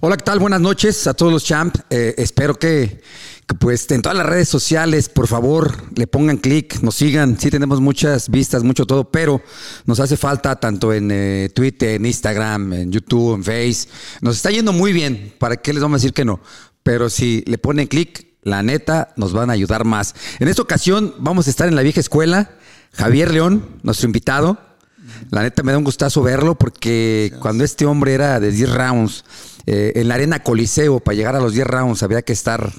Hola, ¿qué tal? Buenas noches a todos los champ. Eh, espero que, que, pues en todas las redes sociales, por favor, le pongan clic, nos sigan. Sí tenemos muchas vistas, mucho todo, pero nos hace falta tanto en eh, Twitter, en Instagram, en YouTube, en Face. Nos está yendo muy bien. ¿Para qué les vamos a decir que no? Pero si le ponen clic, la neta, nos van a ayudar más. En esta ocasión vamos a estar en la vieja escuela. Javier León, nuestro invitado. La neta me da un gustazo verlo porque cuando este hombre era de 10 rounds, eh, en la arena Coliseo, para llegar a los 10 rounds había que estar,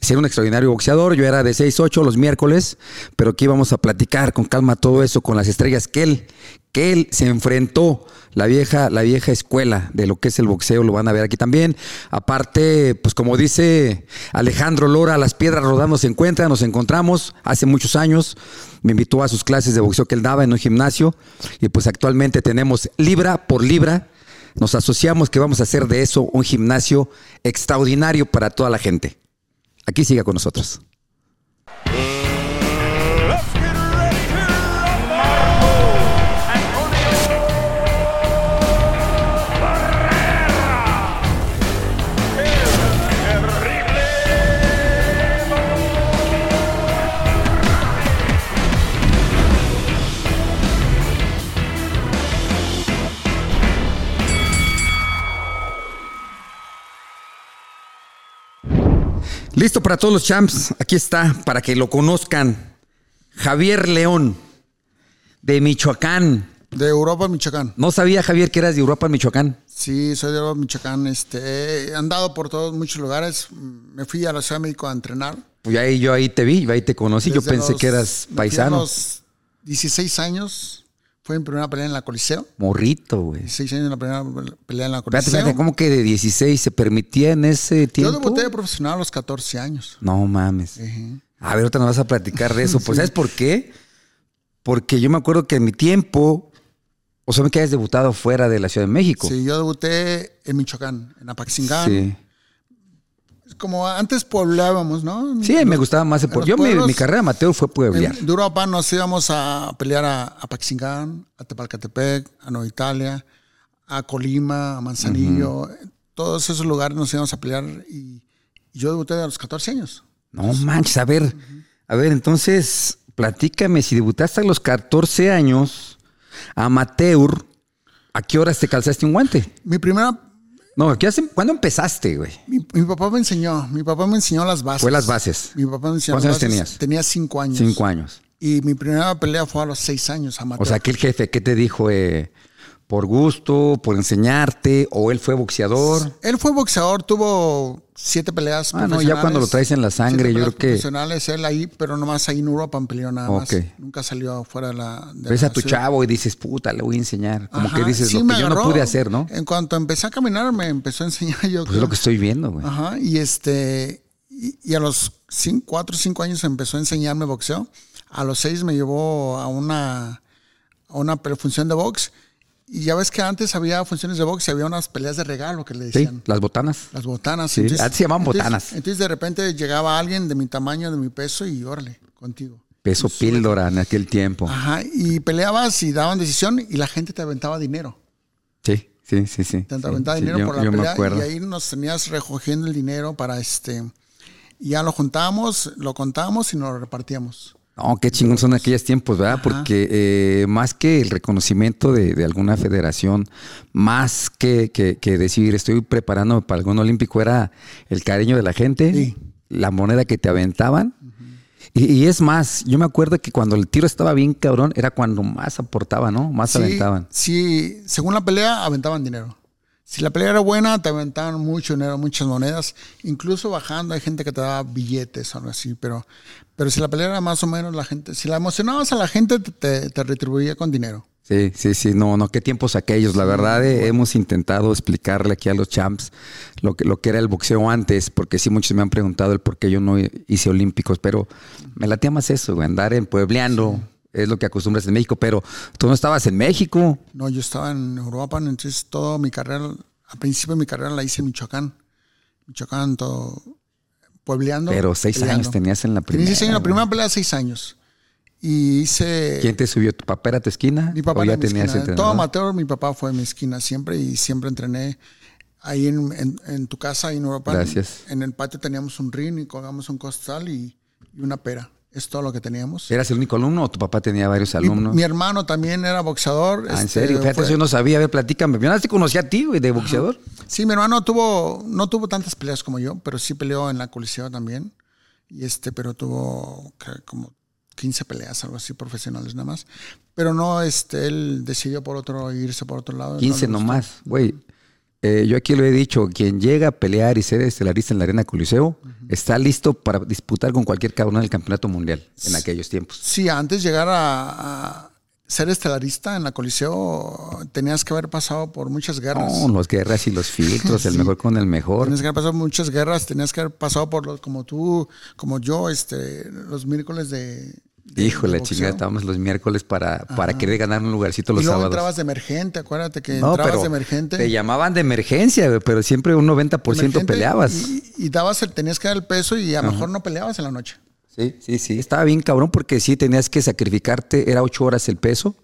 ser un extraordinario boxeador. Yo era de 6-8 los miércoles, pero aquí vamos a platicar con calma todo eso, con las estrellas que él, que él se enfrentó la vieja, la vieja escuela de lo que es Este, el boxeo, lo van a ver aquí también. Aparte, pues como dice Alejandro Lora, las piedras rodando se encuentran, nos encontramos hace muchos años. Me invitó a sus clases de boxeo que él daba en un gimnasio y pues actualmente tenemos libra por libra. Nos asociamos que vamos a hacer de eso un gimnasio extraordinario para toda la gente. Aquí siga con nosotros. Listo para todos los champs. Aquí está, para que lo conozcan. Javier León, de Michoacán. De Europa, Michoacán. No sabía, Javier, que eras de Europa, Michoacán. Sí, soy de Europa, Michoacán. Este, he andado por todos muchos lugares. Me fui a la Ciudad de México a entrenar. Y Pues ahí yo ahí te vi, ahí te conocí. yo Desde pensé los- que eras me fui a paisano. los 16 años fue mi primera pelea en la Coliseo. Morrito, güey. 16 años la primera pelea en la Espérate, Coliseo. espérate, ¿cómo que de 16 se permitía en ese Yo tiempo? debuté de profesional a los 14 años. No mames. A ver, ahorita nos vas a platicar de eso. Pues, ¿sabes por qué? Porque yo me acuerdo que en mi tiempo, o sea, me hayas debutado fuera de la Ciudad de México. Sí, yo debuté en Michoacán, en Apaxingán. Sí. Como antes poblábamos, ¿no? Sí, me gustaba más el en pueblo. los Yo, mi, pueblos- mi carrera amateur fue pueblear. En Europa nos íbamos a pelear a, a Paxingán, a Tepalcatepec, a Nueva Italia, a Colima, a Manzanillo. Todos esos lugares nos íbamos a pelear y, y yo debuté a los 14 años. No manches, a ver. A ver, entonces, platícame, si debutaste a los 14 años, amateur, ¿a qué horas te calzaste un guante? Mi primera, No, ¿a qué horas em- ¿cuándo empezaste, güey? mi, mi papá me enseñó, mi papá me enseñó las bases. Fue las bases. Mi papá me enseñó ¿Cuántos las años tenías? bases. Tenía 5 años. Cinco años. Y mi primera pelea fue a los 6 años, amateur. O sea, aquel jefe, ¿qué te dijo? eh, ¿Por gusto? ¿Por enseñarte? ¿O él fue boxeador? Él fue boxeador, tuvo siete peleas Ah, no, ya profesionales. cuando lo traes en la sangre, Siete yo peleas creo que- profesionales, él ahí, pero nomás ahí en Europa peleó nada más. Ok. Nunca salió fuera de la... de Ves la a tu ciudad. chavo y dices, puta, le voy a enseñar. Como Ajá, que dices, sí, lo me que yo no agarró. Eh, pude hacer, ¿no? En cuanto empecé a caminar, me empezó a enseñar yo. Pues es lo creo. que estoy viendo, güey. Ajá, y este... Y, y a los 4 cuatro o cinco años empezó a enseñarme boxeo. A los seis me llevó a una, a una pre- función de box. Y ya ves que antes había funciones de box y había unas peleas de regalo que le Sí, decían. las botanas. Las botanas. Sí, antes se llamaban entonces- botanas. Entonces de repente llegaba alguien de mi tamaño, de mi peso y órale, contigo. Peso píldora en aquel tiempo. Ajá, y peleabas y daban decisión y la gente te aventaba dinero. Sí, sí, sí, sí. Te Sí, aventaba sí, dinero yo, por la yo me pelea acuerdo. y ahí nos tenías recogiendo el dinero para este... Y ya lo juntábamos, lo contábamos y nos lo repartíamos. No, qué chingón son aquellos tiempos, ¿verdad? Porque eh, más que el reconocimiento de, de alguna federación, más que, que- que decir estoy preparándome para algún olímpico, era el cariño de la gente, Sí. la moneda que te aventaban. Y, y es más, yo me acuerdo que cuando el tiro estaba bien cabrón, era cuando más aportaba, ¿no? Más Sí, aventaban. Sí, según la pelea, aventaban dinero. Si la pelea era buena, te aventaban mucho dinero, muchas monedas. Incluso bajando, hay gente que te daba billetes o algo así. Pero, pero si la pelea era más o menos, la gente, si la emocionabas a la gente, te, te- te retribuía con dinero. Sí, sí, sí, no, no, qué tiempos aquellos. La verdad, eh, hemos intentado explicarle aquí a los champs lo que, lo que era el boxeo antes, porque sí, muchos me han preguntado el por qué yo no hice olímpicos, pero me latía más eso, güey, andar en puebleando, es lo que acostumbras en México, pero tú no estabas en México. No, yo estaba en Europa, entonces toda mi carrera, al principio de mi carrera la hice en Michoacán. Michoacán, todo puebleando. Pero seis años tenías en la Tenía seis años, la primera, primera pelea, seis años. Y hice. ¿Quién te subió? ¿Tu papá era tu esquina? Mi papá ¿O era ya mi tenías esquina. Todo entrenador? amateur, mi papá fue mi esquina siempre y siempre entrené ahí en, en- en tu casa, ahí en Europa. Gracias. En el patio teníamos un ring y colgamos un costal y, y una pera. Es todo lo que teníamos. ¿Eras el único alumno o tu papá tenía varios Mi, alumnos? mi hermano también era boxeador. Ah, en este, serio, fíjate, fue- eso yo no sabía. A ver, platícame. Yo nada más te conocí a ti, güey, de boxeador. Sí, mi hermano tuvo, no tuvo tantas peleas como yo, pero sí peleó en la Coliseo también. Y este, pero tuvo creo, como 15 peleas, algo así, profesionales nada más. Pero no, este, él decidió por otro, irse por otro lado. 15 no, le gustó. nomás. Güey, eh, yo aquí lo he dicho, quien llega a pelear y ser estelarista en la Arena Coliseo está listo para disputar con cualquier cabrón del campeonato mundial en aquellos tiempos. Sí, antes de llegar a, a ser estelarista en la Coliseo, tenías que haber pasado por muchas guerras. No, los guerras y los filtros, el mejor con el mejor. Tenías que haber pasado muchas guerras, tenías que haber pasado por los, como tú, como yo, este, los miércoles de. de- Hijo de la de boxeo. chingada, estábamos los miércoles para, para querer ganar un lugarcito y los luego sábados. entrabas de emergente, acuérdate que No, entrabas pero de emergente. te llamaban de emergencia, güey, pero siempre un 90% emergente peleabas. Y, y dabas el, tenías que dar el peso y a lo mejor no peleabas en la noche. Sí, sí, sí. Estaba bien cabrón porque sí tenías que sacrificarte, era ocho horas el peso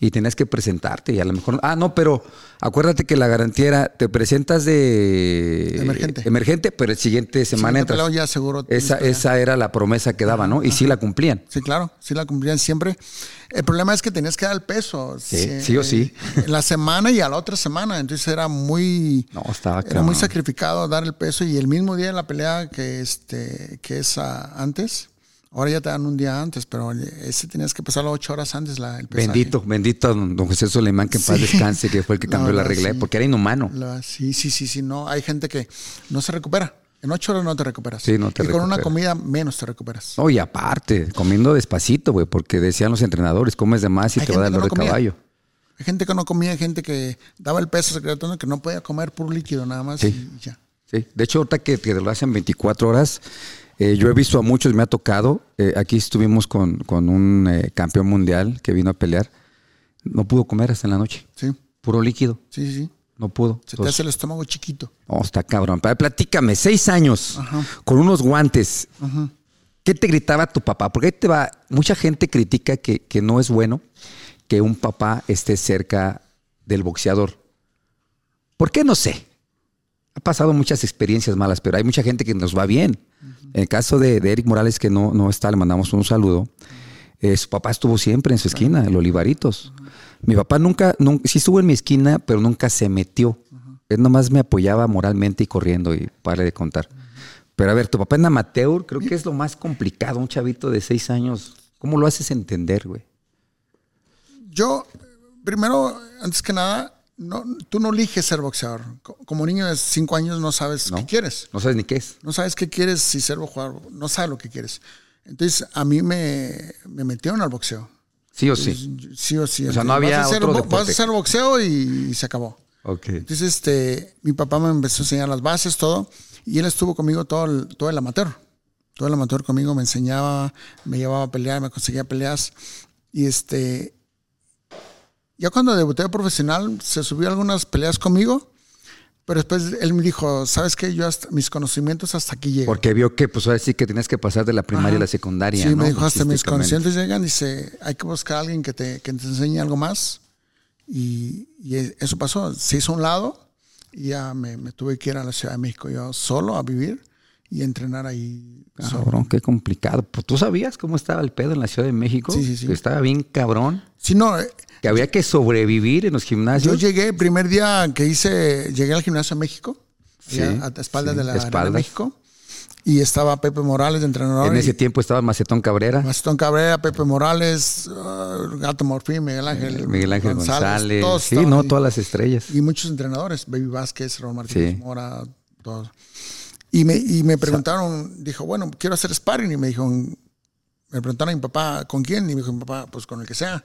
y tenías que presentarte y a lo mejor... Ah, no, pero acuérdate que la garantía era, te presentas de... Emergente. Emergente, pero el siguiente semana Siguiente entras. peleo ya seguro tienes Esa, pelea. esa era la promesa que daba, ¿no? Y sí la cumplían. Sí, claro, sí la cumplían siempre. El problema es que tenías que dar el peso. Sí, sí o sí. en la semana y a la otra semana. Entonces era muy. No, estaba Era muy cabrón. sacrificado dar el peso y el mismo día de la pelea que, este, que es ah, antes. Ahora ya te dan un día antes, pero ese tenías que pasarlo ocho horas antes la, el pesaje. Bendito, bendito a don don José Soleimán, que en paz Sí. descanse, que fue el que La cambió la, verdad, regla, ¿eh? sí. porque era inhumano. La- sí, sí, sí, sí, no. Hay gente que no se recupera. En ocho horas no te recuperas. Sí, no te Y con una recuperas. comida menos te recuperas. No, y aparte, comiendo despacito, güey, porque decían los entrenadores, comes de más y Hay te va a dar gente dolor que no de comía. caballo. Hay gente que no comía, hay gente que daba el peso secreto, que no podía comer puro líquido nada más Sí. y ya. Sí, de hecho, ahorita que, que lo hacen 24 horas, eh, yo he visto a muchos, me ha tocado. eh, aquí estuvimos con, con un eh, campeón mundial que vino a pelear. No pudo comer hasta en la noche, Sí, puro líquido, sí, sí. no pudo. Se te Entonces, hace el estómago chiquito. no, Oh, está cabrón. Pero platícame, seis años con unos guantes. ¿Qué te gritaba tu papá? Porque ahí te va, mucha gente critica que, que no es bueno que un papá esté cerca del boxeador. ¿Por qué no sé? Ha pasado muchas experiencias malas, pero hay mucha gente que nos va bien. En el caso de, de Eric Morales, que no, no está, le mandamos un saludo. eh, su papá estuvo siempre en su esquina, en los Libaritos. Mi papá nunca, nun- sí estuvo en mi esquina, pero nunca se metió. Él nomás me apoyaba moralmente y corriendo y para de contar. Pero a ver, tu papá en amateur creo que es lo más complicado, un chavito de seis años. ¿Cómo lo haces entender, güey? Yo, primero, antes que nada, no, tú no eliges ser boxeador. Co- Como niño de cinco años no sabes No. qué quieres. No sabes ni qué es. No sabes qué quieres si ser boxeador. No sabes lo que quieres. Entonces, a mí me, me metieron al boxeo. Sí o sí. Sí o sí. O sea, no Entonces, había vas a hacer, otro bo- deporte. Vas a hacer boxeo y, se acabó. Ok. Entonces, este, mi papá me empezó a enseñar las bases, todo, y él estuvo conmigo todo el, todo el amateur. Todo el amateur conmigo me enseñaba, me llevaba a pelear, me conseguía peleas. Y este, ya cuando debuté de profesional, se subió a algunas peleas conmigo, pero después él me dijo, ¿sabes qué? Yo hasta, mis conocimientos hasta aquí llegan. Porque vio que, pues ahora sí que tienes que pasar de la primaria Ajá. a la secundaria. Sí, ¿no? me dijo, hasta mis Artísticamente. conscientes llegan y dice, hay que buscar a alguien que te, que te enseñe algo más. Y, y e- eso pasó, se hizo a un lado y ya me, me tuve que ir a la Ciudad de México yo solo a vivir y entrenar ahí. solo. Cabrón, qué complicado. Pues, ¿Tú sabías cómo estaba el pedo en la Ciudad de México? Sí, sí, sí. Que estaba bien cabrón. Sí, no, eh, Que había que sobrevivir en los yo gimnasios. llegué, el primer día que hice, llegué al gimnasio de México, Sí, allá a, a espaldas sí, de la Arena espaldas. de México, y estaba Pepe Morales de entrenador. en ese y- tiempo estaba Macetón Cabrera. Gastón Cabrera, Pepe Morales, uh, Gato Morfín, Miguel Ángel, Miguel Ángel González. todos sí, estaban no, ahí. todas las estrellas. y muchos entrenadores, Baby Vázquez, Raúl Martínez Sí. Mora, todos. Y me, y me preguntaron, dijo, bueno, quiero hacer sparring. Y me dijo, me preguntaron a mi papá, ¿con quién? Y me dijo mi papá, pues con el que sea.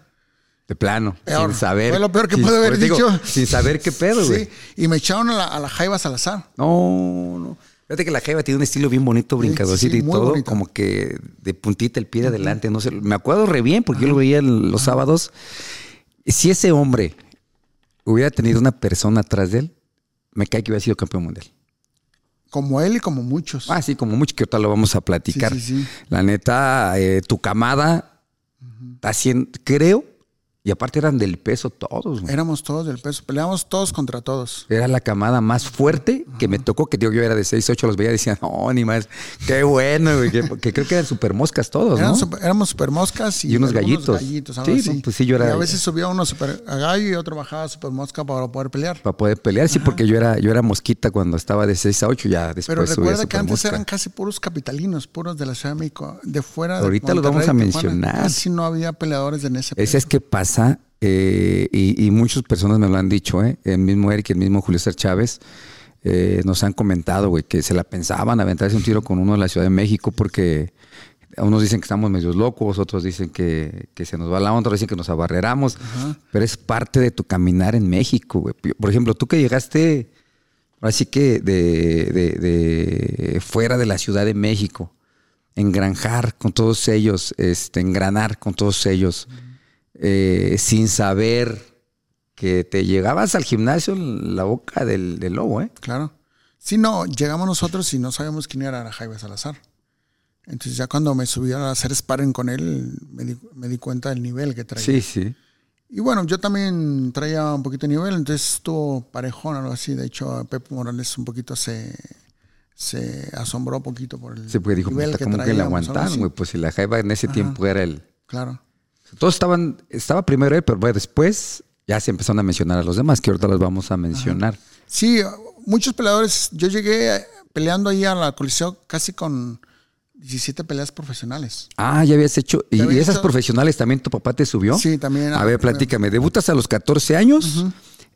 De plano. Peor. Sin saber. Fue lo peor que sin- pude haber por eso digo, dicho. sin saber qué pedo, güey. Sí. Y me echaron a la, a la Jaiba Salazar. No, no. Fíjate que la Jaiba tiene un estilo bien bonito, brincadorcito sí, y muy todo, bonito. como que de puntita el pie de adelante. No sé, me acuerdo re bien porque yo lo veía en los sábados. Si ese hombre hubiera tenido una persona atrás de él, me cae que hubiera sido campeón mundial. Como él y como muchos. Ah, sí, como mucho que ahorita lo vamos a platicar. Sí, sí, sí. La neta, eh, tu camada está haciendo, creo Y aparte eran del peso todos, güey. Éramos todos del peso, peleábamos todos contra todos. Era la camada más fuerte que me tocó, que digo, yo era de 6, 8, los veía y decía, no, ni más, qué bueno, güey, que, que creo que eran super moscas todos, Eran ¿no? super- éramos supermoscas y, Y unos algunos gallitos. algo Sí, así. pues sí, yo era- Y a veces subía uno super a gallo y otro bajaba super mosca para poder pelear. Para poder pelear, sí, porque yo era, yo era mosquita cuando estaba de 6 a 8, ya después Pero subí a recuerda que antes Pues, supermosca. eran casi puros capitalinos, puros de la Ciudad de México, de fuera de Ahorita los vamos Monterrey, a Tijuana. mencionar. Casi no había peleadores en ese Ese es que pasa, eh, y, y muchas personas me lo han dicho, ¿eh? el mismo Eric, el mismo Julio César Chávez, eh, nos han comentado, güey, que se la pensaban aventarse un tiro con uno de la Ciudad de México porque unos dicen que estamos medios locos, otros dicen que, que se nos va la onda, otros dicen que nos abarreramos, pero es parte de tu caminar en México, güey. Por ejemplo, tú que llegaste, ahora sí que de, de- de fuera de la Ciudad de México, engranjar con todos ellos, este, engranar con todos ellos, eh, sin saber que te llegabas al gimnasio en la boca del, del lobo, ¿eh? Claro. Si no, llegamos nosotros y no sabíamos quién era Jaime Salazar. Entonces ya cuando me subí a hacer sparring con él, me di, me di cuenta del nivel que traía. Sí, sí. Y bueno, yo también traía un poquito de nivel, entonces estuvo parejón, algo así. De hecho, a Pepe Morales un poquito se, se asombró un poquito por el Sí, porque dijo, nivel puta, que ¿cómo que le traíamos", algo aguantaron, así. güey? Pues si la Jaiba en ese tiempo era el... Claro. Todos estaban, estaba primero él, pero bueno, después ya se empezaron a mencionar a los demás, que ahorita los vamos a mencionar. Sí, muchos peleadores. Yo llegué peleando ahí a la coliseo casi con 17 peleas profesionales. Ah, ya habías hecho. ¿Y, había y esas hecho- profesionales también tu papá te subió? Sí, también. A ver, platícame. ¿Debutas a los 14 años?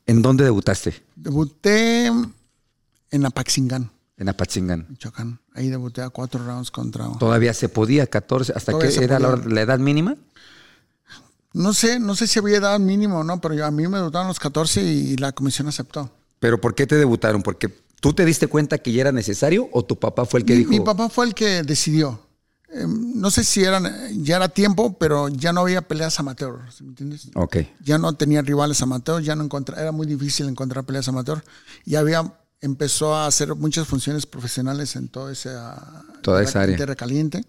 ¿En dónde debutaste? Debuté en Apaxingán, En Apatzingán. Michoacán. Ahí debuté a cuatro rounds contra. Todavía se podía, 14. ¿Hasta qué Todavía se era la, podía. hora- la edad mínima? No sé, no sé si había edad mínima o no, pero yo- a mí me debutaron los 14 y la comisión aceptó. ¿Pero por qué te debutaron? ¿Porque tú te diste cuenta que ya era necesario o tu papá fue el que Mi, dijo? mi papá fue el que decidió. Em, no sé si eran, ya era tiempo, pero ya no había peleas amateur, ¿sí ¿me entiendes? Ok. ya no tenía rivales amateur, ya no encontraba, era muy difícil encontrar peleas amateur y había empezó a hacer muchas funciones profesionales en toda esa, Toda esa área. tierra caliente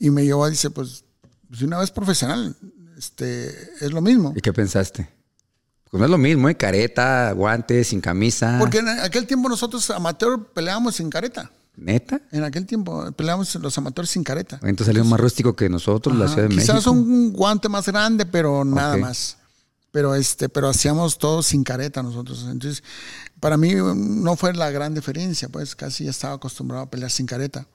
y me llevó a dice pues si una vez profesional este es lo mismo ¿Y qué pensaste? Pues no es lo mismo, ¿eh? Careta, guantes, sin camisa. porque en aquel tiempo nosotros amateur peleábamos sin careta ¿Neta? en aquel tiempo peleábamos los amateurs sin careta Entonces salió más rústico que nosotros, la Pues Ajá, Ciudad de quizás México. un guante más grande, pero nada Ok. más. Pero este, pero hacíamos todo sin careta nosotros. Entonces, para mí mm, no fue la gran diferencia, pues casi ya estaba acostumbrado a pelear sin careta.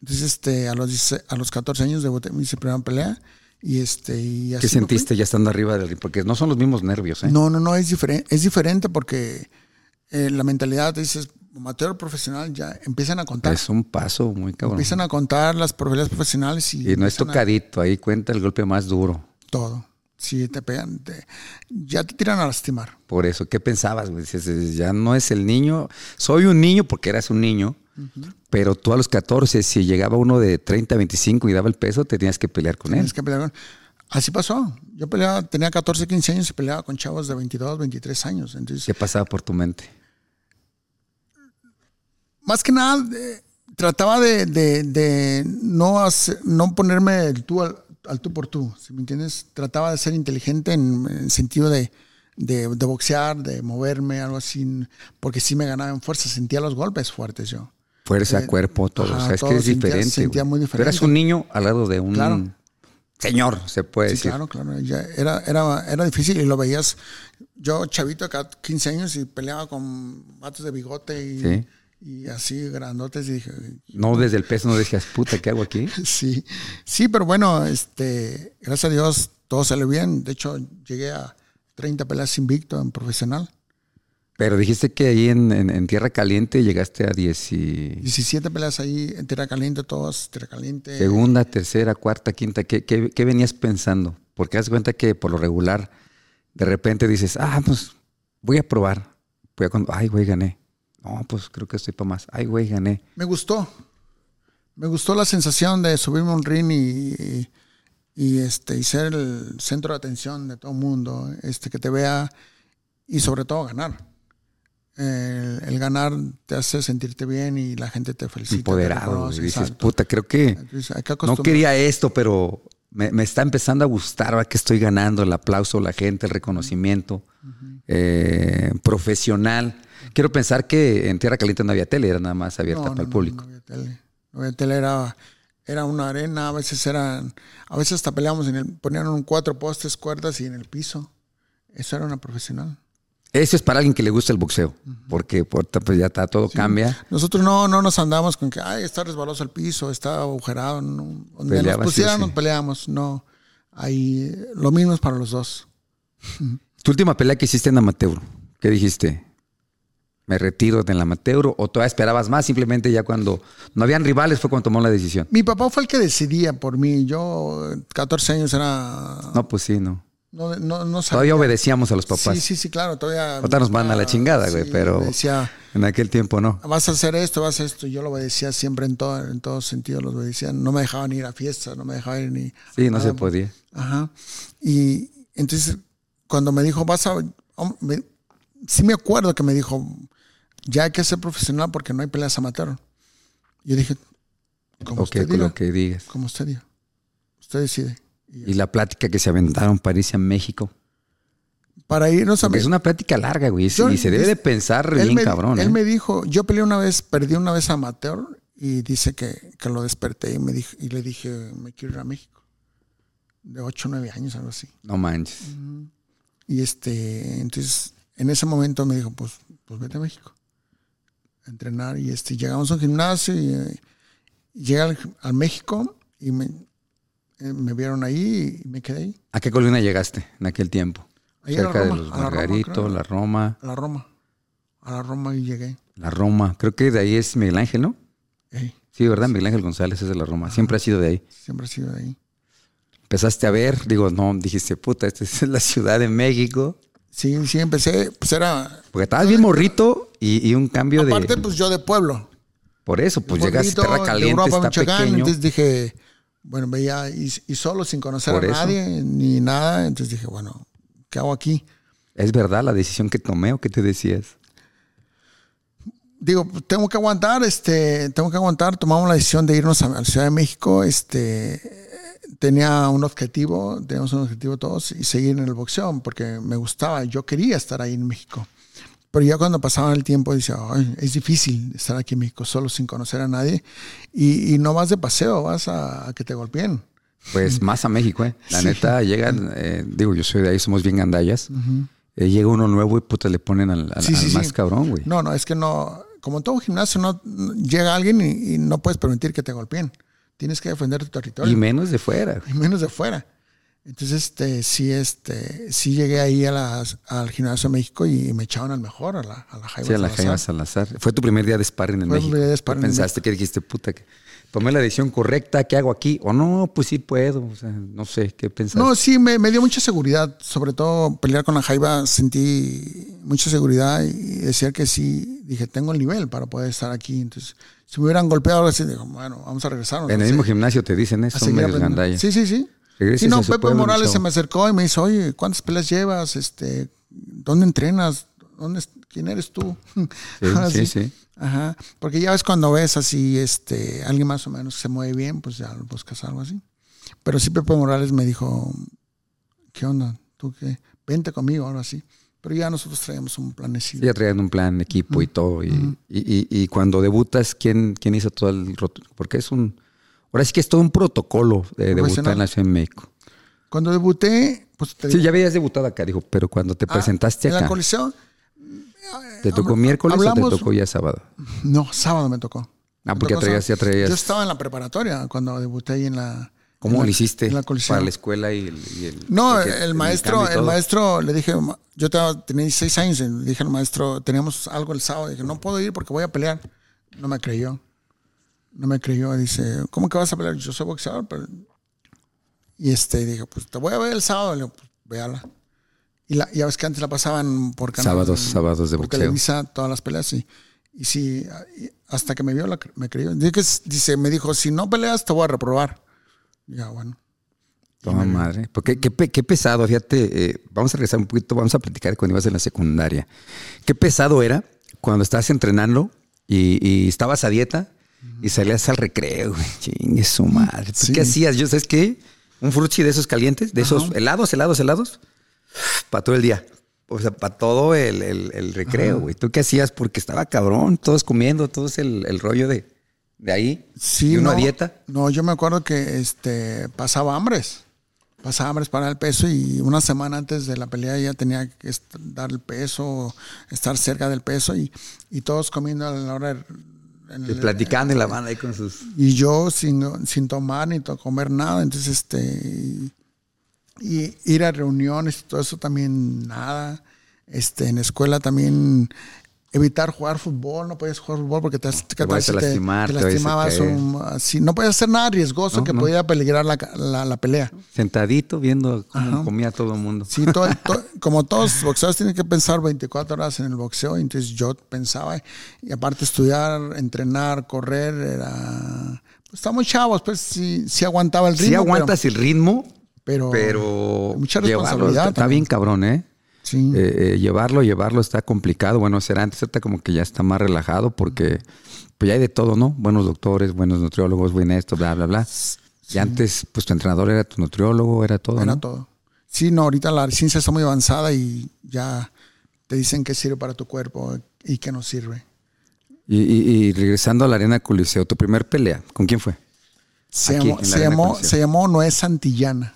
Entonces, este, a los 16 a los 14 años debuté mi primera pelea y este y así ¿Qué me fui. sentiste ya estando arriba del ring? Porque no son los mismos nervios, ¿eh? No, no, no, es diferente, es diferente porque eh, la mentalidad dices amateur profesional ya empiezan a contar. Es un paso muy cabrón. Empiezan a contar las peleas profesionales y, y no es empiezan a- tocadito, ahí cuenta el golpe más duro. Todo. Si te pegan, te- ya te tiran a lastimar. Por eso, ¿qué pensabas? güey? Dices, eh, ya no es el niño. Soy un niño porque eras un niño, pero tú a los 14, si llegaba uno de 30, 25 y daba el peso, tenías que pelear con él. Tienes que pelear con- Así pasó. Yo peleaba, tenía 14, 15 años y peleaba con chavos de 22, 23 años. Entonces, ¿Qué pasaba por tu mente? más que nada, eh, trataba de, de- de no, hacer- no ponerme el tú al, al tú por tú, si me entiendes? Trataba de ser inteligente en el sentido de, de- de boxear, de moverme, algo así, porque sí me ganaba en fuerza, sentía los golpes fuertes yo. Fuerza, Eh, cuerpo, todo. ajá, o sea, es que todo, es sentía- diferente. sentía güey. muy Tú eras diferente. un niño al lado de un Claro. señor, se puede Sí, decir. claro, claro. ya era, era, era difícil y lo veías. Yo, chavito, acá 15 años y peleaba con vatos de bigote y, Sí. y así grandotes. Y dije, No desde el peso, no decías, puta, ¿qué hago aquí? sí, sí, pero bueno, este, gracias a Dios todo salió bien. De hecho, llegué a 30 peleas invicto en profesional. Pero dijiste que ahí en, en- en Tierra Caliente llegaste a 10 y... 17 peleas ahí en Tierra Caliente, todas Tierra Caliente. Segunda, tercera, cuarta, quinta, ¿qué, qué, qué venías pensando? Porque haz cuenta que por lo regular, de repente dices, ah, pues voy a probar. Voy a con- Ay, güey, gané. No, pues creo que estoy para más. Ay, güey, gané. Me gustó. Me gustó la sensación de subirme a un ring y, y, este, y ser el centro de atención de todo el mundo, este, que te vea y sobre todo ganar. El, el ganar te hace sentirte bien y la gente te felicita. te Empoderado. reconoce, güey. dices, exacto. puta, creo que Entonces, hay que no acostumbrar- quería esto, pero me, me está empezando a gustar, ahora que estoy ganando el aplauso, la gente, el reconocimiento eh, profesional. Quiero pensar que en Tierra Caliente no había tele, era nada más abierta No, para no, el no, público. No, había tele. No había tele, era, era una arena, a veces eran, a veces hasta peleamos en el, ponían un cuatro postes, cuerdas y en el piso. Eso era una profesional. Eso es para alguien que le gusta el boxeo, porque por- pues ya está, todo cambia. Nosotros no, no nos andamos con que, ay, está resbaloso el piso, está agujerado. no. Donde Peleabas, nos pusieran, sí, sí. nos peleamos. No, ahí lo mismo es para los dos. Tu última pelea que hiciste en amateur, ¿qué dijiste? ¿Me retiro del amateur o todavía esperabas más? Simplemente ya cuando no habían rivales fue cuando tomó la decisión. Mi papá fue el que decidía por mí. Yo, 14 años, era. No, pues sí, no. No, no, no sabía. Todavía obedecíamos a los papás. Sí, sí, sí, claro, todavía. Ahorita nos mandan a la chingada, güey, pero- me Decía, En aquel tiempo no. vas a hacer esto, vas a hacer esto. Yo lo obedecía siempre en todo, en todos sentidos, lo obedecía. No me dejaban ir a fiestas, no me dejaban ir ni. Sí, no se nada. podía. Ajá. Y entonces, cuando me dijo, vas a. hom- me- sí, me acuerdo que me dijo, ya hay que ser profesional porque no hay peleas amateur. Yo dije, como Lo que, usted diga, lo que digas. como usted diga. Usted decide. Y Y la plática que se aventaron París a México. para irnos a Porque es una plática larga, güey. Yo- y se debe es- de pensar él bien me, cabrón, él ¿eh? me dijo, yo peleé una vez, perdí una vez amateur y dice que, que lo desperté y, me dijo, y le dije, me quiero ir a México. De 8 o 9 años, algo así. No manches. Y este, entonces, en ese momento me dijo, pues, pues vete a México. A entrenar. Y este, llegamos a un gimnasio y eh, llegué al, al México y me, eh, me vieron ahí y me quedé ahí. ¿A qué colina llegaste en aquel tiempo? Ahí a la Cerca de Roma, los a la Roma, Margaritos, creo. la Roma, A la Roma. A la Roma y llegué. la Roma. Creo que de ahí es Miguel Ángel, ¿no? Ey, Sí, ¿verdad? Miguel Ángel González es de la Roma. Siempre ha sido de ahí. siempre he sido de ahí. Empezaste a ver, digo, no, dijiste, puta, esta es la Ciudad de México. Sí, sí, empecé, pues era... Porque estabas bien morrito y, y un cambio Aparte, de... pues yo de pueblo. por eso, pues llegaste a Pueblito, Tierra de Caliente, Europa, está Michoacán, pequeño. Entonces dije, bueno, veía y, y solo sin conocer Por a eso. nadie ni nada. Entonces dije, bueno, ¿qué hago aquí? ¿Es verdad la decisión que tomé o qué te decías? Digo, pues, tengo que aguantar, este, tengo que aguantar. Tomamos la decisión de irnos a, a la Ciudad de México. Este, eh, tenía un objetivo, teníamos un objetivo todos y seguir en el boxeo porque me gustaba, yo quería estar ahí en México. Pero ya cuando pasaba el tiempo, dice, "Ay, es difícil estar aquí en México solo sin conocer a nadie. Y, y no vas de paseo, vas a, a que te golpeen. Pues más a México, ¿eh? La neta, llegan, eh, digo, yo soy de ahí, somos bien gandallas. Eh, llega uno nuevo y puta le ponen al, al- Sí, sí, al sí. más cabrón, güey. No, no, es que no, como en todo gimnasio, no, no- llega alguien y, y no puedes permitir que te golpeen. Tienes que defender tu territorio. y menos de fuera, güey. y menos de fuera. Entonces, este, sí, este, sí llegué ahí a las- al gimnasio de México y me echaban al mejor, a la, a la Jaiba Sí, a la Salazar. Jaime Salazar. Fue tu primer día de sparring en Fue mi México. primer día de ¿Qué sparring en pensaste que dijiste, puta, que tomé la decisión correcta, ¿qué hago aquí? O no, pues sí puedo, o sea, no sé, ¿qué pensaste? No, sí, me, me dio mucha seguridad. Sobre todo pelear con la Jaiba, sentí mucha seguridad y decía que sí, dije, tengo el nivel para poder estar aquí. Entonces, si me hubieran golpeado, así, digo, bueno, vamos a regresar. en el mismo gimnasio te dicen eso, son medios gandallas. pues, Sí, sí, sí. Regreses Sí, no, a su Pepe pueblo, Morales chavo. se me acercó y me dice, oye, ¿cuántas peleas llevas? Este, ¿Dónde entrenas? ¿Dónde, es- ¿Quién eres tú? Ahora sí, sí. Ajá. Porque ya ves cuando ves así, este, alguien más o menos se mueve bien, pues ya lo buscas algo así. Pero sí Pepe Morales me dijo, ¿qué onda? ¿Tú qué? Vente conmigo, algo así. Pero ya nosotros traíamos un Sí, planecillo. ya traían un plan, equipo y todo. Y, y- y- y cuando debutas, ¿quién, ¿quién hizo todo el roto? Porque es un. Ahora sí que es todo un protocolo de debutar en la Ciudad de México. Cuando debuté, pues te Sí, digo, ya habías debutado acá, dijo, pero cuando te ah, presentaste en la acá, Coliseo, ¿te tocó miércoles o te hablamos- tocó ya sábado? no, sábado me tocó. Ah, porque ya Me tocó traías, ya sábado. traías. Yo estaba en la preparatoria cuando debuté ahí en la. ¿Cómo en la- lo hiciste En la Coliseo. para la escuela y el. y el- No, porque el el maestro, cambio y el todo? maestro le dije, "Ma- yo estaba- tenía 16 años, y le dije al maestro, teníamos algo el sábado, dije, no puedo ir porque voy a pelear. No me creyó. No me creyó, dice, ¿cómo que vas a pelear? Yo soy boxeador, pero... Y este, dije, pues te voy a ver el sábado, le digo, pues véala. Y la, ya ves que antes la pasaban por canal- Sábados, sábados de por boxeo. Televisa, todas las peleas, y, y sí, y hasta que me vio, la cre- me creyó. Dice, que s- dice, me dijo, si no peleas, te voy a reprobar. Ya, bueno. Toma madre. Porque qué, pe- qué pesado, fíjate, eh, vamos a regresar un poquito, vamos a platicar cuando ibas en la secundaria. Qué pesado era cuando estabas entrenando y, y estabas a dieta y salías al recreo, güey. Chingue su madre. ¿Tú Sí. ¿Qué hacías? Yo, ¿sabes qué? Un frutti de esos calientes, de esos Ajá. helados, helados, helados. Para todo el día. O sea, para todo el, el- el recreo, güey. ¿Tú qué hacías? Porque estaba cabrón, todos comiendo, todos el, el rollo de, de ahí. Sí, Y una no, dieta. No, yo me acuerdo que este pasaba hambres. Pasaba hambres para el peso y una semana antes de la pelea ya tenía que est- dar el peso, estar cerca del peso y, y todos comiendo a la hora. de- en Y el- platicando y la banda ahí con sus. y yo sin, sin tomar ni to- comer nada. Entonces, este. Y, y ir a reuniones y todo eso también nada. Este, en la escuela también evitar jugar fútbol, no podías jugar fútbol porque te, te, vayas a te- lastimar, te te vayas a lastimabas. caer. un- así. No podías hacer nada riesgoso No, que no. podía peligrar la, ca- la- la pelea. Sentadito viendo cómo comía todo el mundo. Sí, todo- to- como todos los boxeadores tienen que pensar 24 horas en el boxeo, y entonces yo pensaba, y aparte estudiar, entrenar, correr, era... Pues estamos chavos, pues sí, sí aguantaba el ritmo. sí pero- aguantas el ritmo, pero, pero mucha llevarlo responsabilidad está, está también. Mm. bien cabrón, ¿eh? Sí. Eh, eh, llevarlo, llevarlo está complicado. Bueno, será antes, ahorita como que ya está más relajado porque pues ya hay de todo, ¿no? Buenos doctores, buenos nutriólogos, buen esto, bla, bla, bla. Y antes, pues tu entrenador era tu nutriólogo, era todo, Era ¿no? todo. Sí, no, ahorita la ciencia está muy avanzada y ya te dicen qué sirve para tu cuerpo y qué no sirve. Y, y- y regresando a la arena Coliseo, tu primer pelea, ¿con quién fue? Se, Aquí, llamó, en la se, Arena llamó, Coliseo. se llamó Noé Santillana.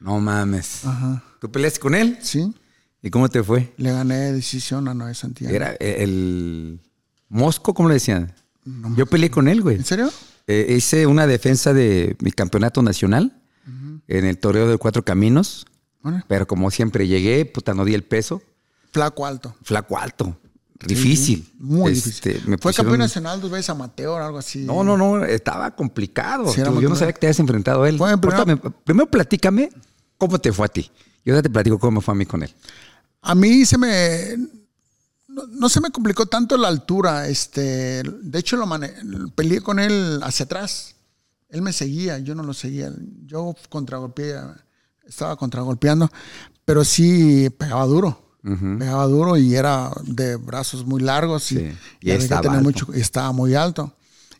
No mames. Ajá. ¿Tú peleaste con él? Sí, ¿Y cómo te fue? le gané decisión a Noé Santillana. Era el Mosco, ¿cómo le decían? Yo peleé con él, güey. ¿En serio? Eh, hice una defensa de mi campeonato nacional en el torneo de Cuatro Caminos, Bueno, pero como siempre llegué, puta, no di el peso. flaco alto. Flaco alto, difícil. Muy Este, difícil. me Fue pusieron- campeón nacional dos veces amateur, algo así. No, no, no, estaba complicado. Sí, era Digo, muy yo no duro. sabía que te habías enfrentado a él. Bueno, primero- Ahorita me- primero, platícame cómo te fue a ti. Yo ahora te platico cómo me fue a mí con él. A mí se me. No, no se me complicó tanto la altura. Este, de hecho, lo mane- peleé con él hacia atrás. Él me seguía, yo no lo seguía. Yo contragolpeé, estaba contragolpeando, pero sí pegaba duro. Pegaba duro y era de brazos muy largos y, Sí, y y había que estaba tener alto. mucho- y estaba muy alto.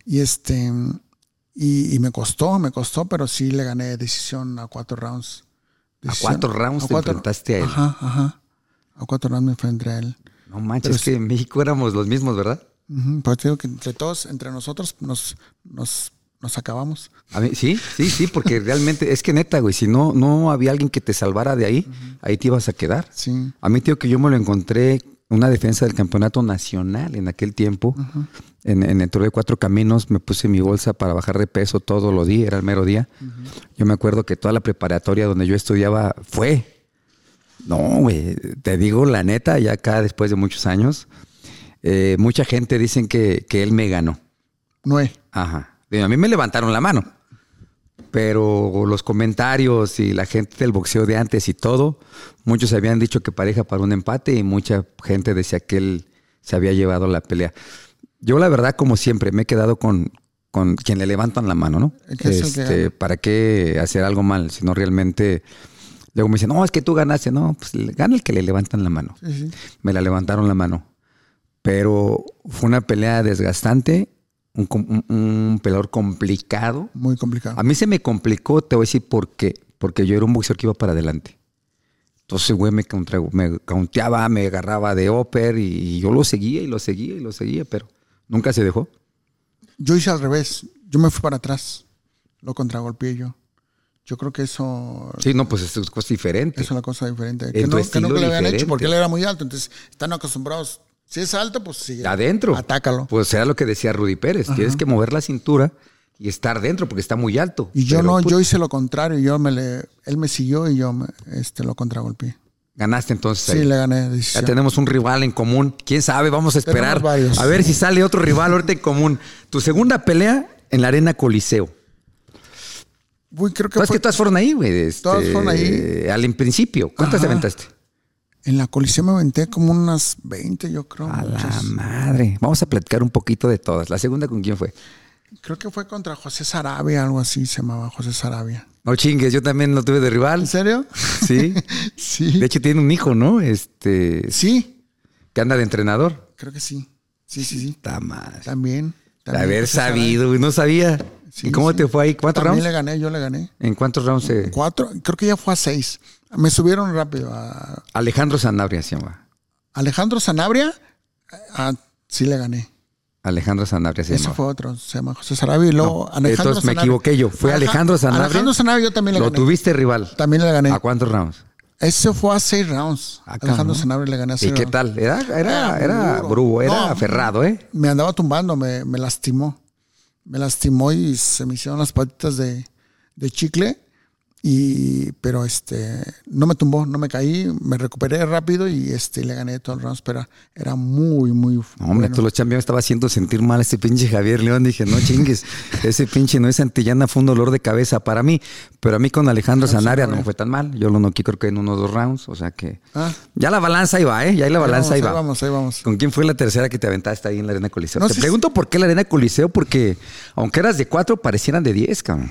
Y este y, y me costó, me costó, pero sí le gané decisión a cuatro rounds. Decisión- cuatro rounds te enfrentaste a él. Ajá, ajá. A cuatro rounds me enfrenté a él. No manches, es que en México éramos los mismos, ¿verdad? Ujú, Pero te digo que entre todos, entre nosotros, nos, nos, nos acabamos. A mí- sí, sí, sí, porque realmente es que neta, güey, si no, no había alguien que te salvara de ahí, ahí te ibas a quedar. Sí. A mí, tío, que yo me lo encontré una defensa del campeonato nacional en aquel tiempo, en, en el Toro de Cuatro Caminos, me puse mi bolsa para bajar de peso todo lo día, era el mero día. Yo me acuerdo que toda la preparatoria donde yo estudiaba fue. No, güey, te digo la neta, ya acá después de muchos años, eh, mucha gente dicen que, que él me ganó. Nueve. Ajá. Digo, A mí me levantaron la mano. Pero los comentarios y la gente del boxeo de antes y todo, muchos habían dicho que pareja para un empate y mucha gente decía que él se había llevado la pelea. Yo la verdad, como siempre, me he quedado con, con quien le levantan la mano, ¿no? ¿Qué es el que Este, gana? ¿Para qué hacer algo mal? Si no realmente... Luego me dicen, no, es que tú ganaste. No, pues le- gana el que le levantan la mano Sí, sí. me la levantaron la mano. Pero fue una pelea desgastante, un, com- un- un peleador complicado. Muy complicado. A mí se me complicó, te voy a decir por qué. Porque yo era un boxeador que iba para adelante. Entonces, güey, me, contra- me counteaba, me agarraba de upper y, y yo lo seguía y lo seguía y lo seguía, pero nunca se dejó. Yo hice al revés. Yo me fui para atrás. Lo contragolpeé yo. Yo creo que eso, Sí, no, pues es cosa diferente. eso es la cosa diferente. Que tu no, que estilo nunca le habían diferente. hecho porque él era muy alto. Entonces, están acostumbrados. Si es alto, pues sí. Adentro. Atácalo. Pues era lo que decía Rudy Pérez. Tienes que mover la cintura y estar dentro porque está muy alto. Y yo Pero, pues no, puta, yo hice lo contrario. Yo me le, él me siguió y yo me, este, lo contragolpeé. Ganaste entonces. Sí, ahí. le gané Ya decisión. tenemos un rival en común. ¿Quién sabe? Vamos a esperar. Tenemos varios. A ver si sale otro rival ahorita en común. Tu segunda pelea en la Arena Coliseo. Uy, creo que Todas fue- Pues que todas fueron ahí, güey. este, Todas fueron ahí. Al en principio. ¿Cuántas te Ajá. aventaste? En la coliseo me aventé como unas 20, yo creo. A la muchas. madre. Vamos a platicar un poquito de todas. ¿La segunda con quién fue? Creo que fue contra José Sarabia, algo así se llamaba José Sarabia. No chingues, yo también lo tuve de ¿En rival. serio? Sí. sí. De hecho, tiene un hijo, ¿no? Este. sí, Que anda de entrenador. creo que sí. Sí, sí, sí. Está madre. También. De también haber José Sarabia. sabido, güey. No sabía. ¿Y cómo te fue ahí? ¿Cuatro También rounds? le gané, yo le gané. ¿En cuántos rounds? se- Cuatro, creo que ya fue a seis. Me subieron rápido a Alejandro Sanabria se llama. Alejandro Sanabria. eh, Ah, sí le gané. Alejandro Sanabria se Ese llama. fue otro, se llama José Sarabia y No, luego Alejandro entonces me Sanabria. equivoqué yo. Fue Aleja- Alejandro Sanabria. Alejandro Sanabria yo también le Lo gané. tuviste rival. También le gané. ¿A cuántos rounds? Ese fue a seis rounds. Ah, Alejandro cabrón. Sanabria le gané a ¿Y seis qué rounds. tal? Era, era, Era era duro. brujo, era No. aferrado, ¿eh? Me andaba tumbando, me, me lastimó. Me lastimó y se me hicieron las patitas de, de chicle. Y, pero este, no me tumbó, no me caí, me recuperé rápido y este, le gané todos los rounds, pero era muy, muy No, Hombre, bueno. tú los chambeos estaba haciendo sentir mal a ese pinche Javier León. Dije, no chingues, ese pinche no es Santillana, fue un dolor de cabeza para mí. Pero a mí con Ah, Alejandro Sanabria no fue tan mal. Yo lo noqué creo que en unos dos rounds. O sea que. Ah. Ya la balanza ahí va, ¿eh? Ya ahí la balanza ahí ahí vamos, va. ahí vamos, ahí vamos. ¿Con quién fue la tercera que te aventaste ahí en la Arena Coliseo? No te sé si- pregunto por qué la Arena Coliseo, porque aunque eras de cuatro, parecieran de diez, cabrón.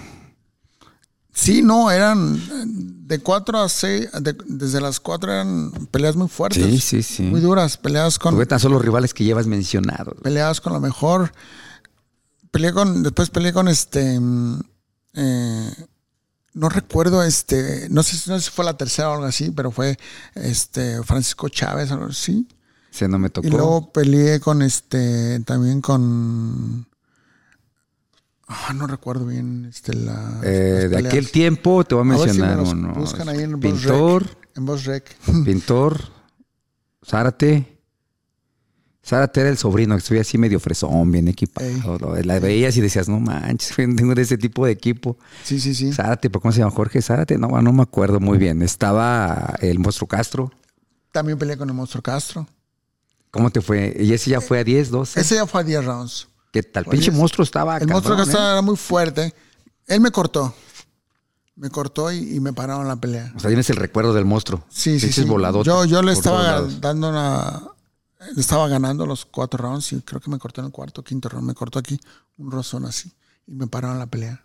Sí, no, eran eh, de 4 a 6, desde las 4 eran peleas muy fuertes. Sí, sí, sí. Muy duras, peleas con Porque tan solo los rivales que llevas mencionados. peleas con lo mejor. Peleé con después peleé con este mm, eh, no recuerdo este, no sé, si- no sé si fue la tercera o algo así, pero fue este Francisco Chávez o algo así. Se no me tocó. Y luego peleé con este también con Ah, no recuerdo bien este la Eh, las de peleas. aquel tiempo te voy a A ver si me mencionar los uno. Buscan ahí en Pintor, Voz Rec. En Voz Rec. pintor, Zárate. Zárate era el sobrino, que estuve así medio fresón, bien equipado. Ey. lo- La veías y decías, no manches, güey, no tengo de ese tipo de equipo. Sí, sí, sí. Zárate, ¿pero ¿cómo se llama? Jorge Zárate, no, no me acuerdo muy bien. Estaba el monstruo Castro. También peleé con el Monstruo Castro. ¿Cómo te fue? Y ese ya fue a 10, 12. Ese ya fue a 10 rounds. ¿Qué tal? Pinche Oye, monstruo estaba. el Monstruo cabrón, Castro ¿eh? era muy fuerte. Él me cortó. Me cortó y, y me pararon la pelea. O sea, tienes el recuerdo del monstruo. Sí, sí, Pinches sí. voladotes Yo, yo le por todos estaba lados. dando una... Le estaba ganando los cuatro rounds y creo que me cortó en el cuarto, quinto round. Me cortó aquí un rozón así y me pararon la pelea.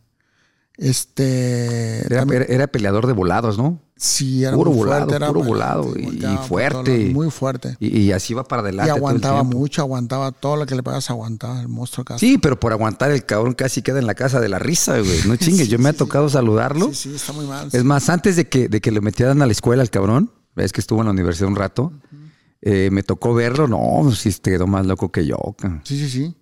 Este... Era, también- era- era peleador de volados, ¿no? sí, era puro muy fuerte. volado, era puro pegante, volado y- y volteaba por todos fuerte. lados, Muy fuerte. Y, y así va para adelante. Y todo el aguantaba tiempo. mucho, aguantaba todo lo que le pagas, aguantaba el monstruo casi. Sí, pero por aguantar el cabrón casi queda en la casa de la risa, güey. No chingues, yo me ha tocado saludarlo. Sí, sí, está muy mal. Es más, antes de que, de que lo metieran a la escuela al cabrón, ves que estuvo en la universidad un rato, eh, me tocó verlo. No, pues sí se quedó más loco que yo. cabrón. Sí, sí, sí.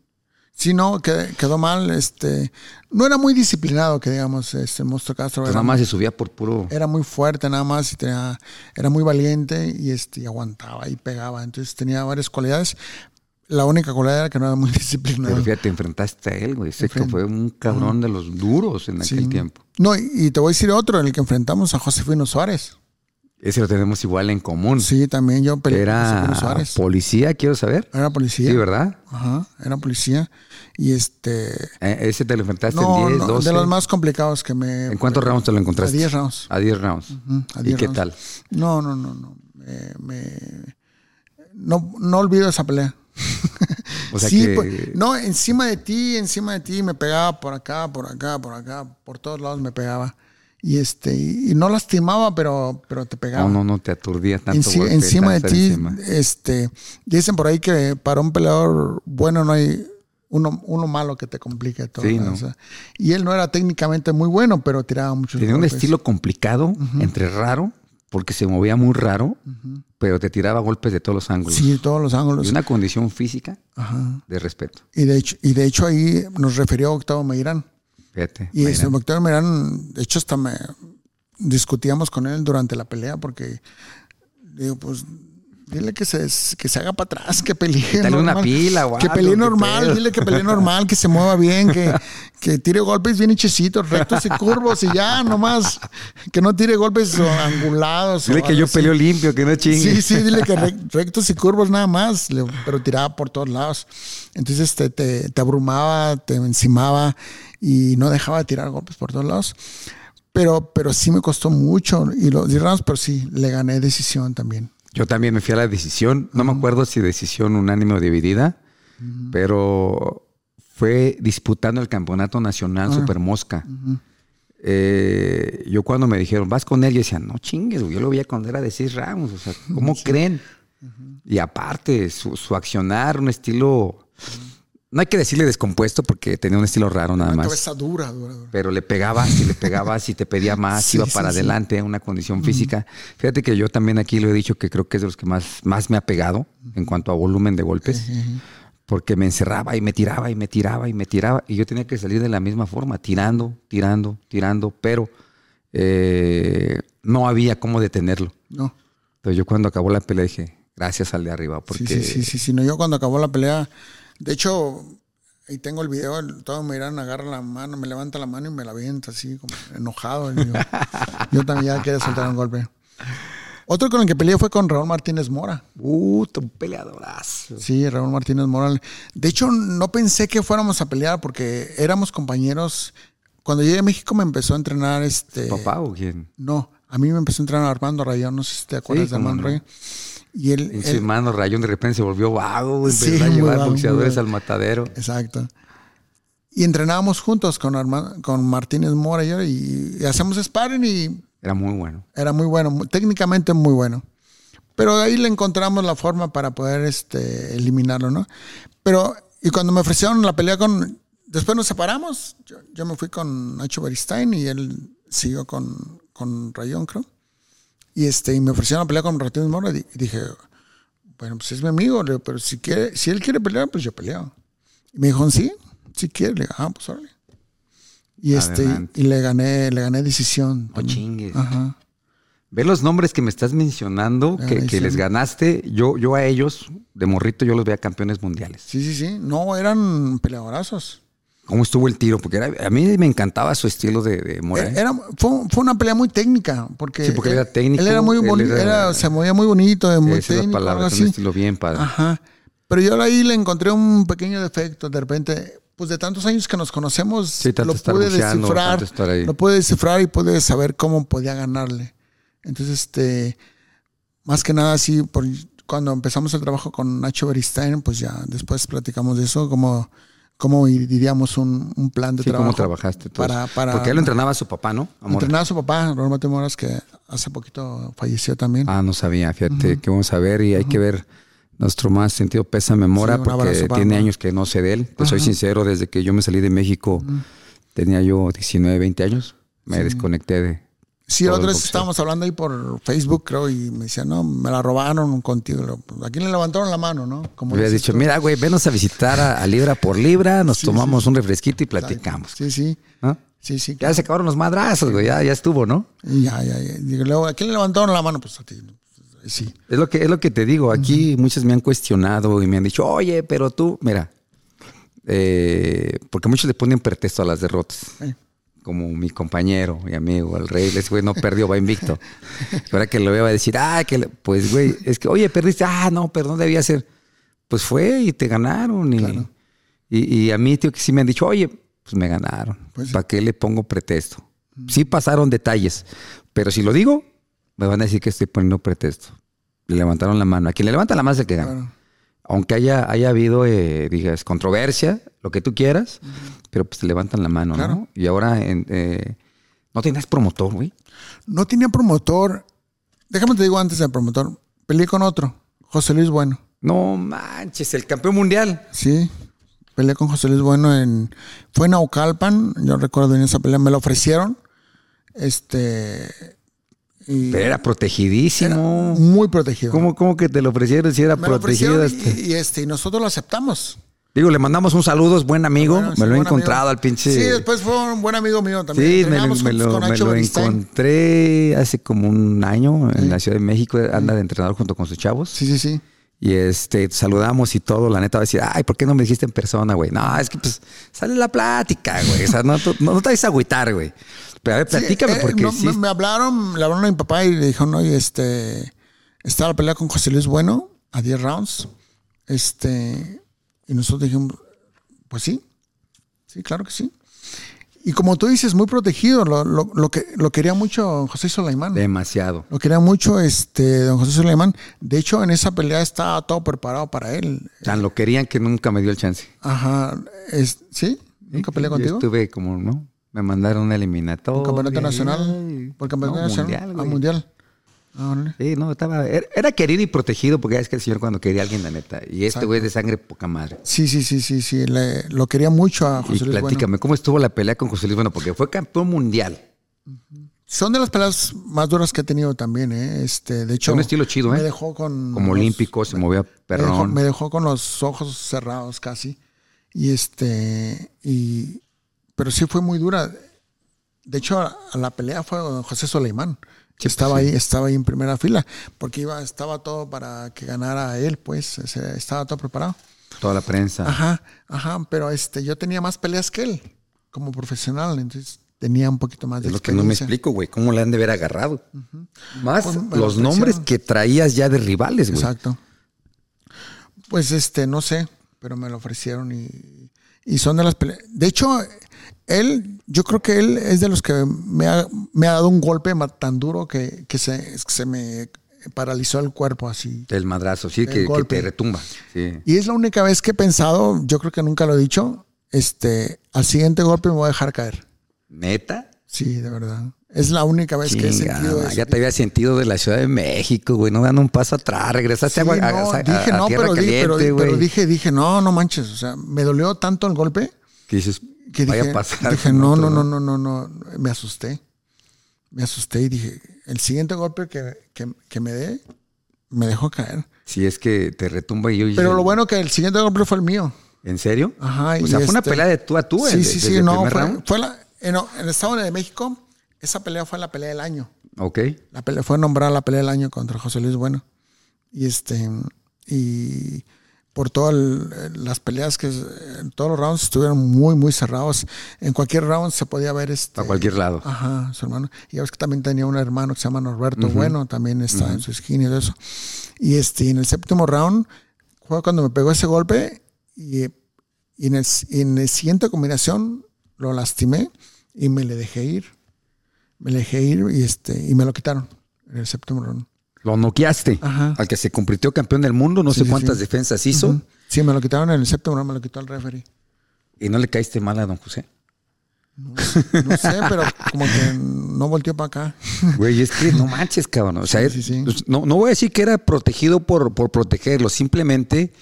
Sí, no, que- quedó mal. Este, no era muy disciplinado, que digamos, este el monstruo Castro Pues era, nada más se subía por puro. era muy fuerte, nada más, y tenía, era muy valiente y este, y aguantaba y pegaba. Entonces tenía varias cualidades. La única cualidad era que no era muy Pero disciplinado. fíjate, te enfrentaste a él, güey. Ese que fue un cabrón de los duros en aquel Sí. tiempo. No, y, y te voy a decir otro, en el que enfrentamos a Josefino Suárez. Ese lo tenemos igual en común. Sí, también yo peleé con Mm. Era Josefino Suárez. policía, quiero saber. Era policía. Sí, ¿verdad? Ajá, era policía. Y este. Eh, Ese te lo enfrentaste No, en 10, no, 12. de los más complicados que me. ¿En cuántos rounds te lo A encontraste? 10 rounds. A 10 rounds. a ¿Y 10 qué rounds. tal? No, no, no, no. Me, me- no, no olvido esa pelea. O sea sí, que- pues, no, encima de ti, encima de ti, me pegaba por acá, por acá, por acá, por todos lados me pegaba. Y este, y, y no lastimaba, pero, pero te pegaba. Oh, No, no, no te aturdía tanto. Enci- golpe, encima de tanta ti, encima. este, dicen por ahí que para un peleador bueno no hay uno, uno malo que te complique todo. Sí, ¿no? ¿no? O sea, y él no era técnicamente muy bueno, pero tiraba mucho. Tenía un estilo complicado, entre raro, porque se movía muy raro, pero te tiraba golpes de todos los ángulos. Sí, todos los Y ángulos. una condición física Ajá. de respeto. Y de hecho, y de hecho ahí nos refirió Octavo Meirán. Fíjate. Y este, Mayra. Octavo Meirán, de hecho, hasta me discutíamos con él durante la pelea porque digo, pues dile que se, que se haga para atrás, que pelee. Dale una normal. pila o Que algo, pelee qué normal, pedo. dile que pelee normal, que se mueva bien, que, que tire golpes bien hechecitos, rectos y curvos y ya, nomás. Que no tire golpes o angulados. o Dile que yo algo así. peleo limpio, que no chingue. Sí, sí, dile que re- rectos y curvos nada más, le- pero tiraba por todos lados. Entonces te, te, te abrumaba, te encimaba y no dejaba de tirar golpes por todos lados. Pero, pero sí me costó mucho y los rounds, pero sí, le gané decisión también. Yo también me fui a la decisión. No me acuerdo si decisión unánime o dividida, pero fue disputando el campeonato nacional Super Mosca. Eh, yo cuando me dijeron, vas con él, yo decía, no chingues, güey, yo lo voy a era de seis rounds. O sea, ¿cómo creen? Y aparte, su, su accionar, un estilo No hay que decirle descompuesto porque tenía un estilo raro nada Una más. cabeza dura, dura, dura. Pero le pegabas y le pegabas y te pedía más, Sí, iba sí, para sí. adelante, una condición física. Fíjate que yo también aquí lo he dicho que creo que es de los que más, más me ha pegado en cuanto a volumen de golpes, porque me encerraba y me tiraba y me tiraba y me tiraba y yo tenía que salir de la misma forma, tirando, tirando, tirando, pero eh, no había cómo detenerlo. No. Entonces yo cuando acabó la pelea dije, gracias al de arriba, porque... Sí, sí, sí, sí, sí. No, yo cuando acabó la pelea, de hecho, ahí tengo el video, el- todos me miran, agarra la mano, me levanta la mano y me la avienta así, como enojado. y yo, yo también ya quería soltar un golpe. Otro con el que peleé fue con Raúl Martínez Mora. Uh, un peleadorazo. Sí, Raúl Martínez Mora. De hecho, no pensé que fuéramos a pelear porque éramos compañeros. Cuando llegué a México me empezó a entrenar este. ¿Papá o quién? No, a mí me empezó a entrenar Armando Rayón, no sé si te acuerdas de cómo Armando no. Rayón. Y él, En su él- hermano Rayón de repente se volvió vago, güey, Sí, empezó a muy llevar vago, muy boxeadores al vago. matadero. Exacto. Y entrenábamos juntos con, Arma- con Martínez Mora y yo, y, y hacemos sparring y Era muy bueno. era muy bueno, mu- técnicamente muy bueno. Pero de ahí le encontramos la forma para poder este, eliminarlo, ¿no? Pero, y cuando me ofrecieron la pelea con. Después nos separamos. Yo, yo me fui con Nacho Beristain y él siguió con, con Rayón, creo. Y, este, y me ofrecieron la pelea con Martínez Mora y di- y dije, bueno, pues es mi amigo, le digo, pero si, quiere, si él quiere pelear, pues yo peleo. Y me dijo, sí, si quiere. Le digo, ah, pues órale. Y, este, Adelante. y le gané, le gané decisión. No también. chingues. Ajá. Ve los nombres que me estás mencionando, Ah, que, ahí que sí. les ganaste. Yo, yo a ellos, de morrito, yo los veía campeones mundiales. Sí, sí, sí. No, eran peleadorazos. E-, ¿Cómo estuvo el tiro? Porque era- a mí me encantaba su estilo de, de Mora, ¿eh? Era, fue, fue una pelea muy técnica. Porque Sí, porque él era técnico, Él era muy él bonito. era- se movía muy bonito, muy Esa es la técnico, palabra, algo es un así. Ah, estilo bien padre. Ajá. Pero yo ahí le encontré un pequeño defecto. De repente, pues de tantos años que nos conocemos, Sí, tanto lo estar pude buceando, descifrar. tanto estar ahí. Lo pude descifrar y pude saber cómo podía ganarle. Entonces, este, más que nada, sí, por, cuando empezamos el trabajo con Nacho Beristain, pues ya después platicamos de eso, cómo, cómo diríamos un, un plan de Sí, trabajo. ¿Cómo trabajaste todo para, eso? para Porque él lo entrenaba su papá, ¿no? A Mora. entrenaba a su papá, Norma Temoras, que hace poquito falleció también. Ah, no sabía, fíjate, que vamos a ver y hay que ver nuestro más sentido pesa memoria Sí, un porque abrazo para tiene Mora. años que no sé de él. Te soy sincero, desde que yo me salí de México tenía yo 19, 20 años, me desconecté de... Sí, Todo el otra vez boxeo. estábamos hablando ahí por Facebook, creo, y me decían, no, me la robaron contigo. Le digo, "Pues, ¿A quién le levantaron la mano, no? Me Como habías dices dicho, tú. mira, güey, venos a visitar a, a Libra por Libra, nos tomamos un refresquito y platicamos. Sí, sí, ¿no? sí, sí. Ya se acabaron los madrazos, güey, ya, ya estuvo, ¿no? Y ya, ya, ya. Digo, luego, ¿a quién le levantaron la mano? Pues a ti. Sí. Es lo que, es lo que te digo. Aquí muchas me han cuestionado y me han dicho, oye, pero tú, mira, eh, porque muchos le ponen pretexto a las derrotas. Eh. Como mi compañero y amigo, el rey, ese güey no perdió, va invicto. Y ahora que lo veo va a decir, ah, que le-". pues güey, es que, oye, perdiste, ah, no, pero no debía ser. Pues fue y te ganaron. Y, y, y a mí, tío, que sí me han dicho, oye, pues me ganaron. Pues sí. Mm. ¿Para qué le pongo pretexto? Sí pasaron detalles, pero si lo digo, me van a decir que estoy poniendo pretexto. Le levantaron la mano. A quien le levanta la mano es el que gana. Claro. Aunque haya, haya habido, eh, digas, controversia, lo que tú quieras, pero pues te levantan la mano, ¿no? Claro. Y ahora en, eh, no tenías promotor, güey. No tenía promotor. Déjame te digo antes del promotor. Peleé con otro, José Luis Bueno. No manches, el campeón mundial. Sí. Peleé con José Luis Bueno en. Fue en Naucalpan. Yo recuerdo en esa pelea. Me la ofrecieron. Este. Y Pero era protegidísimo. muy protegido. ¿Cómo, cómo que te lo ofrecieron si era Me lo ofrecieron protegido? y, y, este, y nosotros lo aceptamos. Digo, le mandamos un saludo, es buen amigo. Bueno, sí, me lo he buen encontrado al amigo. pinche. Sí, después fue un buen amigo mío también. Sí, me, lo- Entrenábamos me juntos lo, con me Nacho lo Beristain. encontré hace como un año en la Ciudad de México. Anda de entrenador junto con sus chavos. Sí, sí, sí. Y este, saludamos y todo. La neta va a decir, ay, ¿por qué no me dijiste en persona, güey? No, es que pues sale la plática, güey. O sea, no, te- no, no te vayas a agüitar, güey. Pero a ver, platícame, Eh, porque no, sí. me, me hablaron, le hablaron a mi papá y le dijeron, oye, este, está la pelea con José Luis Bueno a 10 rounds. Este, y nosotros dijimos, pues sí, sí, claro que sí. Y como tú dices, muy protegido, lo, lo- lo que, lo quería mucho José Solaimán. demasiado. Lo quería mucho este don José Solaimán. De hecho, en esa pelea estaba todo preparado para él. Tan lo querían que nunca me dio el chance. Ajá. es- ¿Sí? ¿Nunca peleé Yo contigo? estuve como, ¿no? Me mandaron una eliminatoria. ¿Por campeonato ay, nacional? ¿Por campeonato no, nacional? Mundial, Ah, güey. mundial. Ah, órale. Sí, no, estaba. Era, era querido y protegido porque ya es que el señor cuando quería a alguien, la neta. Y este Exacto. güey es de sangre poca madre. Sí, sí, sí, sí, sí. le- lo quería mucho a Y José Luis Bueno. platícame, ¿cómo estuvo la pelea con José Luis Bueno? Porque fue campeón mundial. Son de las peleas más duras que he tenido también, ¿eh? Este, de hecho. Un estilo chido, ¿eh? Me dejó con. Como los- olímpico, se movía Me dejó, perrón. me dejó con los ojos cerrados casi. Y este. Y, pero sí fue muy dura. De hecho, a, a la pelea fue don José Soleimán. Que estaba ahí, estaba ahí en primera fila. Porque iba, estaba todo para que ganara él, pues. o sea, estaba todo preparado. Toda la prensa. Ajá, ajá. Pero este, yo tenía más peleas que él, como profesional. Entonces tenía un poquito más de Es lo que no me experiencia. explico, güey. ¿Cómo le han de haber agarrado? Más Pues, me lo los nombres ofrecieron. que traías ya de rivales, güey. Exacto. Pues este, no sé, pero me lo ofrecieron y, y son de las peleas. De hecho, él, yo creo que él es de los que me ha, me ha dado un golpe ma- tan duro que, que se, se me paralizó el cuerpo así. El madrazo, sí, que, que golpe. te retumba. Sí. Y es la única vez que he pensado, yo creo que nunca lo he dicho, este, al siguiente golpe me voy a dejar caer. ¿Neta? Sí, de verdad. Es la única vez que he Chinga, sentido ma, eso. ya te había sentido de la Ciudad de México, güey, no dando un paso atrás, regresaste Sí, a, Gua- a- no, a- a- dije, a no, Tierra pero, di- pero- Caliente, pero güey. dije, dije, no, no manches. O sea, me dolió tanto el golpe que dices, que vaya dije, a pasar. dije, con no, otro, no, no, no, no, no, me asusté. Me asusté y dije, el siguiente golpe que, que- que me dé, me dejó caer. Si es que te retumba y yo. Pero lo bueno que el siguiente golpe fue el mío. ¿En serio? Ajá, O y sea, fue una este- pelea de tú a tú. Sí, en- sí, desde sí, el no, primer fue, round. fue la, en, en el Estado de México, esa pelea fue la pelea del año. Ok. La pelea, fue nombrada la pelea del año contra José Luis Bueno. Y este, y por todas las peleas que, eh, todos los rounds estuvieron muy, muy cerrados. En cualquier round se podía ver este. A cualquier lado. Ajá, su hermano. Y ya ves que también tenía un hermano que se llama Norberto Bueno, también está en su esquina y todo eso. Y este, en el séptimo round fue cuando me pegó ese golpe y, y en, el, y en la siguiente combinación lo lastimé y me le dejé ir. Me le dejé ir y, este, y me lo quitaron en el séptimo round. Lo noqueaste. Ajá. Al que se convirtió campeón del mundo, no Sí, sé sí, cuántas sí. defensas hizo. Sí, me lo quitaron en el séptimo round, me lo quitó el referee. Y no le caíste mal a don José. No sé, pero como que no volteó para acá. Güey, es que no manches, cabrón. O sea, Sí, sí, sí. pues, No, no voy a decir que era protegido por, por protegerlo, simplemente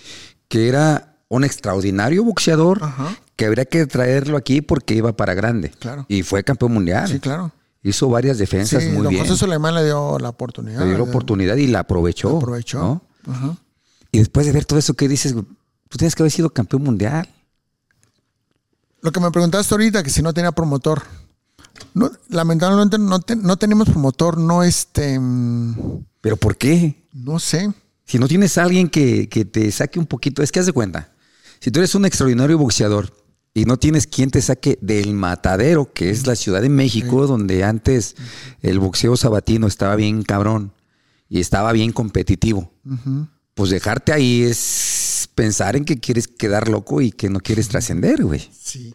que era un extraordinario boxeador Ajá. que habría que traerlo aquí porque iba para grande. Claro. Y fue campeón mundial. Sí, claro. Hizo varias defensas Sí, muy don bien. José Soleimán le dio la oportunidad. Le dio la le dio- oportunidad y la aprovechó. Aprovechó. Oh, ¿no? Ajá. Y después de ver todo eso, ¿qué dices? güey? Tú tienes que haber sido campeón mundial. Lo que me preguntaste ahorita, que si no tenía promotor. No, lamentablemente no, te- no tenemos promotor, no este, mm, ¿Pero por qué? no sé. Si no tienes a alguien que, que te saque un poquito, es que haz de cuenta, si tú eres un extraordinario boxeador y no tienes quien te saque del matadero, que es la Ciudad de México, donde antes el boxeo sabatino estaba bien cabrón y estaba bien competitivo, pues dejarte ahí es pensar en que quieres quedar loco y que no quieres trascender, güey. Sí.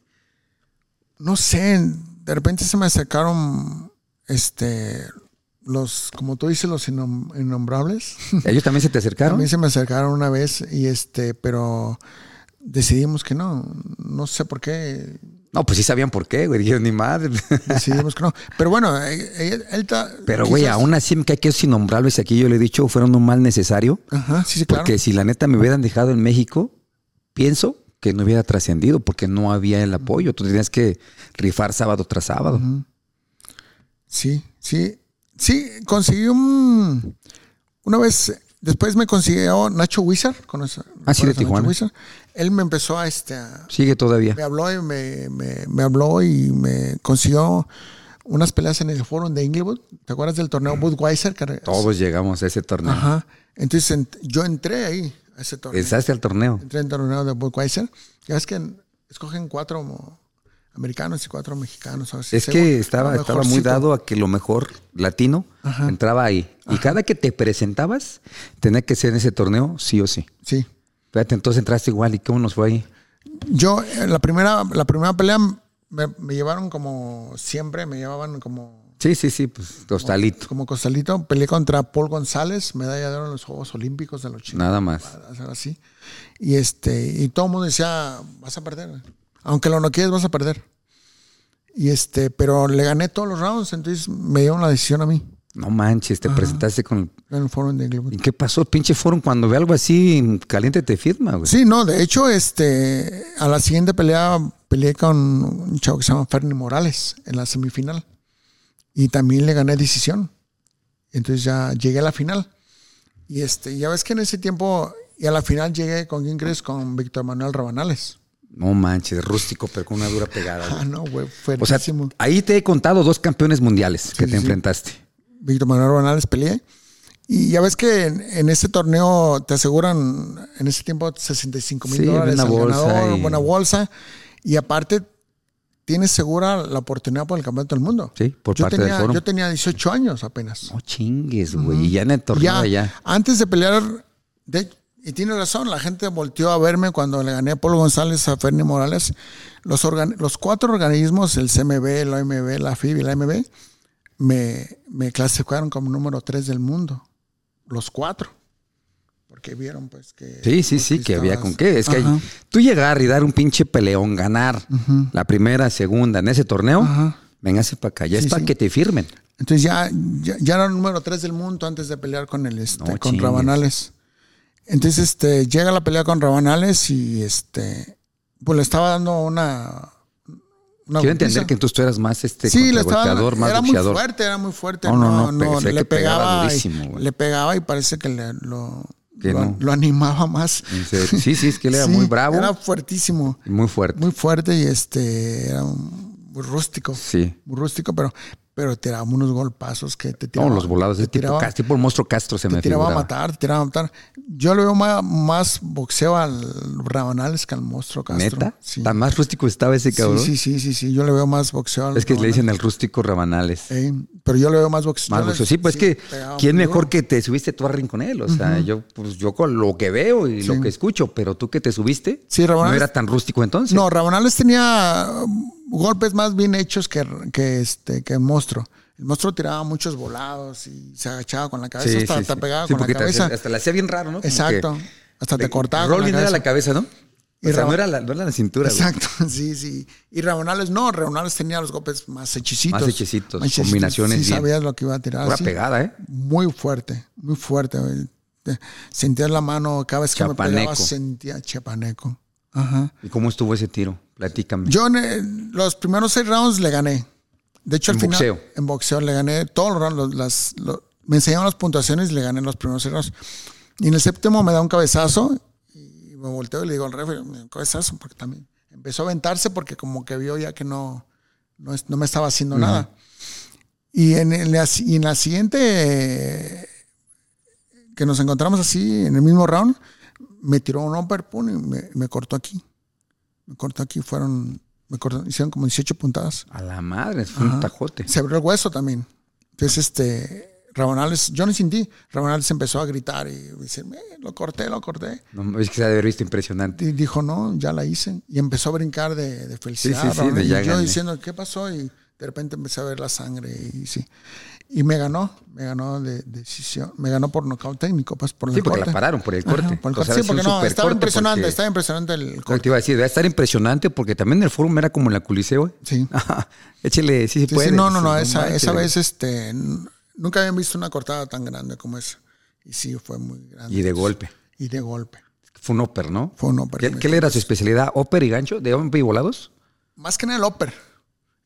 No sé, de repente se me acercaron, este, los, como tú dices, los innom- innombrables. Ellos también se te acercaron. También se me acercaron una vez y este, pero decidimos que no, no sé por qué, No, pues sí sabían por qué, güey. Dijeron, ni madre. decidimos que no. Pero bueno, eh, él, él ta- Pero, güey, quizás- aún así, que aquellos innombrables aquí, yo le he dicho, fueron un mal necesario. Ajá, sí, sí, claro. Porque si la neta me hubieran dejado en México, pienso que no hubiera trascendido porque no había el apoyo. Tú tenías que rifar sábado tras sábado. Sí, sí. Sí, conseguí un. Una vez. Después me consiguió Nacho Wizard. con esa- Ah, sí, de con esa Nacho Tijuana. Wizard. Él me empezó a este. a- Sigue todavía. me habló y me, me- me habló y me consiguió unas peleas en el foro de Inglewood. ¿Te acuerdas del torneo Budweiser? que re- Todos llegamos a ese torneo. Ajá. Entonces ent- yo entré ahí, a ese torneo. Pensaste al torneo. Entré en el torneo de Budweiser. Ya ves que en- escogen cuatro mo- americanos y cuatro mexicanos. ¿sabes? Es Según- que estaba, lo estaba muy mejorcito. dado a que lo mejor latino entraba ahí. Y cada que te presentabas, tenía que ser en ese torneo, sí o sí. Sí. Fíjate, entonces entraste igual. ¿Y cómo nos fue ahí? Yo, eh, la primera, la primera pelea me, me llevaron como siempre, me llevaban como, Sí, sí, sí, pues tostalito. como costalito. Peleé contra Paul González, medalla de oro en los Juegos Olímpicos de los chinos. Nada más. Así. Y este, y todo el mundo decía, vas a perder. Aunque lo no quieres, vas a perder. Y este, pero le gané todos los rounds, entonces me dieron la decisión a mí. No manches, te presentaste con... En el foro de Inglewood. ¿Y qué pasó? Pinche forum, cuando ve algo así, caliente te firma, güey. Sí, no, de hecho, este, a la siguiente pelea peleé con un chavo que se llama Fernie Morales en la semifinal. Y también le gané decisión. Entonces ya llegué a la final. Y este, ya ves que en ese tiempo, y a la final llegué con quién crees, con Víctor Manuel Rabanales. No manches, rústico, pero con una dura pegada. güey. Ah, no, güey, O sea, fuertísimo. ahí te he contado dos campeones mundiales que te enfrentaste. Víctor Manuel Banales peleé. Y ya ves que en, en ese torneo te aseguran en ese tiempo 65 mil Sí, dólares buena al bolsa ganador, y- buena bolsa. Y aparte, tienes segura la oportunidad por el campeonato del mundo. Sí, por yo parte del tenía, foro. Yo tenía 18 años apenas. No chingues, güey. Y ya en el torneo ya, allá. antes de pelear, de- y tiene razón, la gente volteó a verme cuando le gané a Polo González, a Ferni Morales. Los, organ- los cuatro organismos, el CMB, la OMB, la FIB y la MB, me, me clasificaron como número tres del mundo. Los cuatro. Porque vieron pues que... Sí, sí, pues, sí, que había estabas- con qué. Es que Ajá, tú llegar y dar un pinche peleón, ganar la primera, segunda en ese torneo, ajá. vengase para acá. Ya Sí, es para sí. que te firmen. Entonces ya, ya, ya era el número 3 del mundo antes de pelear con el este, No con chingues. Rabanales. Entonces este llega la pelea con Rabanales y este pues le estaba dando una, una Quiero golpiza. entender que entonces tú eras más este sí, le estaba contragolpeador, más era muy boxeador. fuerte, era muy fuerte. No, No, no, no, no, pensé le que pegaba pegaba, y- durísimo, güey. le pegaba y parece que le- lo, Que lo, no. lo animaba más. En serio. Sí, sí, es que él era Sí, muy bravo Era fuertísimo, y muy fuerte. muy fuerte y este era un- muy rústico sí. muy rústico, pero, pero tiraba unos golpazos que te No, tiraban. los volados, te ese tipo, tiraba, Cas- tipo el monstruo Castro se me te tiraba a figuraba. matar, te tiraba a matar. Yo le veo ma- más, boxeo al Rabanales que al monstruo Castro. ¿Neta? Sí. Tan más rústico estaba ese Sí, cabrón. sí, sí, sí, sí, Yo le veo más boxeo al Es que le Rabanales. dicen el rústico Rabanales. Eh, pero yo le veo más boxeo. Más yo le- boxeo. Sí, pues es que, pegaba ¿quién muy mejor duro. que te subiste tú a Rinconel? O sea, yo, pues, yo con lo que veo y lo que escucho, pero tú que te subiste, Sí, no Rabanales- era tan rústico entonces. No, Rabanales tenía um, golpes más bien hechos que, que, este, que el monstruo. El monstruo tiraba muchos volados y se agachaba con la cabeza, hasta te pegaba Sí, con porque la te cabeza. hacía- hasta le hacía bien raro, ¿no? Como Exacto. que- Hasta te cortaba. con la Rolling era cabeza. la cabeza, ¿no? o Y sea, Raban- no era la, no era la cintura, güey. Exacto, sí, sí. Y Rabanales no, Rabanales tenía los golpes más hechicitos. Más hechicitos, combinaciones Sí, bien. sabías lo que iba a tirar. Pura sí. pegada, ¿eh? Muy fuerte, muy fuerte. güey. Te- Sentías la mano, cada vez que me Chapaneco. pegaba sentía chapaneco. Ajá. ¿Y cómo estuvo ese tiro? Platícame. Yo en el- los primeros seis rounds le gané. De hecho, al En final. boxeo. En boxeo le gané todos los rounds. los- las, lo- me enseñaron las puntuaciones y le gané los primeros seis rounds. Y en el séptimo me da un cabezazo y me volteo y le digo al referee, "Me da un cabezazo, porque también empezó a aventarse porque como que vio ya que no, no, es- no me estaba haciendo nada. Y en, el- y en la siguiente eh, que nos encontramos así, en el mismo round, me tiró un uppercut y me, me cortó aquí. Me cortó aquí, fueron, me cortó- hicieron como 18 puntadas. A la madre, fue un tajote. Se abrió el hueso también. Entonces, este, Rabanales, yo no sentí. Rabanales empezó a gritar y decirme, "Eh, lo corté, lo corté. No, es que se ha de haber visto impresionante. Y dijo, no, ya la hice. Y empezó a brincar de, de felicidad. Sí, sí, sí, Rabanales. de ya Y yo gané. diciendo, ¿qué pasó? Y de repente empecé a ver la sangre y sí. Y me ganó, me ganó de, decisión, me ganó por nocaut técnico, pues por Sí, el porque corte. la pararon por el Ajá, corte. por O el corte. sea, sí, es un porque no, supercorte estaba impresionante, porque- estaba impresionante el Lo que corte. te iba a decir, debe estar impresionante porque también el fórum era como la coliseo, güey. Sí. Échele, sí, sí, Sí, sí, puedes. no, no, no, esa, manches, esa güey. vez este, n- nunca habían visto una cortada tan grande como esa. Y sí, fue muy grande. Y de golpe. Y de golpe. Fue un óper, ¿no? Fue un upper. ¿Qué, qué le era su especialidad? ¿Óper y gancho? ¿De óper y volados? Más que en el upper.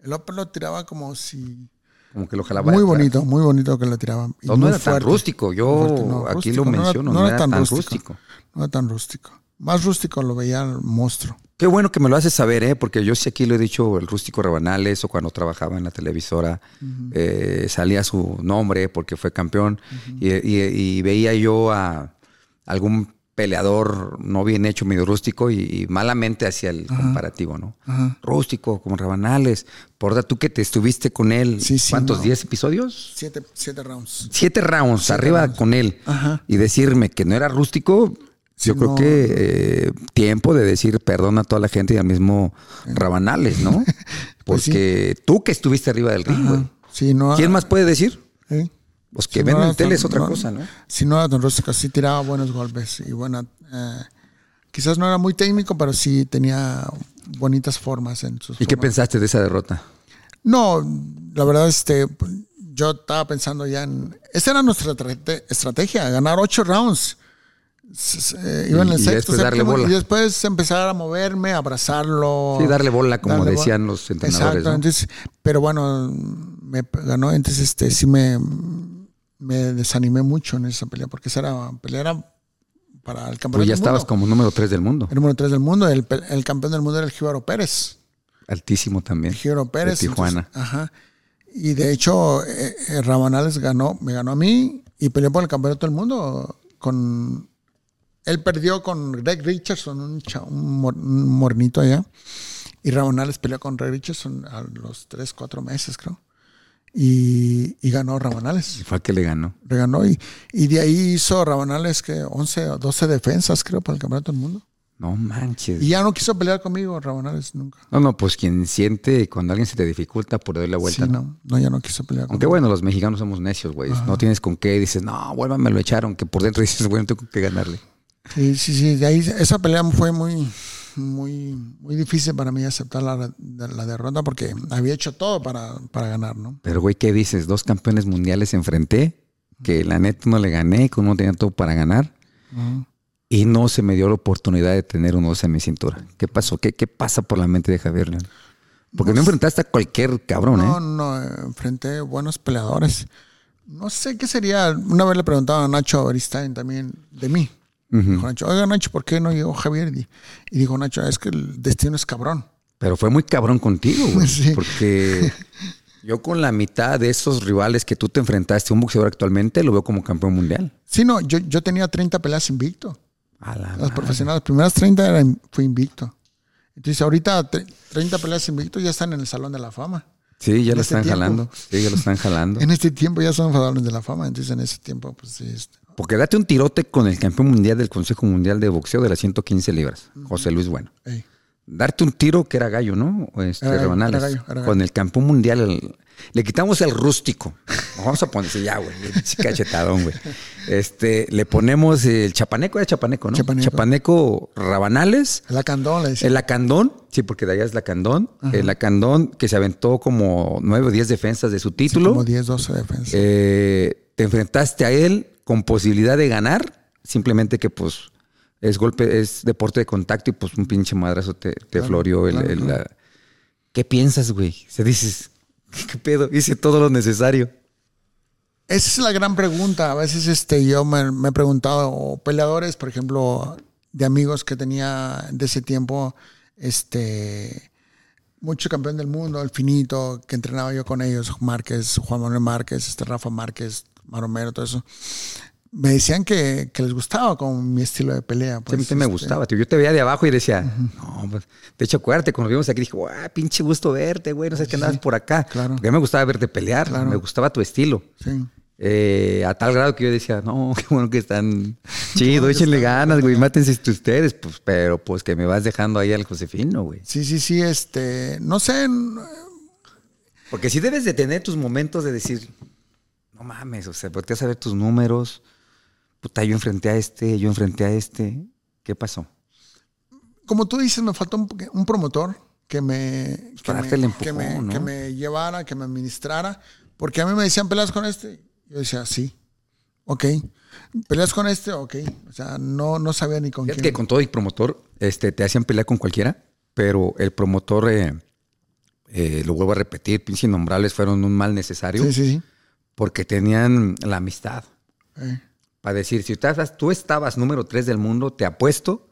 El upper lo tiraba como si... Como que lo jalaba. de Muy atrás. bonito, muy bonito que lo tiraban. Y No, no muy era tan fuerte. rústico. Yo Muy fuerte, no, aquí lo rústico, no era- menciono. No era, tan, rústico. No era tan rústico. Más rústico lo veía el monstruo. Qué bueno que me lo haces saber, ¿eh? Porque yo sí aquí lo he dicho, el rústico Rabanales o cuando trabajaba en la televisora eh, salía su nombre porque fue campeón y, y- y veía yo a algún peleador no bien hecho, medio rústico y, y malamente hacía el comparativo, ¿no? Ajá. Rústico, como Rabanales. Porta, tú que te estuviste con él, Sí, sí, ¿cuántos? no. ¿10 episodios? Siete, siete rounds. Siete rounds arriba con él Ajá. y decirme que no era rústico, yo Sí, creo no. que eh, tiempo de decir perdón a toda la gente y al mismo Rabanales, ¿no? Eh. Pues Porque tú que estuviste arriba del ring, güey. Ah, Sí, no, ¿Quién más puede decir? ¿eh? Los pues, que Sí, ven no en era tele tan- es otra no- cosa, ¿no? Sí, no era tan rústico, sí tiraba buenos golpes y buena. eh, quizás no era muy técnico, pero sí tenía bonitas formas en sus. ¿Y qué formas. pensaste de esa derrota? No, la verdad, este, yo estaba pensando ya en. Esa era nuestra trate- estrategia, ganar ocho rounds. S- s- eh, iba en Y- el y sexto, después darle séptimo, bola. Y después empezar a moverme, abrazarlo. Sí, darle bola, como darle decían bola. los entrenadores, Exacto, ¿no? entonces, pero bueno, me ganó, entonces este sí me, me desanimé mucho en esa pelea, porque esa era pelea era para el campeonato. Pues ya del estabas mundo. como número 3 del mundo. El número 3 del mundo, el, pe- el campeón del mundo era el Jíbaro Pérez. Altísimo también. El Jíbaro Pérez. De Tijuana. entonces, ajá. Y de hecho, eh, eh, Rabanales ganó, me ganó a mí y peleó por el campeonato del mundo con... Él perdió con Greg Richardson, un, cha- un, mor- un mornito allá. Y Rabanales peleó con Greg Richardson a los 3, 4 meses, creo. Y, y ganó Rabanales. Fue al que le ganó. Le ganó y, y de ahí hizo Rabanales que 11 o 12 defensas, creo, por el campeonato del mundo. No manches. Y ya no quiso pelear conmigo, Rabanales, nunca. No, no, pues quien siente cuando alguien se te dificulta por darle la vuelta. Sí, ¿no? no, no, ya no quiso pelear Aunque conmigo. bueno, los mexicanos somos necios, güey. No tienes con qué. Dices, no, vuelva, me lo echaron. Que por dentro dices, güey, no tengo que ganarle. Sí, sí, sí, de ahí esa pelea fue muy, muy, muy difícil para mí aceptar la, la derrota porque había hecho todo para, para ganar, ¿no? Pero, güey, ¿qué dices? Dos campeones mundiales enfrenté, que la neta no le gané, que uno tenía todo para ganar, y no se me dio la oportunidad de tener un 12 en mi cintura. ¿Qué pasó? ¿Qué, qué pasa por la mente de Javier León? Porque no, enfrentaste a cualquier cabrón, Pues No, ¿eh? no, eh, enfrenté buenos peleadores. No sé qué sería. Una vez le preguntaba a Nacho Aristain también de mí. Dijo Nacho, oiga Nacho, ¿por qué no llegó Javier? Y y dijo Nacho, es que el destino es cabrón. Pero fue muy cabrón contigo, güey. Sí. Porque yo con la mitad de esos rivales que tú te enfrentaste, un boxeador actualmente, lo veo como campeón mundial. Sí, no, yo, yo tenía 30 peleas invicto. A la Las madre. profesionales, las primeras 30 eran, fui invicto. Entonces ahorita tre- 30 peleas invicto ya están en el Salón de la Fama. Sí, ya en lo este están tiempo. jalando. Sí, ya lo están jalando. En este tiempo ya son jugadores de la fama, entonces en ese tiempo pues sí. este, Porque date un tirote con el campeón mundial del Consejo Mundial de Boxeo de las 115 libras, José Luis Bueno. ey. Darte un tiro que era gallo, ¿no? O Este, Era gallo, Rabanales. era gallo, era gallo. Con el campeón mundial el- le quitamos el rústico. Nos Vamos a ponerse ya, güey. pinche Cachetadón, güey. Este, le ponemos el chapaneco, era chapaneco, ¿no? Chapaneco. Rabanales, La Candón le decía. el acandón, sí, porque de allá es la acandón. El acandón que se aventó como nueve o diez defensas de su título. Como 10, 12 defensas. Eh, te enfrentaste a él con posibilidad de ganar, simplemente que pues es golpe, es deporte de contacto y pues un pinche madrazo te, te floreó el, el- la- ¿Qué piensas, güey? Se dices, ¿qué, qué pedo? Hice todo lo necesario. Esa es la gran pregunta. A veces este, yo me, me he preguntado, o peleadores, por ejemplo, de amigos que tenía de ese tiempo, este, mucho campeón del mundo, el finito, que entrenaba yo con ellos, Márquez, Juan Manuel Márquez, este Rafa Márquez, Maromero, todo eso. Me decían que, que les gustaba con mi estilo de pelea. Sí, a pues, mí también me este, gustaba, tío. Yo te veía de abajo y decía, no, pues, de hecho, acuérdate, cuando nos vimos aquí, dije, guau, pinche gusto verte, güey, no sé qué andabas por acá. claro. Porque a mí me gustaba verte pelear, me gustaba tu estilo. Sí. Eh, a tal grado que yo decía, no, qué bueno que están chido, échenle ganas, güey, mátense entre ustedes, pues, pero pues que me vas dejando ahí al Josefino, güey. Sí, sí, sí, este, no sé, n- Porque sí debes de tener tus momentos de decir, no mames, o sea, volteas a ver tus números, puta, yo enfrenté a este, yo enfrenté a este, ¿qué pasó? como tú dices, me faltó un, po- un promotor que me, que para me, darte el empujón, que me- ¿no? que me llevara, que me administrara, porque a mí me decían peleas con este, yo decía, sí, ok, peleas con este, ok, o sea, no, no sabía ni con Fíjate quién. que con todo y promotor, este, te hacían pelear con cualquiera, pero el promotor, eh, eh, lo vuelvo a repetir, pinches innombrables fueron un mal necesario sí, sí, sí. porque tenían la amistad. Eh, para decir, si tú estabas, tú estabas número 3 del mundo, te apuesto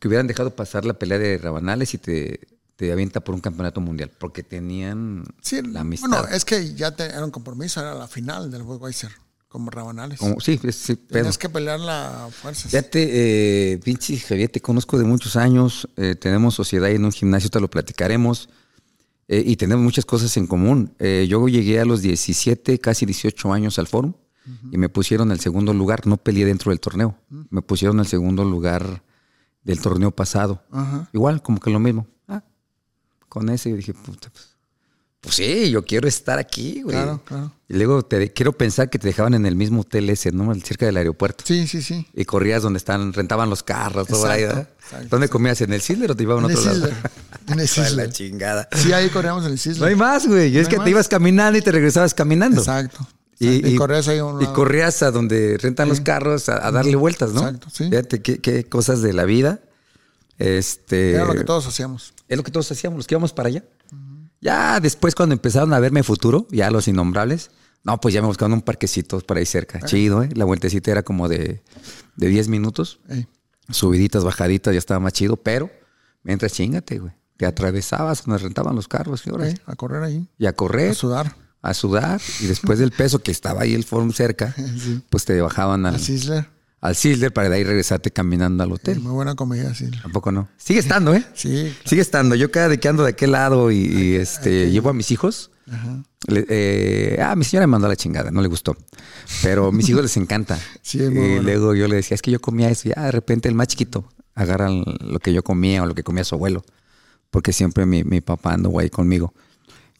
que hubieran dejado pasar la pelea de Rabanales y te, te avienta por un campeonato mundial, porque tenían sí, la amistad. Bueno, es que ya te- era un compromiso, era la final del Budweiser, como Rabanales. Como- sí, es- sí, pero... Tenías que pelear la fuerza. Fíjate, eh, pinche Javier, te conozco de muchos años, eh, tenemos sociedad y en un gimnasio, te lo platicaremos, eh, y tenemos muchas cosas en común. Eh, yo llegué a los 17, casi 18 años al fórum, y me pusieron al segundo lugar, no peleé dentro del torneo, me pusieron al segundo lugar del torneo pasado. Ajá. Igual, como que lo mismo. Ah, con ese yo dije, puta, pues, pues sí, yo quiero estar aquí, güey. Claro, claro. Y luego te, quiero pensar que te dejaban en el mismo hotel ese, ¿no? Cerca del aeropuerto. Sí, sí, sí. Y corrías donde están, rentaban los carros, todo por ahí, Exacto, ¿verdad? exacto, ¿Dónde comías? ¿En el Cinder o te iban a En el otro lado? Sizzler. En el Para la Sizzler. chingada. Sí, ahí corríamos en el Sizzler. No hay más, güey. Y No es hay que más. te ibas caminando y te regresabas caminando. Exacto. Y, Y, y- corrías ahí a un y lado. corrías a donde rentan los carros a, a darle vueltas, ¿no? Exacto, sí. Fíjate qué, qué cosas de la vida. Este, Era lo que todos hacíamos. es lo que todos hacíamos, los que íbamos para allá. Ya después, cuando empezaron a verme futuro, ya los innombrables, no, pues ya me buscaron un parquecito por ahí cerca. Chido, ¿eh? La vueltecita era como de, de 10 minutos, Ey. subiditas, bajaditas, ya estaba más chido, pero mientras chingate, güey. Te atravesabas, nos rentaban los carros, ¿qué horas? Ey, a correr ahí. Y a correr A sudar. a sudar y después del peso que estaba ahí el forum cerca, pues te bajaban al, Al Sizzler. al Sizzler para de ahí regresarte caminando al Sí, hotel. Muy buena comida, Sizzler. Tampoco no. Sigue estando, ¿eh? Sí. Sigue estando. Yo cada de que ando de aquel lado y, y, este llevo a mis hijos. le- eh, ah, mi señora me mandó a la chingada, no le gustó. Pero a mis hijos les encanta. Sí, es y muy bueno. luego yo le decía, es que yo comía eso. Y ah, de repente el más chiquito agarra lo que yo comía o lo que comía su abuelo. Porque siempre mi, mi papá anduvo ahí conmigo.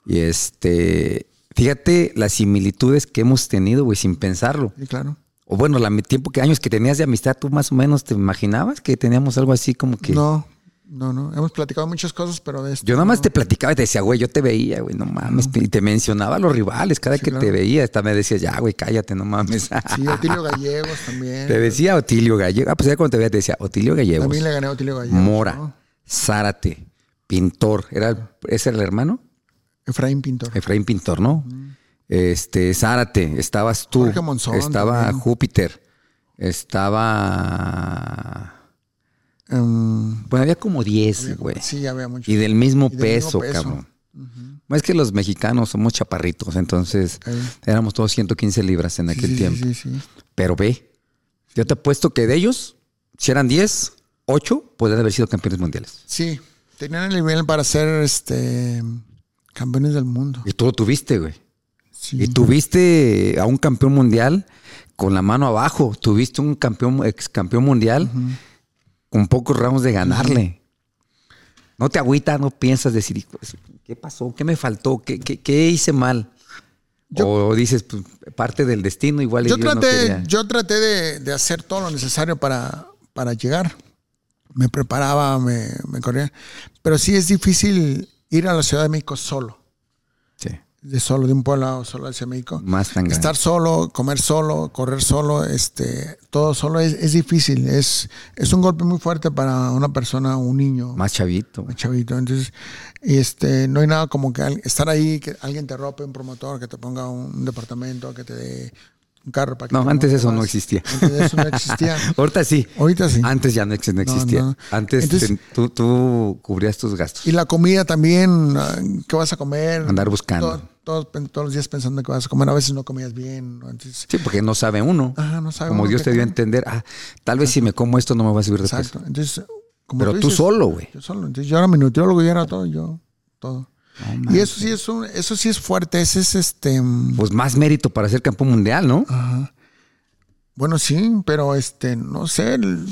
Y este, fíjate las similitudes que hemos tenido, güey, sin pensarlo. Sí, claro. O bueno, la- el tiempo que años que tenías de amistad, tú más o menos te imaginabas que teníamos algo así como que. No, no, no. Hemos platicado muchas cosas, pero de esto. Yo nada más te platicaba y te decía, güey, yo te veía, güey, no mames. Y te mencionaba a los rivales cada que te veía. Hasta me decía, ya, güey, cállate, no mames. Sí, Otilio Gallegos también. te decía Otilio Gallego. Ah, pues ya cuando te veía te decía Otilio Gallegos, También le gané a Otilio Gallegos. Mora, ¿no? Zárate, Pintor. Era, ¿Ese era el hermano? Efraín Pintor. Efraín Pintor, ¿no? Este, Zárate, estabas tú. Jorge Monzón Estaba también. Júpiter. Estaba... Em, Bueno, había como 10, güey. sí, ya había mucho. Y del mismo Y del mismo peso, peso. cabrón. Es que los mexicanos somos chaparritos, entonces Ey. éramos todos 115 libras en Sí, aquel sí, tiempo. Sí, sí, sí. Pero ve, yo te apuesto que de ellos, si eran 10, 8 podrían haber sido campeones mundiales. Sí, tenían el nivel para ser este campeones del mundo. Y tú lo tuviste, güey. Sí. Y tuviste a un campeón mundial con la mano abajo. Tuviste un campeón, ex campeón mundial con pocos ramos de ganarle. No te agüitas, no piensas decir, "Hijo de su- ¿qué pasó? ¿Qué me faltó? ¿Qué, qué- qué hice mal? Yo- o dices, "Pues, parte del destino, igual y yo, Dios no traté, quería". yo traté de, de hacer todo lo necesario para, para llegar. Me preparaba, me, me corría. Pero sí es difícil ir a la Ciudad de México solo. Sí, De solo, de un pueblo o solo hacia México. más tan grande. Estar solo, comer solo, correr solo, este, todo solo es, es difícil. Es, es un golpe muy fuerte para una persona, un niño, Más chavito. güey. pues, chavito. Entonces, este, no hay nada como que al- estar ahí, que alguien te rope, un promotor, que te ponga un departamento, que te dé un carro para que No, te antes montes eso no más. existía. Antes de eso no existía. Ahorita sí. Ahorita sí. Antes ya no, ex- no No, existía. no. Antes Entonces- te- tú, tú cubrías tus gastos. Y la comida también, ah, ¿qué vas a comer? Andar buscando. Todo- todo- todos los días pensando que vas a comer, a veces no comías bien. ¿no? Entonces, Sí, porque no sabe uno. Ajá, no sabe Como uno Dios qué te dio a comer. entender, ah, tal vez si me como esto no me va a subir de peso. Exacto. Entonces, como Pero tú dices, solo, güey. Yo solo. Entonces, yo era mi nutriólogo, yo era todo, yo, todo. y eso sí es un, eso sí es fuerte, ese es este mm, Pues más mérito para ser campeón mundial, ¿no? Ah. bueno sí, pero este, no sé, el-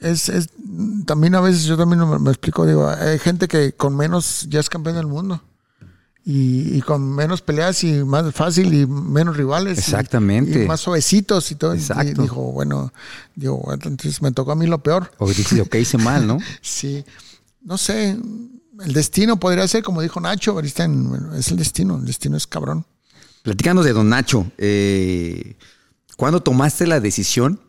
es, es mm, también a veces yo también no me, me explico, digo, hay gente que con menos ya es campeón del mundo. Y, y con menos peleas y más fácil y menos rivales. y- Exactamente. Y, más suavecitos y todo. Y Exacto. dijo, bueno, digo, bueno, entonces me tocó a mí lo peor. O dices lo que hice mal, ¿no? Sí, no sé, el destino podría ser como dijo Nacho, ahorita en- es el destino, el destino es cabrón. Platícanos de Don Nacho. eh, ¿Cuándo tomaste la decisión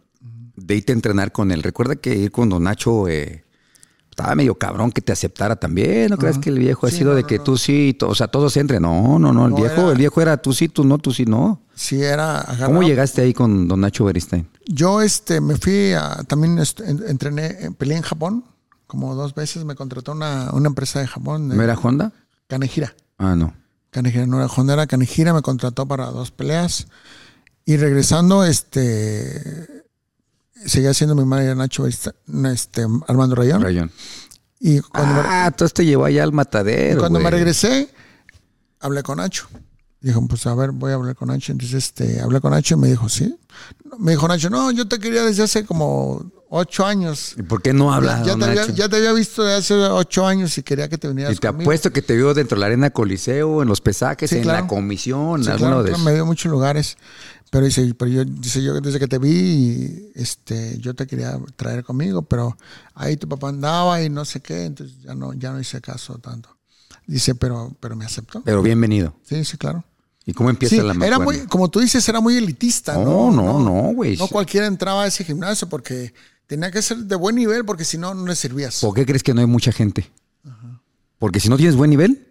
de irte a entrenar con él? Recuerda que ir con Don Nacho eh, estaba medio cabrón que te aceptara también. ¿No crees que el viejo ha Sí, sido no, de no, que no. tú sí, to- o sea, todos entren? No, no, no. El No, viejo, era- el viejo era tú sí, tú no, tú sí no. Sí, era agarrado. ¿Cómo llegaste ahí con Don Nacho Beristain? Yo este, me fui a, también est- en- entrené, eh, peleé en Japón, como dos veces me contrató una, una empresa de Japón, de ¿No era Honda? Kanejira. Ah, no. Canejira no era Honda, era Canejira, me contrató para dos peleas. Y regresando, este, seguía siendo mi madre Nacho, Barista- este, Armando Rayón. Rayón. Y cuando me- Ah, entonces te llevó allá al matadero. Y cuando me güey. regresé, hablé con Nacho. Dijo, pues a ver, voy a hablar con Nacho. Entonces, este, hablé con Nacho y me dijo, sí. Me dijo Nacho, no, yo te quería desde hace como Ocho años. ¿Y por qué no habla? Ya don te, había, Nacho? ya te había visto de hace ocho años y quería que te vinieras Y te conmigo. apuesto que te vio dentro de la arena Coliseo, en los pesajes, Sí, en claro. la comisión, Sí, en claro, alguno de claro, esos. me dio muchos lugares. Pero dice, pero yo, dice, yo desde que te vi, este, yo te quería traer conmigo, pero ahí tu papá andaba y no sé qué, entonces ya no, ya no hice caso tanto. Dice, pero, pero me aceptó. Pero bienvenido. Sí, sí, claro. ¿Y cómo empieza Sí, la era mancuerna? muy, como tú dices, era muy elitista, No, ¿no? no, no, güey. No cualquiera entraba a ese gimnasio porque tenía que ser de buen nivel, porque si no, no le servías. ¿Por qué crees que no hay mucha gente? Porque si no tienes buen nivel,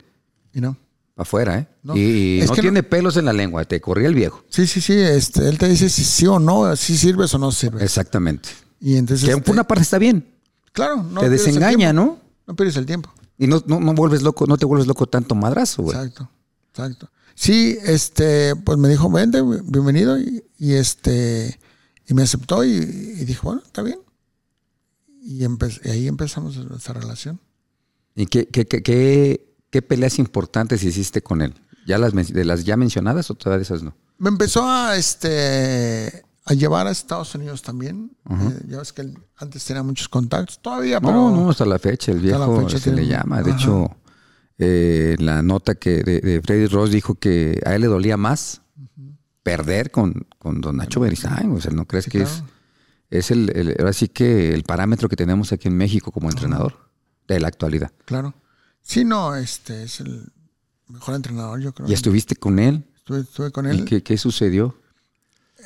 Y no. pa' afuera, ¿eh? No, Y es no que no- tiene pelos en la lengua, te corría el viejo. Sí, sí, sí. Este, él te dice si sí o no, si sirves o no sirves. Exactamente. y entonces. Que Pues, este, por una parte está bien, claro, no te pierdes el desengaña, tiempo. ¿no? No pierdes el tiempo. Y no, no, no vuelves loco, no te vuelves loco tanto madrazo, güey. Exacto, exacto. Sí, este, pues me dijo, vente, bienvenido, y, y este, y me aceptó y, y dijo, bueno, está bien. Y, empe- y ahí empezamos nuestra relación. ¿Y qué, qué, qué, qué- qué peleas importantes hiciste con él? ¿Ya las, men- de las ya mencionadas o todavía de esas no? Me empezó a, este, a llevar a Estados Unidos también. Eh, ya ves que él antes tenía muchos contactos, todavía, pero... No, no, hasta la fecha, el Hasta la viejo fecha se le tiene- llama. De Ajá. hecho, eh, la nota que de, de Freddy Ross dijo que a él le dolía más perder con, con Don Nacho Beristain. O sea, ¿no crees Sí, que es, claro. es el, el- ahora sí que el parámetro que tenemos aquí en México como entrenador de la actualidad? Claro. Sí, no, este, es el mejor entrenador, yo creo. ¿Y estuviste con él? Estuve, estuve con ¿Y él, qué, qué sucedió?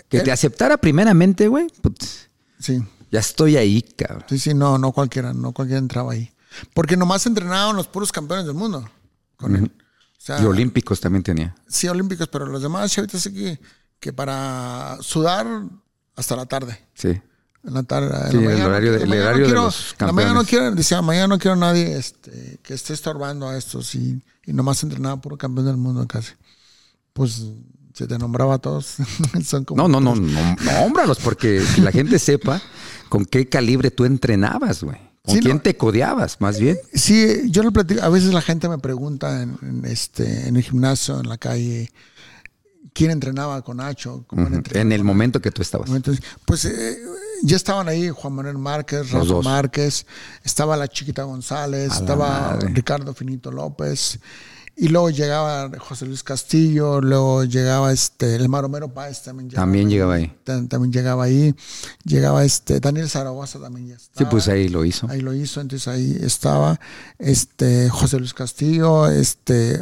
Que Él- te aceptara primeramente, güey. putz, sí. Ya estoy ahí, cabrón. Sí, sí, no, no cualquiera, no cualquiera entraba ahí. Porque nomás entrenaban los puros campeones del mundo con él. O sea, Y olímpicos también tenía. sí, olímpicos, pero los demás chavitos sí que, que para sudar hasta la tarde. Sí. En la tarde, en Sí, la el mañana, horario de- en la el mañana horario de no quiero, los en la mañana no campeones. quiero, decía, mañana no quiero a nadie este, que esté estorbando a estos y, y nomás entrenaba puro campeón del mundo casi. Pues se te nombraba a todos. Son como No, no, no, no, nómbralos, porque que la gente sepa con qué calibre tú entrenabas, güey. ¿Con Sí, quién no. te codeabas, más bien? Sí, yo lo platico. A veces la gente me pregunta en, en este, en el gimnasio, en la calle, quién entrenaba con Nacho. ¿Cómo era entrenado En el con momento que tú estabas. Nacho? Entonces, pues eh, ya estaban ahí Juan Manuel Márquez, Los Rafa dos. Márquez, estaba la chiquita González, A la estaba madre. Ricardo Finito López. Y luego llegaba José Luis Castillo, luego llegaba este el Maromero Páez también llegaba. También llegaba ahí. tam- también llegaba ahí. Llegaba este Daniel Zaragoza también ya Sí, estaba. pues ahí lo hizo. Ahí lo hizo, entonces ahí estaba este José Luis Castillo, este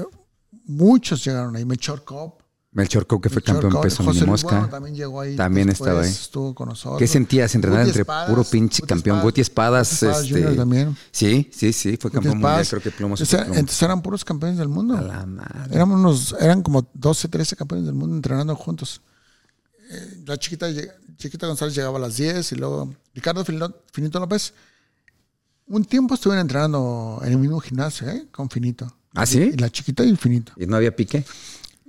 muchos llegaron ahí, Mechor Cop, Melchor Cou, que fue Melchor campeón Cop, peso José mini Luis Bueno mosca. también llegó ahí. También estaba ahí. Estuvo con nosotros. ¿Qué sentías entrenar Guti entre Espadas, puro pinche Guti campeón? Espadas, Guti Espadas, Guti Espadas Junior este, también. Guti Sí, sí, sí, fue campeón mundial, Espadas. creo que plomo. entonces, super eran- plomo. entonces eran puros campeones del mundo. A la madre. Éramos unos, eran como 12, 13 campeones del mundo entrenando juntos. Eh, la chiquita, lleg- chiquita González llegaba a las 10 y luego Ricardo Finito, Finito López. Un tiempo estuvieron entrenando en el mismo gimnasio, ¿eh? Con Finito. ¿Ah, sí? Y la chiquita y Finito. ¿Y no había pique?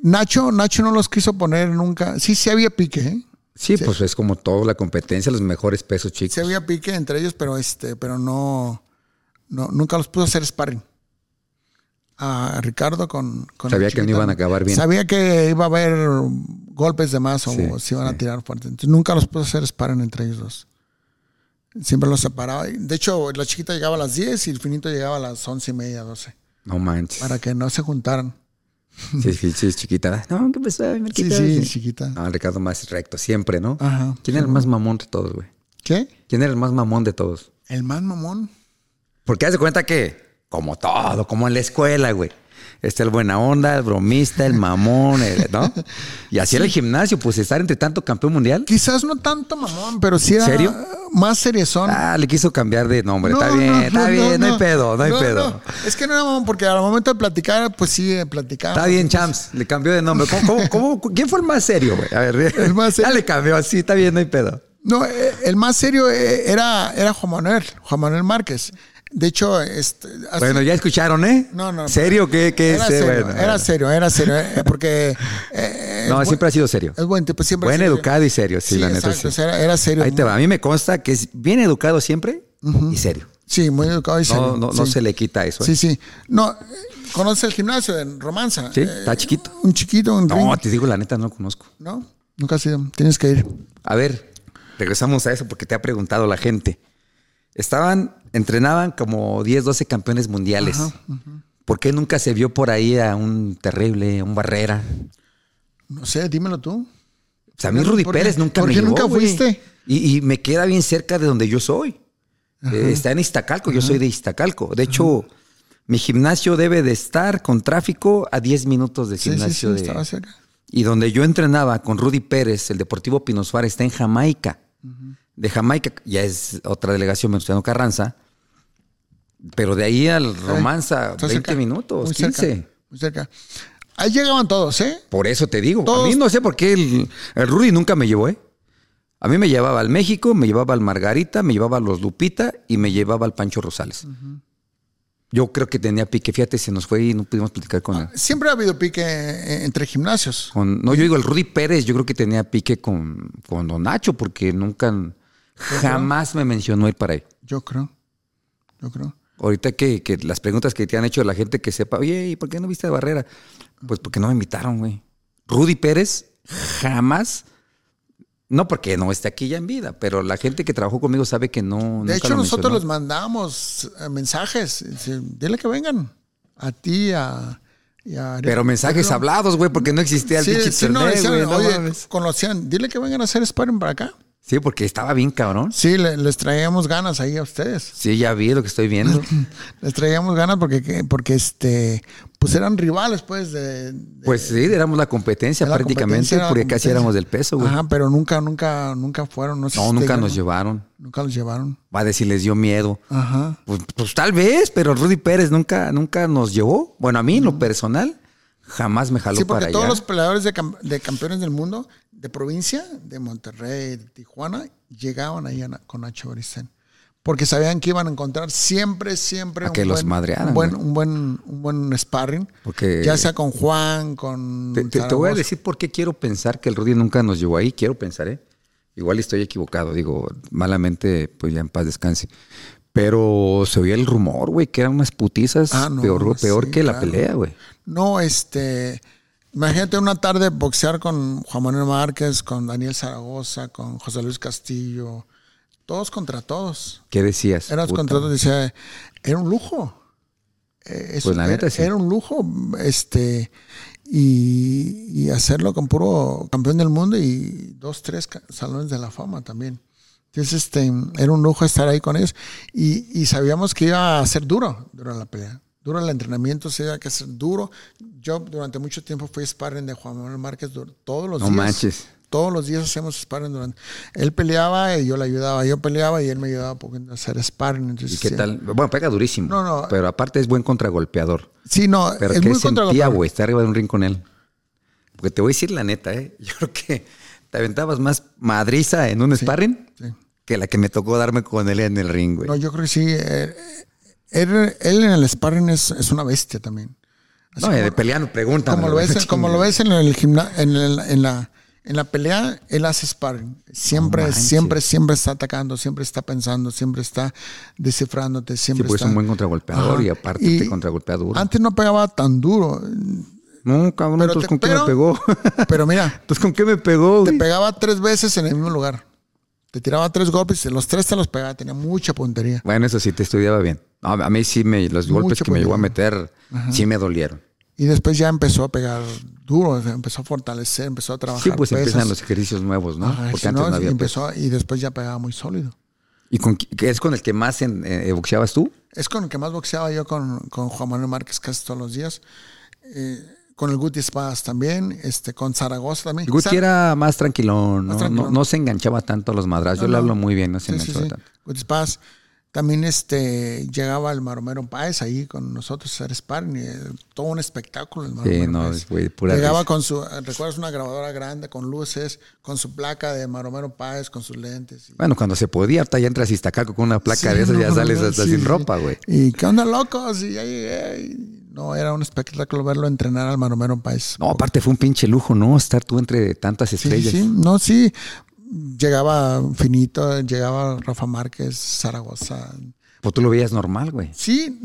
Nacho, Nacho no los quiso poner nunca. Sí, sí había pique, ¿eh? Sí, pues es como todo, la competencia, los mejores pesos chicos. Sí había pique entre ellos, pero este, pero no, no nunca los puso a hacer sparring. A Ricardo con, con la Sabía que no chiquita, iban a acabar bien. Sabía que iba a haber golpes de más o Sí, se iban sí. a tirar fuerte. Entonces nunca los puso a hacer sparring entre ellos dos. Siempre los separaba. Y, De hecho, la chiquita llegaba a las 10 y el finito llegaba a las 11 y media, 12. No manches. Para que no se juntaran. Sí, sí, sí, chiquita. No, ¿qué pasó? Sí, Marquita? sí, chiquita. No, el Ricardo más recto, siempre, ¿no? Ajá. ¿Quién era el más mamón de todos, güey? ¿Qué? ¿Quién era el más mamón de todos? El más mamón. Porque haz de cuenta que, como todo, como en la escuela, güey. Está el buena onda, el bromista, el mamón, el- ¿no? Y así era el gimnasio, pues estar entre tanto campeón mundial. Quizás no tanto mamón, pero sí era ¿Serio? más seriezón. Ah, le quiso cambiar de nombre. No, está no, bien, no, está bien, no, hay pedo, no hay pedo. no. Es que no era mamón, porque al momento de platicar, pues sí, eh, platicaba. Está bien, Champs, le cambió de nombre. ¿Cómo, cómo, cómo- ¿Quién fue el más serio, güey? A ver, El más ya le cambió así, está bien, no hay pedo. No, eh, el más serio eh, era, era Juan Manuel, Juan Manuel Márquez. De hecho, este, así- Bueno, ya escucharon, ¿eh? No, no. ¿Serio? ¿Qué, qué era, es? Eh, serio, bueno, era bueno. serio, era serio, eh, porque... eh, eh, No, es siempre ha sido serio. buen- Es buen tipo, siempre... ha Buen sido- educado y serio, sí, la neta, exacto, sí. o sea, era, era serio. Ahí te va. A mí me consta que es bien educado siempre y serio. Sí, muy educado y serio. No, no, no sí. se le quita eso. ¿eh? Sí, sí. No, eh, conoce el gimnasio en Romanza. Sí, Eh, está chiquito. Un chiquito, un No, ring, te digo la neta, no lo conozco. ¿no? Nunca has ido. Tienes que ir. A ver, regresamos a eso porque te ha preguntado la gente. Estaban, entrenaban como 10, 12 campeones mundiales. Ajá, ajá. ¿Por qué nunca se vio por ahí a un terrible, a un barrera? No sé, dímelo tú. O sea, a mí Rudy ¿Por qué? Pérez nunca ¿Por me qué llevó, nunca güey. fuiste? Y, y me queda bien cerca de donde yo soy. Eh, está en Iztacalco, yo soy de Iztacalco. De hecho, mi gimnasio debe de estar con tráfico a 10 minutos de Sí, sí, sí, gimnasio de- estaba cerca. Y donde yo entrenaba con Rudy Pérez, el Deportivo Pino Suárez, está en Jamaica. De Jamaica, ya es otra delegación, Venustiano Carranza. Pero de ahí al Romanza, 20 Está cerca, minutos, muy 15. Cerca, muy cerca. Ahí llegaban todos, ¿eh? Por eso te digo. Todos- A mí no sé por qué el, el Rudy nunca me llevó, ¿eh? A mí me llevaba al México, me llevaba al Margarita, me llevaba a los Lupita y me llevaba al Pancho Rosales. Yo creo que tenía pique. Fíjate, se nos fue y no pudimos platicar con él. Siempre ha habido pique eh, entre gimnasios. Con- no, yo digo, el Rudy Pérez, yo creo que tenía pique con, con Don Nacho porque nunca, jamás me mencionó ir para ahí. Yo creo. Yo creo. Ahorita que, que las preguntas que te han hecho la gente que sepa, oye, ¿y por qué no viste a Barrera? Pues porque no me invitaron, güey. Rudy Pérez jamás, no porque no esté aquí ya en vida, pero la gente que trabajó conmigo sabe que no. De nunca hecho, lo nosotros les mencionó. mandamos eh, mensajes. Dice, Dile que vengan. A ti, a. y a- Pero mensajes hablados, güey, porque no existía el Sí, pinche sí, no, internet, decían, güey, no oye, mames. conocían. Dile que vengan a hacer sparring para acá. Sí, porque estaba bien cabrón. Sí, le- les traíamos ganas ahí a ustedes. Sí, ya vi lo que estoy viendo. Les traíamos ganas porque, que- porque este, pues eran rivales, pues, de, de- Pues sí, éramos la competencia de la prácticamente, competencia, era la porque casi competencia. éramos del peso, güey. Ajá, pero nunca, nunca, nunca fueron. No, sé No, si nunca te- nos llevaron. Nunca los llevaron. Va a decir, les dio miedo. Ajá. Pues, pues, tal vez, pero Rudy Pérez nunca, nunca nos llevó. Bueno, a mí en lo personal, jamás me jaló Sí, para porque todos allá. los peleadores de, cam- de campeones del mundo, de provincia, de Monterrey, de Tijuana, llegaban ahí a Na- con Nacho Brisen. Porque sabían que iban a encontrar siempre, siempre A que los buen, madrearan, un, buen, güey. un, buen, un buen sparring. Porque- ya sea con Juan, con. Te, te- te voy a Zaragoza. decir por qué quiero pensar que el Rudy nunca nos llevó ahí. Quiero pensar, ¿eh? Igual estoy equivocado. Digo, malamente, pues ya en paz descanse. Pero se oía el rumor, güey, que eran unas putizas Ah, no, peor, peor sí, que la claro. pelea, güey. No, este. Imagínate una tarde boxear con Juan Manuel Márquez, con Daniel Zaragoza, con José Luis Castillo. Todos contra todos. ¿Qué decías? Eran los Puta, contratos, decía, era un lujo. Eh, eso Pues la era, neta, sí. era un lujo, este, y, y hacerlo con puro campeón del mundo y dos, tres ca- salones de la fama también. Entonces, este, era un lujo estar ahí con ellos. Y, y sabíamos que iba a ser duro, dura la pelea. Duro el entrenamiento, se iba a que ser duro. Yo durante mucho tiempo fui sparring de Juan Manuel Márquez dur- todos los No días. manches. Todos los días hacemos sparring durante. Él peleaba y yo le ayudaba. Yo peleaba y él me ayudaba a hacer sparring. ¿Y Entonces, qué sí. tal? Bueno, pega durísimo. No, no. Pero aparte es buen contragolpeador. Sí, no, Pero es ¿qué muy sentía, contragolpeador. güey, estar arriba de un ring con él? Porque te voy a decir la neta, ¿eh? Yo creo que te aventabas más madriza en un sparring Sí. que la que me tocó darme con él en el ring, güey. No, yo creo que sí. eh, Él, él en el sparring es, es una bestia también. No, de peleando, pregúntame. Como lo güey, ves, como lo ves en el gimna- en, el- en la en la pelea, él hace sparring. Siempre, No manches. siempre, siempre está atacando, siempre está pensando, siempre está descifrándote, Sí, siempre pues es está. un buen contragolpeador Ajá. y aparte Y te contragolpea duro. Antes no pegaba tan duro. no, cabrón, pero entonces te- con qué me pero- pegó. Pero mira, entonces con qué me pegó, te güey. pegaba tres veces en el mismo lugar. Te tiraba tres golpes, los tres te los pegaba, tenía mucha puntería. Bueno, eso sí, te estudiaba bien. No, a mí sí, me, los golpes Mucho que me llegó a cuidado. meter sí me dolieron. Y después ya empezó a pegar duro, empezó a fortalecer, empezó a trabajar. Sí, pues pesas. empiezan los ejercicios nuevos, ¿no? Ajá, Porque si antes no, no había. peso. empezó y después ya pegaba muy sólido. ¿Y con, qui- es con el que más en- eh, boxeabas tú? Es con el que más boxeaba yo con, con Juan Manuel Márquez casi todos los días. Eh, con el Guti Espadas también, este, con Zaragoza también. Guti Zar- era más tranquilón, ¿no? Más tranquilón. No, no se enganchaba tanto a los madras. Yo No, le no. hablo muy bien, no se Sí, sí, enganchaba sí. tanto. Guti Espadas. También este, llegaba el Maromero Páez ahí con nosotros a hacer sparring. y, eh, todo un espectáculo el Maromero Sí, no, Páez. es, güey, pura Llegaba risa. con su, recuerdas una grabadora grande con luces, con su placa de Maromero Páez, con sus lentes. y- Bueno, cuando se podía, ahorita ya entras y Iztacalco con una placa Sí, de esas, ya no, sales no, hasta sí, sin sí. ropa, güey. ¿Y qué onda, locos? Y ya llegué. y no, era un espectáculo verlo entrenar al Maromero Páez. No, aparte fue un pinche lujo, ¿no? Estar tú entre tantas Sí, sí, estrellas. sí. No, sí. Llegaba Finito, llegaba Rafa Márquez, Zaragoza. Pues tú lo veías normal, güey. Sí,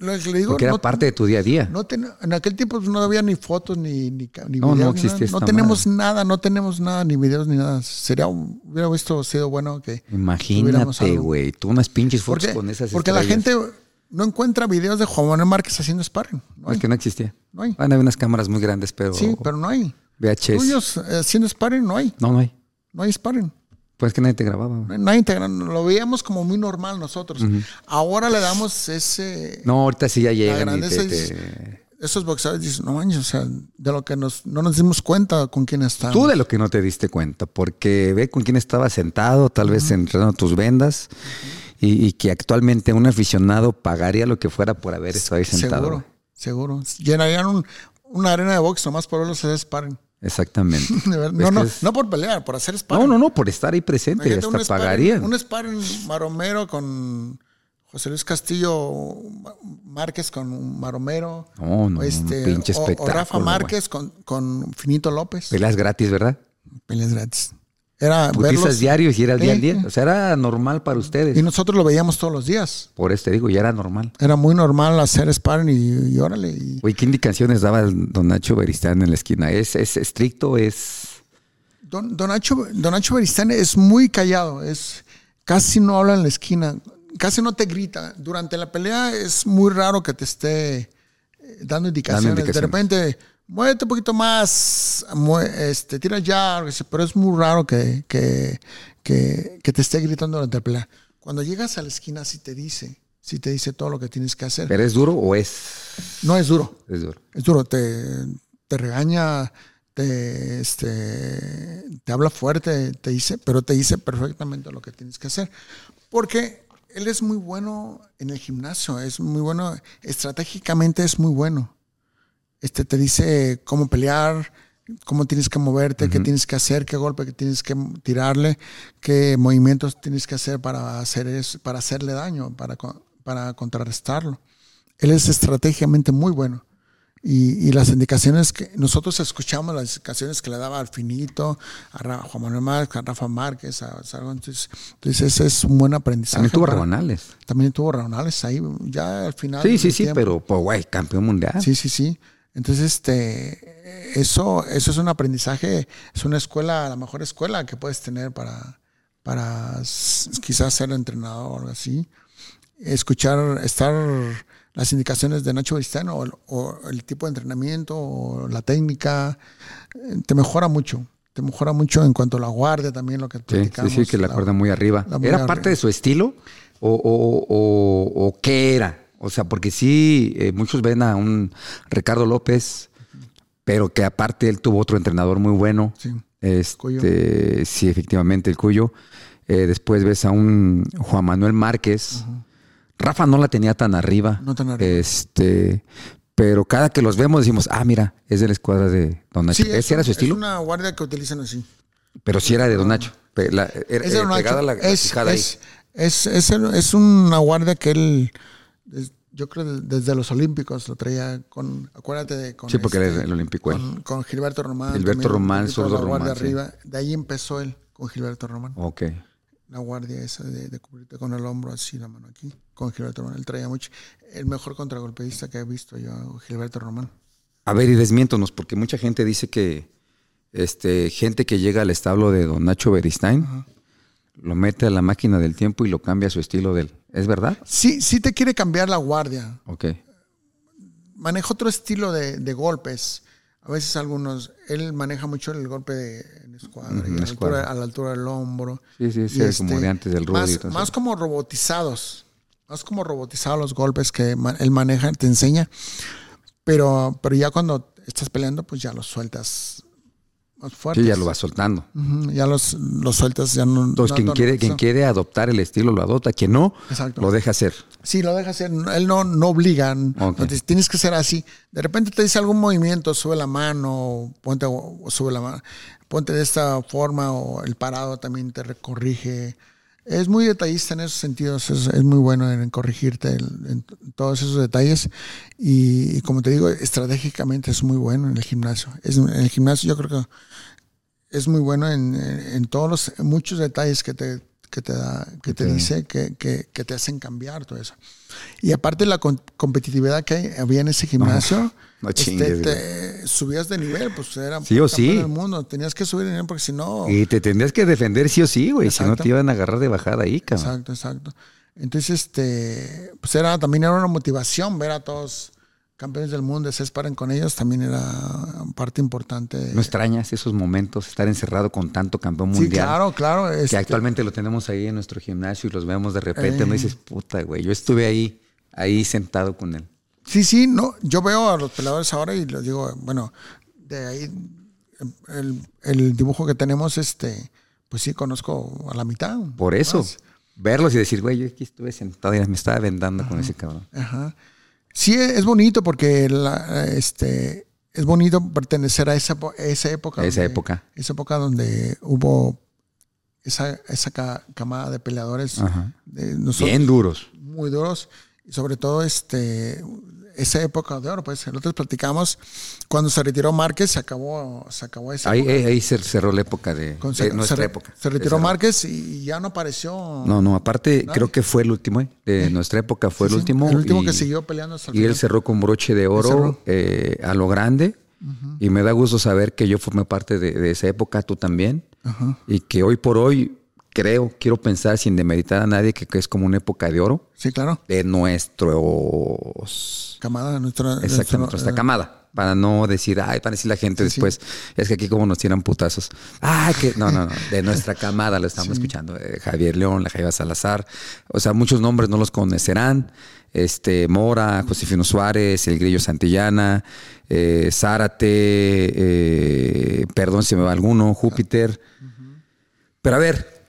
Lo que le digo, Porque era no- parte de tu día a día. No ten- en aquel tiempo pues, no había ni fotos ni, ni, ca- ni No, no videos. ni nada. existía No esta tenemos nada, no tenemos nada, ni videos ni nada. Sería, un- hubiera visto, sido bueno que. tuviéramos Imagínate, algo. güey. Tú unas pinches fotos Porque, con esas porque la estrellas. gente no encuentra videos de Juan Manuel Márquez haciendo sparring. No hay. Es que no existía. No hay. Van a haber unas cámaras muy grandes, pero. Sí, pero no hay. VHS. Tuyos eh, haciendo sparring no hay. No, no hay. No hay sparring. Pues que nadie te grababa. güey. No hay- no hay integrante. Lo veíamos como muy normal nosotros. Ahora le damos ese. No, ahorita sí ya La llegan. y grandeza te- es- te- Esos boxeadores dicen, no manches, o sea, de lo que nos, no nos dimos cuenta con quién está. Tú de lo que no te diste cuenta, porque ve con quién estabas sentado, tal vez entrando tus vendas, y, y que actualmente un aficionado pagaría lo que fuera por haber estado ahí sentado. Seguro, güey. seguro. Llenarían un- una arena de box nomás por verlos hacer sparring. Exactamente. De verdad. Es No, no, que es- no por pelear, por hacer No, sparring. no, no, por estar ahí presente, Imagínate hasta un sparring- pagaría. Un sparring maromero con José Luis Castillo Ma- Márquez con un maromero. No, no, un o este, pinche o- o, espectáculo. Rafa güey. Márquez con, con Finito López. Peleas gratis, ¿verdad? Peleas gratis. Era Putizas verlos diarios y era el día Sí, al día. sí. O sea, era normal para y ustedes. nosotros lo veíamos todos los días. Por eso te digo, ya era normal. Era muy normal hacer sparring y, y órale. y- Oye, ¿qué indicaciones daba el don Nacho Beristán en la esquina? ¿Es, es estricto? ¿Es Don, don, Nacho, don Nacho Beristán es muy callado, es, casi no habla en la esquina, casi no te grita. Durante la pelea es muy raro que te esté eh, dando indicaciones. De indicaciones. repente, muévete un poquito más, mue- este, tira ya, algo así, pero es muy raro que, que, que- que te esté gritando durante la pelea. Cuando llegas a la esquina, sí te dice, sí te dice todo lo que tienes que hacer. ¿Pero es duro o es, No es duro. es duro? Es duro, te, te regaña, te, este, te habla fuerte, te dice, pero te dice perfectamente lo que tienes que hacer. Porque él es muy bueno en el gimnasio, es muy bueno, estratégicamente es muy bueno. Este te dice cómo pelear, cómo tienes que moverte, qué tienes que hacer, qué golpe que tienes que tirarle, qué movimientos tienes que hacer para hacer eso- para hacerle daño, para, co- para contrarrestarlo. Él es estratégicamente muy bueno. Y, y las indicaciones que nosotros escuchamos, las indicaciones que le daba al Finito, a Ra- Juan Manuel Márquez, a Rafa Márquez, a Sargon, entonces, entonces ese es un buen aprendizaje. También tuvo para- Rabanales. También tuvo Rabanales ahí, ya al final. Sí, del sí, sí, Ah, tiempo. pero, pues, güey, campeón mundial. Sí, sí, sí. Entonces, este, eso, eso es un aprendizaje, es una escuela, la mejor escuela que puedes tener para, para s- quizás ser entrenador o algo así. Escuchar, estar las indicaciones de Nacho Cristiano o, el- o el tipo de entrenamiento o la técnica, eh, te mejora mucho. Te mejora mucho en cuanto a la guardia también, lo que Sí, sí, platicamos. sí, que la cuerda muy arriba. la muy ¿Era arriba. parte de su estilo o, o- o- o qué era? O sea, porque sí, eh, muchos ven a un Ricardo López, pero que aparte él tuvo otro entrenador muy bueno. Sí. Este, Cuyo. Sí, efectivamente, el Cuyo. Eh, después ves a un Juan Manuel Márquez. Rafa no la tenía tan arriba. No tan arriba. Este, pero cada que los vemos decimos, ah, mira, es de la escuadra de Don Nacho. Sí, ¿Ese es- era su estilo? Es una guardia que utilizan así. Pero sí era de Don Nacho. Pe- la- era- Es de eh, Nacho. pegada la, la es, quijada ahí. es- es- es el- es una guardia que él, des- yo creo de- desde los Olímpicos lo traía con, acuérdate de con Sí, porque este, era el olímpico él. con, con Gilberto Román. Gilberto también, un Román, poquito de zurdo la guardia Román, sí. arriba. De ahí empezó él con Gilberto Román. Ok. La guardia esa de, de cubrirte con el hombro así, la mano aquí. Con Gilberto Román, él traía mucho. El mejor contragolpeísta que he visto yo, Gilberto Román. A ver, y desmiéntonos, porque mucha gente dice que este, gente que llega al establo de Don Nacho Beristain lo mete a la máquina del tiempo y lo cambia a su estilo de él. ¿Es verdad? Sí, sí te quiere cambiar la guardia. Ok. maneja otro estilo de, de golpes. A veces algunos, él maneja mucho el golpe de, en escuadra, Ujú, y a, en la escuadra. altura, a la altura del hombro. Sí, sí, Y sí, como de antes del rudo y este, Más, todo eso. más como robotizados, más como robotizados los golpes que ma- él maneja, te enseña. Pero, pero ya cuando estás peleando, pues ya los sueltas más fuertes. Sí, ya lo va soltando. Ujú, ya los, los sueltas, ya no. Entonces, no- quien, no- quiere, quien no. quiere adoptar el estilo lo adopta, quien no, Exacto. lo deja hacer. Sí, lo deja hacer. Él no, no obliga. no Ok. te dice, tienes que ser así. De repente te dice algún movimiento, sube la mano, ponte, o- o sube la mano, ponte de esta forma o el parado también te recorrige. Es muy detallista en esos sentidos. Es, es muy bueno en corregirte el- en t- todos esos detalles. Y, y como te digo, estratégicamente es muy bueno en el gimnasio. Es, en el gimnasio yo creo que es muy bueno en, en- en todos los en muchos detalles que te que te, da, que te dice que, que, que te hacen cambiar todo eso. Y aparte la con- competitividad que había en ese gimnasio, no este, chingues, te subías de nivel, pues era Sí o campeón sí. del mundo, tenías que subir de nivel porque si no... Y te tendrías que defender sí o sí, güey. Si no Oh. Exacto. te iban a agarrar de bajada ahí, cabrón. Exacto, exacto. Entonces, este, pues era, también era una motivación ver a todos campeones del mundo, se esparen con ellos, también era parte importante. de- ¿No extrañas esos momentos, estar encerrado con tanto campeón sí, mundial? claro, claro. Que este, actualmente lo tenemos ahí en nuestro gimnasio y los vemos de repente. Eh. No dices, puta, güey. Yo estuve ahí, ahí sentado con él. Sí, sí, no, yo veo a los peleadores ahora y les digo, bueno, de ahí el, el dibujo que tenemos, este, pues sí, conozco a la mitad. Por eso, más. verlos y decir, güey, yo aquí estuve sentado y me estaba vendando con ese cabrón. Ajá. Sí, e- es bonito porque la, este, es bonito pertenecer a esa, po- esa época. A esa donde- época. Esa época donde hubo esa, esa ca- camada de peleadores Ajá. de nosotros Bien duros. muy duros. Y sobre todo este, esa época de oro. Pues nosotros platicamos, cuando se retiró Márquez, se acabó, se acabó esa Ahí, ahí- ahí se cerró la época de, con- de se- nuestra se- época. Se retiró cerró. Márquez y ya no apareció. No, no, aparte Nadie. creo que fue el último, ¿eh? De nuestra época fue el Sí, sí, último. El último y- que siguió peleando hasta el Y él final. cerró con broche de cerró. oro eh, a lo grande. Y me da gusto saber que yo formé parte de, de esa época, tú también. Ajá. Y que hoy por hoy creo, quiero pensar sin demeritar a nadie, que, que es como una época de oro Sí, claro. de nuestros... camada, nuestra. Exacto, nuestro- eh, nuestra camada. Para no decir, ay, para decir la gente después, es que aquí como nos tiran putazos. Ay, que no, no, no, de nuestra camada lo estamos escuchando. eh, Javier León, la Jaiba Salazar, o sea, muchos nombres no los conocerán. Este, Mora, Josefino Suárez, El Grillo Santillana, eh, Zárate, eh, perdón si me va alguno, Júpiter. Pero a ver,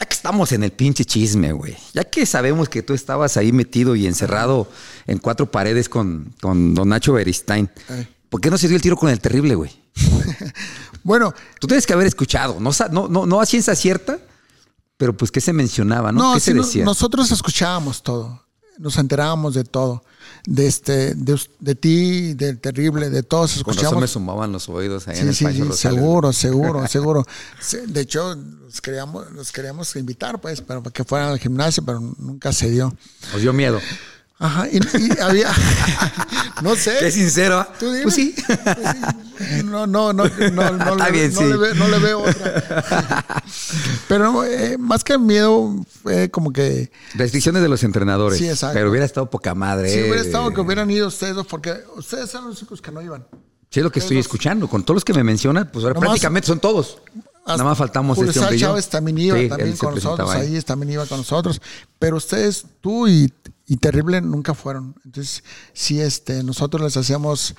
ya que estamos en el pinche chisme, güey. Ya que sabemos que tú estabas ahí metido y encerrado en cuatro paredes con, con don Nacho Beristain, Ay. ¿por qué no se dio el tiro con el terrible, güey? Bueno, Tú tienes que haber escuchado, no, sa- no, no, no a ciencia cierta, pero pues qué se mencionaba, ¿no? no, ¿Qué sí, se no- decía? nosotros escuchábamos todo, nos enterábamos de todo, de este, de, us- de ti, del terrible, de todos con razón me escuchábamos. sumaban los oídos ahí en Sí, el sí, Pancho sí, Rosales. seguro, seguro, seguro. Sí, De hecho, los queríamos, los queríamos invitar, pues, para que fueran al gimnasio, pero nunca se dio. Nos dio miedo. Ajá, y, y había, no sé. Qué sincero, ¿ah? Tú dime. Pues sí. No, no, no, no, no, Está le, bien, no sí. le ve- no le veo otra. Pero eh, más que miedo, fue como que Restricciones de los entrenadores. Sí, exacto. Pero hubiera estado poca madre. si hubiera eh. estado que hubieran ido ustedes dos, porque ustedes eran los chicos que no iban. Sí, es lo que estoy escuchando. Con todos los que me mencionan, pues ahora Nomás- prácticamente son todos. Nada más faltamos Julio este hombre y yo. Chávez también iba Sí, también él se con nosotros, presentaba ahí. también iba con nosotros. Pero ustedes, tú y, y Terrible nunca fueron. Entonces, sí, este, nosotros les hacíamos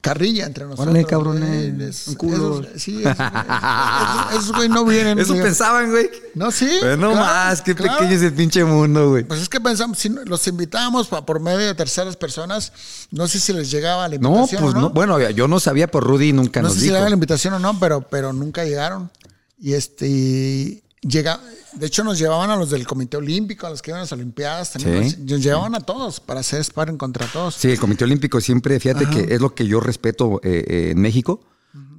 carrilla entre nosotros. Órale, cabrones, güey, les- un culo. esos- Sí, esos- esos esos güey no vienen. Eso güey. pensaban, güey. No, sí. Pero Eh, no claro, más, qué claro. pequeño es el pinche mundo, güey. Pues es que pensamos, si no- los invitábamos pa- por medio de terceras personas, no sé si les llegaba la No, invitación. pues o no. Bueno, yo no sabía por Rudy nunca no nos sé si dijo. era la invitación o no, pero, pero nunca llegaron. Y este y llega, de hecho nos llevaban a los del Comité Olímpico, a los que iban a las Olimpiadas, también Sí. nos, nos llevaban a todos para hacer sparring contra todos. Sí, el Comité Olímpico siempre, fíjate que es lo que yo respeto eh, eh, en México,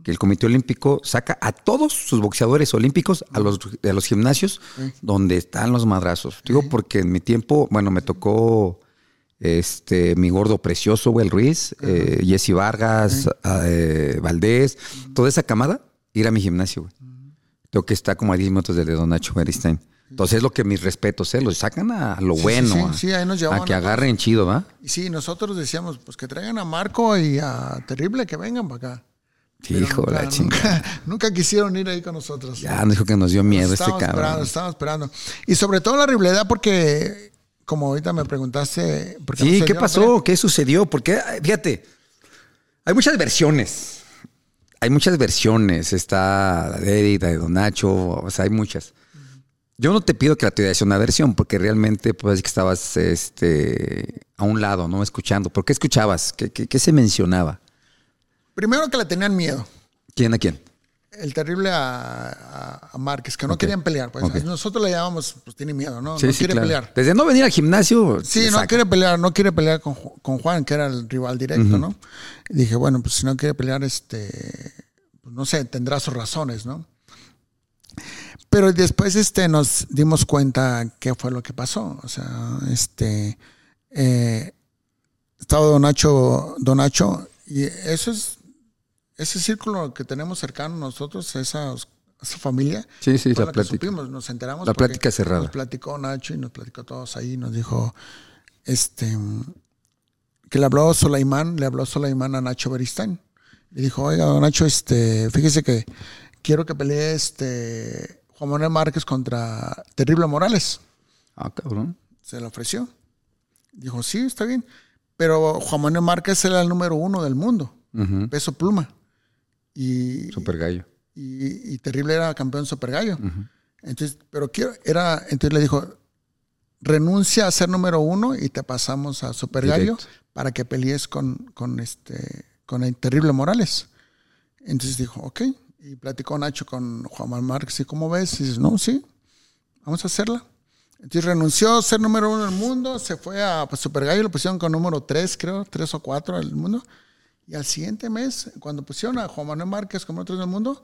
que el Comité Olímpico saca a todos sus boxeadores olímpicos a los, a los gimnasios donde están los madrazos. Digo, porque en mi tiempo, bueno, me tocó este mi gordo precioso, güey, el Ruiz, eh, Jesse Vargas, eh, Valdés, toda esa camada, ir a mi gimnasio, güey. Creo que está como a 10 minutos del de Don Nacho Beristain. Entonces es lo que mis respetos, ¿eh? Los sacan a lo sí, bueno, sí, a- sí, ahí nos a, llevaban que a agarren chido, ¿va? Y sí, nosotros decíamos, pues que traigan a Marco y a Terrible que vengan para acá. Pero Hijo de la nunca- chingada. nunca, nunca quisieron ir ahí con nosotros. Ya nos dijo que nos dio miedo este Estaba esperando, cabrón. estaba esperando. Y sobre todo la rivalidad porque, como ahorita me preguntaste... ¿por no Sí, ¿qué se dio la pelea? pasó? ¿Qué sucedió? Porque, ay, fíjate, hay muchas versiones. Hay muchas versiones. Está la de Eric, la de Don Nacho, o sea, hay muchas. Yo no te pido que la teoría sea una versión, porque realmente, pues, es que estabas este, a un lado, ¿no? Escuchando. ¿Por qué escuchabas? ¿Qué, qué- qué se mencionaba? Primero que le tenían miedo. ¿Quién a quién? El terrible a, a- a Márquez, que no querían pelear. Pues. Ok. Nosotros le llamamos, pues tiene miedo, ¿no? no quiere claro. pelear. Desde no venir al gimnasio. Sí, le no saca. quiere pelear, no quiere pelear con, Ju- con Juan, que era el rival directo, ¿no? Y dije, bueno, pues si no quiere pelear, este, pues, no sé, tendrá sus razones, ¿no? Pero después este, nos dimos cuenta qué fue lo que pasó. O sea, este, eh, estaba Don Nacho, Don Nacho, y eso es, ese círculo que tenemos cercano nosotros, esa, esa familia, Sí, sí, fue la la que plática. supimos, nos enteramos. La porque plática cerrada. Nos platicó Nacho y nos platicó a todos ahí, nos dijo, este, que le habló Solaimán, le habló Solaimán a Nacho Beristán. Y dijo, oiga, don Nacho, este, fíjese que quiero que pelee este Juan Manuel Márquez contra Terrible Morales. Ah, cabrón. Se le ofreció. Dijo, sí, está bien. Pero Juan Manuel Márquez era el número uno del mundo, Ujú. peso pluma. Y, Super gallo. y, y Terrible era campeón super gallo. Entonces, pero quiero, era, entonces le dijo, renuncia a ser número uno y te pasamos a super gallo Directo. para que pelees con, con este, con el Terrible Morales. Entonces dijo, ok. Y platicó Nacho con Juan Manuel Márquez y cómo ves, y dices, no, sí, vamos a hacerla. Entonces renunció a ser número uno del mundo, se fue a pues, Super Gallo, lo pusieron con número tres, creo, tres o cuatro del mundo. Y al siguiente mes, cuando pusieron a Juan Manuel Márquez como número tres del mundo,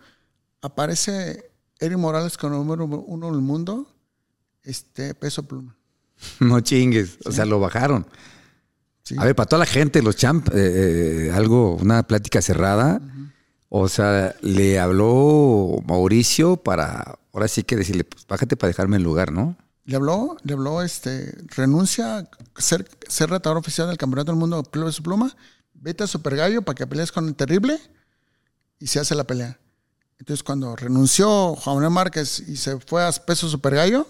aparece Eric Morales con número uno del mundo, este peso pluma. No chingues. O sea, lo bajaron. Sí. A ver, para toda la gente, los champ, eh, eh, algo, una plática cerrada. O sea, le habló Mauricio para, ahora sí que decirle, pues bájate para dejarme el lugar, ¿no? Le habló, le habló, este, renuncia a ser, ser retador oficial del Campeonato del Mundo de Peso Pluma, vete a Super Gallo para que pelees con el terrible y se hace la pelea. Entonces, cuando renunció Juan Manuel Márquez y se fue a Peso Super Gallo,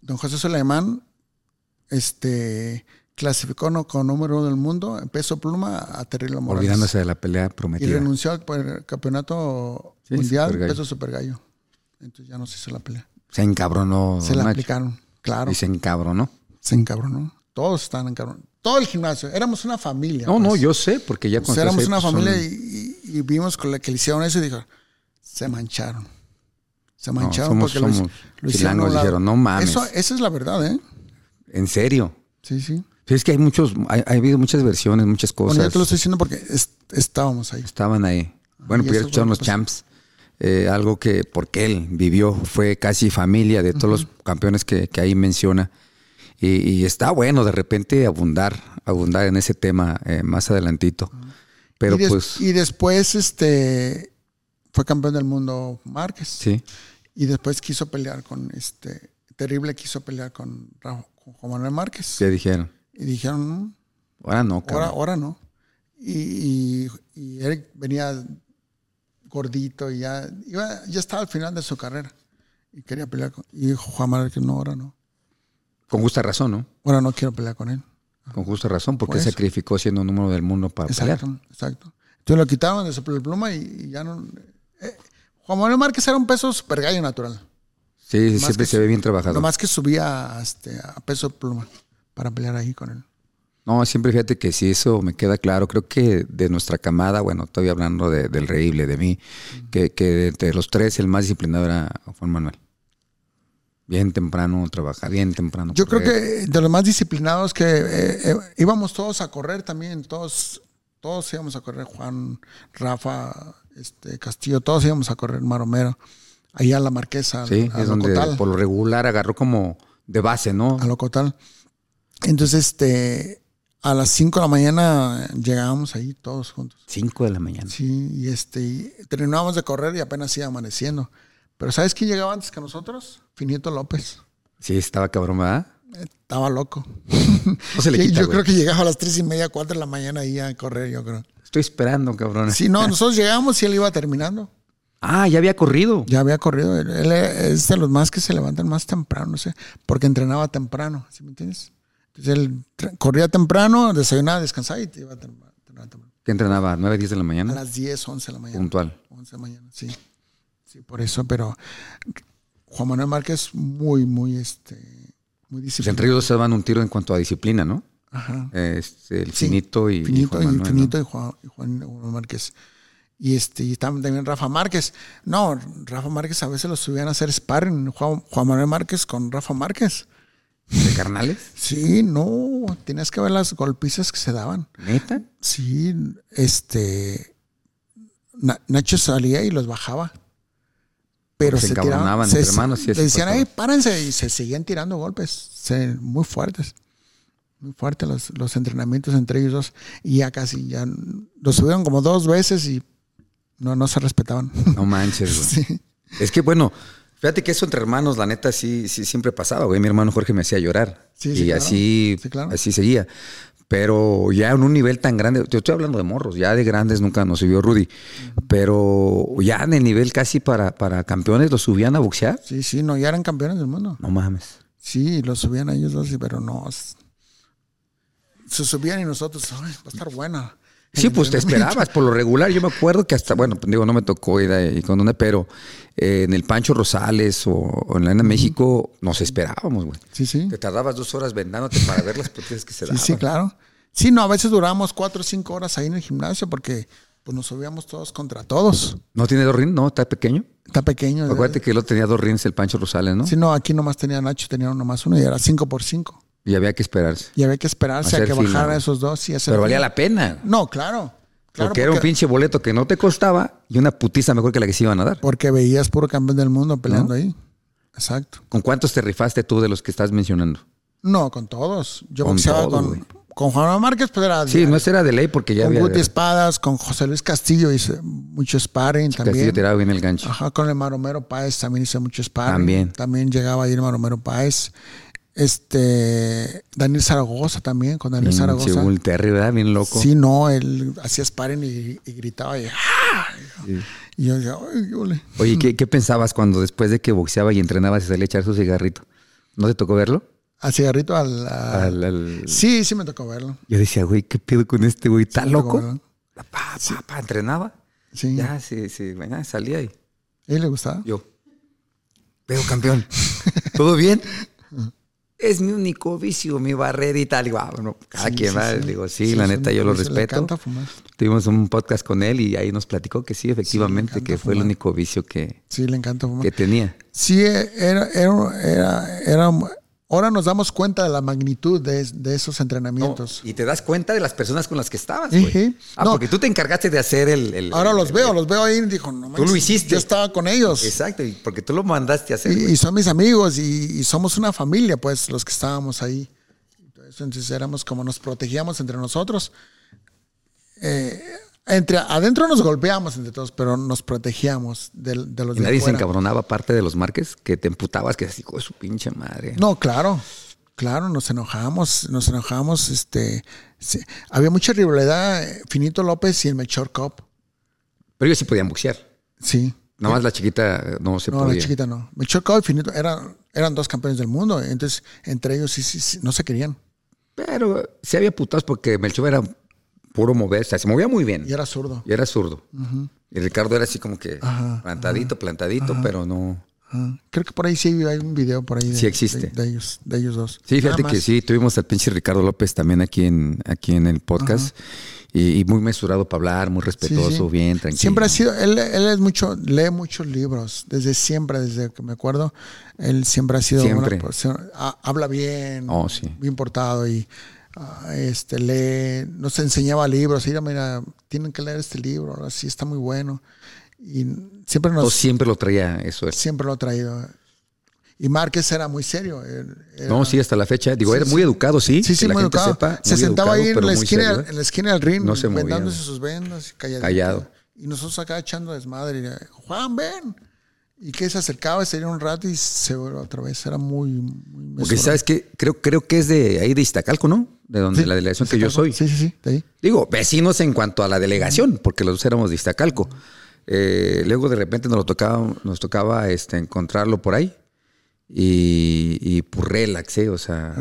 don José Soleimán este, clasificó no- con número uno del mundo en Peso Pluma a Terrible Morales. Olvidándose de la pelea Y prometida. renunció al per- campeonato Sí, mundial Super Gallo. peso super gallo. Entonces ya no se hizo la pelea. Se encabronó. Se la Nacho. aplicaron, claro. Y se encabronó. Se encabronó. Todos estaban encabronados. Todo el gimnasio. Éramos una familia. No, pues. no, yo sé, porque ya O cuando sea, éramos estás ahí, una pues, son- familia y, y- y vimos con la que le hicieron eso y dijo, se mancharon. Se No, mancharon somos- porque lo, hic- somos lo hicieron. a chilangos, un lado. dijeron, "No mames". Eso- esa es la verdad, ¿eh? En serio. Sí, sí. Sí, Es que hay muchos, hay- ha habido muchas versiones, muchas Bueno, yo cosas. te lo estoy diciendo porque es- estábamos ahí. Estaban ahí. Bueno, Ah, pudieron y eso escuchar fue lo los que champs. eh, algo que, porque él vivió, fue casi familia de todos los campeones que, que ahí menciona. Y, y está bueno de repente abundar, abundar en ese tema eh, más adelantito. Pero Ah. y, des- pues, y después este fue campeón del mundo Márquez. sí. Y después quiso pelear con este. Terrible quiso pelear con, Ra- con Juan Manuel Márquez. ¿Qué dijeron? Y dijeron, "Mm, "No, Ahora no, ahora, cabrón. ahora no. Y, y- y Eric venía gordito y ya, iba- ya estaba al final de su carrera. Y quería pelear con. Y Juan Manuel que no, ahora no. Con justa razón, ¿no? Ahora no quiero pelear con él. Con justa razón, porque Ah. Por eso. sacrificó siendo número del mundo para pelear. Exacto, exacto. Entonces lo quitaron de su pluma y, y ya no. eh, Juan Manuel Márquez era un peso super gallo natural. Sí, sí, Más siempre que se ve bien trabajado. Nomás que subía a, este, a peso de pluma para pelear ahí con él. No, siempre fíjate que si eso me queda claro. Creo que de nuestra camada, bueno, estoy hablando de- del reíble, de mí, que, que de entre los tres el más disciplinado era Juan Manuel. Bien temprano trabaja, bien temprano. Yo creo correr. que de los más disciplinados que eh, eh, íbamos todos a correr también, todos, todos íbamos a correr, Juan, Rafa, este, Castillo, todos íbamos a correr, Maromero, allá a la Marquesa, al- Sí, a es donde Locotal, por lo regular agarró como de base, ¿no? a Locotal. Entonces, este, a las 5 de la mañana llegábamos ahí todos juntos. Cinco de la mañana. Sí, y este, y terminábamos de correr y apenas iba amaneciendo. Pero ¿sabes quién llegaba antes que nosotros? Finito López. Sí, estaba cabrón, ¿verdad? Estaba loco. No se le Sí, quita, yo güey. creo que llegaba a las tres y media, cuatro de la mañana ahí a correr, yo creo. Estoy esperando, cabrón. Sí, no, nosotros llegamos y él iba terminando. Ah, ya había corrido. Ya había corrido. Él, él es de los más que se levantan más temprano, no sé, porque entrenaba temprano, ¿sí me entiendes? Entonces él tra- corría temprano, desayunaba, descansaba y iba a terminar temprano. Que entrenaba a 9, 10 de la A mañana, las 10, 11 de la mañana. puntual. 11 de la mañana, sí. Sí, por eso, pero Juan Manuel Márquez muy, muy, este, muy Pues entre disciplinado. ellos dos se daban un tiro en cuanto a disciplina, ¿no? Ajá. Este, el Sí, finito y, y Finito Juan y, Manuel, ¿no? Finito y Juan, y Juan- Juan Márquez. Y este, y tam- también Rafa Márquez. No, Rafa Márquez a veces lo subían a hacer sparring, Juan, Juan Manuel Márquez con Rafa Márquez. ¿De carnales? Sí, no, tenías que ver las golpizas que se daban. ¿Neta? Sí, este. Na- Nacho salía y los bajaba. Pero Se se, tiraban. encabronaban Se, entre hermanos, sí, le eso pues, decían, pasaba. ahí, párense. Y se seguían tirando golpes. se- muy fuertes. Muy fuertes los, los entrenamientos entre ellos dos. Y ya casi, ya los subieron como dos veces y no, no se respetaban. No manches, güey. Sí. Es que bueno, fíjate que eso entre hermanos, la neta, sí, sí siempre pasaba, güey. Mi hermano Jorge me hacía llorar. Sí, y sí, claro. así, Sí, claro. así seguía. Pero ya en un nivel tan grande, te estoy hablando de morros, ya de grandes nunca nos subió Rudy. Pero ya en el nivel casi para, para campeones los subían a boxear. Sí, sí, no, ya eran campeones del mundo. No mames. Sí, los subían a ellos dos, y- pero no. es- Se subían y nosotros, ay, va a estar buena. Sí, pues te esperabas por lo regular. Yo me acuerdo que hasta, bueno, digo, no me tocó ir ahí con una, pero eh, en el Pancho Rosales o, o en la Arena México nos esperábamos, güey. Sí, sí. Te tardabas dos horas vendándote para ver las potencias que se Sí, daban. sí, claro. Sí, no, a veces durábamos cuatro o cinco horas ahí en el gimnasio porque pues, nos subíamos todos contra todos. ¿No tiene dos rings? No, está pequeño. Está pequeño. Acuérdate que lo tenía dos rings el Pancho Rosales, ¿no? Si no, aquí nomás tenía Nacho, tenía nomás uno y era cinco por cinco. Y había que esperarse. Y había que esperarse a Hacer que fila, bajara ¿no? esos dos y hacer. Pero valía la pena. No, claro. claro porque, era un pinche boleto que no te costaba y una putiza mejor que la que se iban a dar. porque veías puro campeón del mundo peleando ahí. Exacto. ¿Con cuántos te rifaste tú de los que estás mencionando? No, con todos. Yo Con boxeaba todos, con, güey. con Juan Manuel Márquez, pues era Sí, no, ese era de ley porque ya con había. Guti Espadas, con José Luis Castillo hice mucho sparring Castillo también. tiraba bien el gancho. Ajá, con el Maromero Páez también hice mucho sparring. También. llegaba ahí el Maromero Páez. Este, Daniel Zaragoza también, con Daniel Pinche Zaragoza. Bull Terry, ¿verdad? Bien Mm, loco. Sí, no, él hacía sparring y, y gritaba y, ¡ah! Sí. y yo decía, "Ay, qué ole". Oye, ¿qué, qué pensabas cuando después de que boxeaba y entrenaba se salía a echar su cigarrito? ¿No te tocó verlo? al cigarrito al, al- Al- al- Sí, sí me tocó verlo. Yo decía, güey, ¿qué pedo con este güey? ¿Está Sí me tocó loco? verlo. Pa, pa, pa, entrenaba. Sí. Ya, sí, sí, bueno, salía y ¿A él le gustaba? yo. Veo campeón. ¿Todo bien? Es mi único vicio, mi barrerita. Le digo, ah, bueno, cada Sí, quien sí, va. sí. Le digo, sí, Sí, la sí, neta, yo sí, lo le respeto. encanta fumar. Tuvimos un podcast con él y ahí nos platicó que sí, efectivamente, que fue el único vicio que, Sí, le encanta fumar. que tenía. Sí, eh, era, era, era, era- Ahora nos damos cuenta de la magnitud de, de esos entrenamientos. Y te das cuenta de las personas con las que estabas, güey. Ujú. Ah, No. porque tú te encargaste de hacer el. el- Ahora el- los veo, los veo ahí y dijo, no manches, lo hiciste. Yo estaba con ellos. Exacto, y porque tú lo mandaste a hacer. y, güey. y son mis amigos y, y somos una familia, pues, los que estábamos ahí. Entonces éramos como nos protegíamos entre nosotros. Eh, entre adentro nos golpeamos entre todos, pero nos protegíamos de, de Y los Pues de nadie se afuera. encabronaba, aparte de los marques, que te emputabas, que así, hijo de su pinche madre. No, claro, claro, nos enojamos, nos enojamos, este, sí. había mucha rivalidad, eh, Finito López y el Mechor Cup, Pero ellos sí podían boxear. sí, Nada más la chiquita eh, no se no, podía. la chiquita no, Mechor Cup y Finito eran, eran dos campeones del mundo, entonces entre ellos sí, sí, sí, no se querían, Pero eh, sí había putados porque Melchor era puro moverse, o sea, se movía muy bien. y era zurdo, Y era zurdo. Y Ricardo era así como que Ajá, plantadito, plantadito, pero no. Ajá. Ah, creo que por ahí sí hay un video por ahí de, Sí existe. de, de ellos, de ellos dos, Sí, Nada fíjate más. que sí, tuvimos al pinche Ricardo López también aquí en, aquí en el podcast. Y, y muy mesurado para hablar, muy Sí, respetuoso, sí. bien, tranquilo. Siempre ha sido, él, él es mucho, lee muchos libros, desde siempre, desde que me acuerdo, él siempre ha sido Siempre. una persona, ha- habla bien, Oh, sí. bien portado y ah, este lee, nos enseñaba libros, mira, mira, tienen que leer este libro, ahora sí está muy bueno. Y siempre nos No, siempre lo traía eso. él. siempre lo ha traído. Y Márquez era muy serio. él- era- No, sí, hasta la fecha. Digo, Sí, era sí. muy educado, sí. Sí, sí, que la muy gente educado. sepa, se muy sentaba educado, ahí en pero la, muy esquina, serio, ¿eh? en la esquina del ring, No se movía, vendándose ¿no? sus vendas, calladito. Callado. Y nosotros acá echando desmadre. y, Juan, ven. Y que se acercaba, se dio un rato y se volvió otra vez. Era muy. muy Porque mesurado. sabes que creo, creo que es de ahí de Iztacalco, ¿no? De donde Sí, la delegación que yo soy. Sí, sí, sí. De ahí. Digo, vecinos en cuanto a la delegación, porque los dos éramos de Iztacalco. Eh, luego de repente nos lo tocaba, nos tocaba este, encontrarlo por ahí. Y, y pues relax, ¿eh? O sea,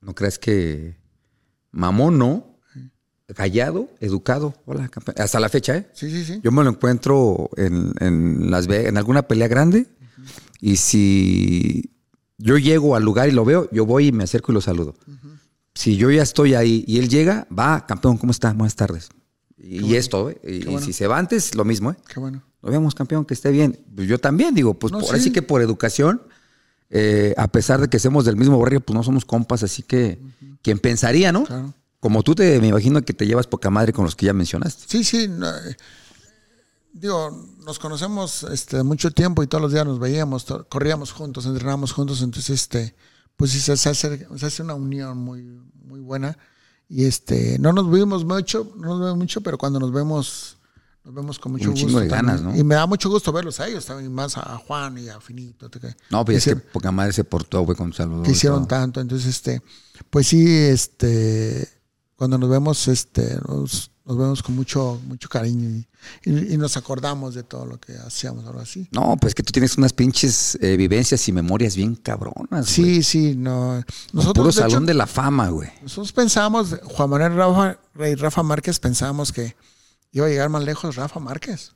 no creas que mamón, no. Callado, educado. Hola, campeón. Hasta la fecha, ¿eh? Sí, sí, sí. Yo me lo encuentro en, en Las Ve- en alguna pelea grande. Y si yo llego al lugar y lo veo, yo voy y me acerco y lo saludo. Si yo ya estoy ahí y él llega, va, campeón, ¿cómo está? Buenas tardes. Y, y es todo, ¿eh? Y, y si se va antes, lo mismo, ¿eh? Qué bueno. Lo vemos, campeón, que esté bien. Pues yo también, digo, pues No, por, sí. así que por educación, eh, a pesar de que seamos del mismo barrio, pues no somos compas, así que quien pensaría, ¿no? Claro. Como tú te, me imagino que te llevas poca madre con los que ya mencionaste. Sí, sí. no, eh, digo, nos conocemos este, mucho tiempo y todos los días nos veíamos, to- corríamos juntos, entrenábamos juntos, entonces este, pues sí, se, se hace, se hace una unión muy, muy buena. Y este, no nos vimos mucho, no nos vemos mucho, pero cuando nos vemos, nos vemos con mucho Un gusto. chingo de ganas, también. ¿no? Y me da mucho gusto verlos a ellos también, más a Juan y a Finito. te cae. No, pues es Hicieron- que poca madre se portó, güey, con Salvador. que y hicieron todo. tanto. Entonces, este, pues sí, este, cuando nos vemos, este, nos, nos vemos con mucho, mucho cariño y, y- y nos acordamos de todo lo que hacíamos ahora sí. No, pues que tú tienes unas pinches eh, vivencias y memorias bien cabronas. Sí, güey. sí, no. Pues. Con Nosotros, Puro de hecho, salón de la fama, güey. nosotros pensábamos, Juan Manuel Rafa, Rey Rafa Márquez, pensábamos que iba a llegar más lejos Rafa Márquez.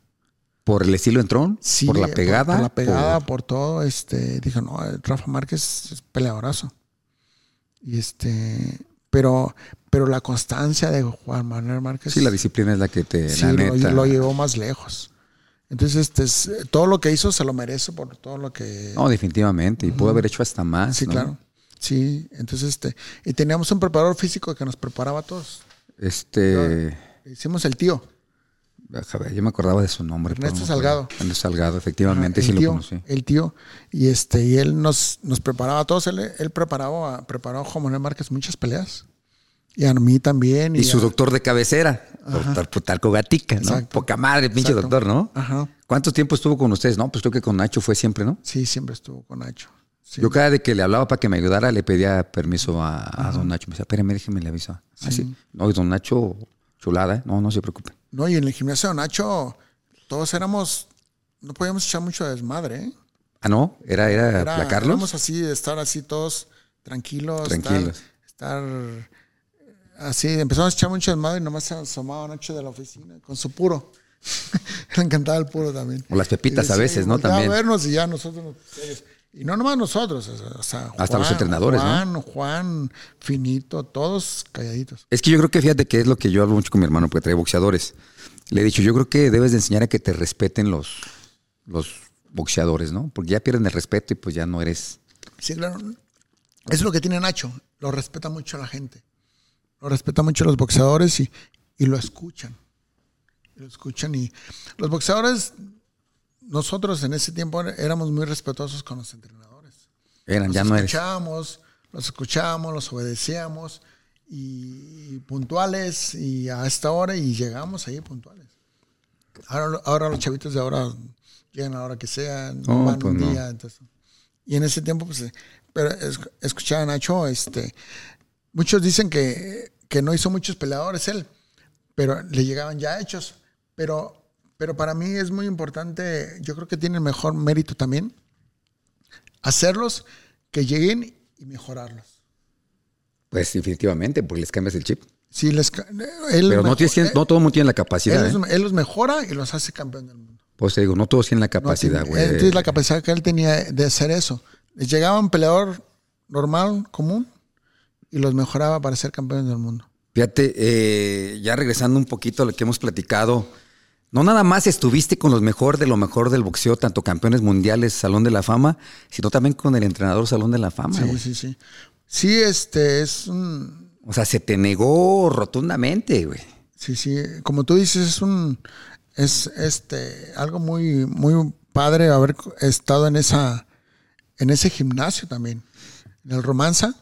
Por el estilo en tron, Sí, por la pegada. Por, la pegada, por- por todo. Este, dijo, no, Rafa Márquez es peleadorazo. Y este, pero, pero la constancia de Juan Manuel Márquez. Sí, la disciplina es la que te. pues. sí, la lo, neta. lo llevó más lejos. Entonces, este, es- todo lo que hizo se lo merece por todo lo que. no, definitivamente. Y pudo haber hecho hasta más. sí, ¿no? claro. Sí, entonces, este, y teníamos un preparador físico que nos preparaba a todos. Este. Le Hicimos el tío. déjame ver, Yo me acordaba de su nombre. pero Ernesto no me acuerdo. Salgado. Ernesto Salgado, efectivamente, sí el lo tío, conocí. El tío. Y este, y él nos, nos preparaba a todos. Él, él preparaba, preparó a Juan Manuel Márquez muchas peleas. Y a mí también. Y su a- doctor de cabecera, doctor Putalco Gatica, ¿no? Exacto. Poca madre, pinche Exacto. doctor, ¿no? Ajá. ¿Cuánto tiempo estuvo con ustedes? No, pues creo que con Nacho fue siempre, ¿no? Sí, siempre estuvo con Nacho. Sí. Yo cada vez que le hablaba para que me ayudara, le pedía permiso a, a don Nacho. Me decía, espérame, déjeme, le aviso. Así. No, y don Nacho, chulada, ¿eh? No, no se preocupe. No, y en el gimnasio de Nacho, todos éramos, no podíamos echar mucho desmadre, ¿eh? Ah, no, era, era, Era- la Carlos. Éramos así, de estar así todos tranquilos. Tranquilos. Estar, estar, así, empezamos a echar mucho desmadre y nomás se asomaba Nacho de la oficina con su puro. Le encantaba el puro también. O las pepitas Y a veces, y ¿no? volteaba También. a vernos y pues, ya nosotros. nos- ellos. Y no nomás nosotros, o sea, Hasta los entrenadores, ¿no? Juan, Juan, Finito, todos calladitos. Es que yo creo que fíjate que es lo que yo hablo mucho con mi hermano, porque trae boxeadores. Le he dicho, yo creo que debes de enseñar a que te respeten los, los boxeadores, ¿no? Porque ya pierden el respeto y pues ya no eres. Sí, claro. Eso es lo que tiene Nacho. Lo respeta mucho la gente. Lo respeta mucho los boxeadores y, y lo escuchan. Lo escuchan y los boxeadores, nosotros en ese tiempo er- éramos muy respetuosos con los entrenadores. Eran, Los ya no eres. escuchábamos, los escuchábamos, los obedecíamos y, y puntuales y a esta hora y llegamos ahí puntuales. Ahora, lo- ahora los chavitos de ahora llegan a la hora que sea, no No, van pues un no. día, entonces. Y en ese tiempo, pues, eh, pero es- escuchaba a Nacho, este, muchos dicen que, que no hizo muchos peleadores él, pero le llegaban ya hechos. Pero, pero para mí es muy importante, yo creo que tiene el mejor mérito también, hacerlos que lleguen y mejorarlos. Pues definitivamente, porque les cambias el chip. Sí, les, ca- él, Pero no, mejo- tienes, que- él- no todo el mundo tiene la él capacidad. ¿eh? los, él los mejora y los hace campeón del mundo. Pues te digo, no todos tienen la No capacidad, tiene- güey. él tiene la capacidad que él tenía de hacer eso. Les llegaba un peleador normal, común, y los mejoraba para ser campeones del mundo. Fíjate, eh, ya regresando un poquito a lo que hemos platicado, no nada más estuviste con los mejor de lo mejor del boxeo, tanto campeones mundiales, Salón de la Fama, sino también con el entrenador Salón de la Fama. Sí, güey. sí, sí. Sí, este es un. O sea, se te negó rotundamente, güey. Sí, sí. Como tú dices, es un. Es este. Algo muy, muy padre haber estado en esa. En ese gimnasio también. En el Romanza.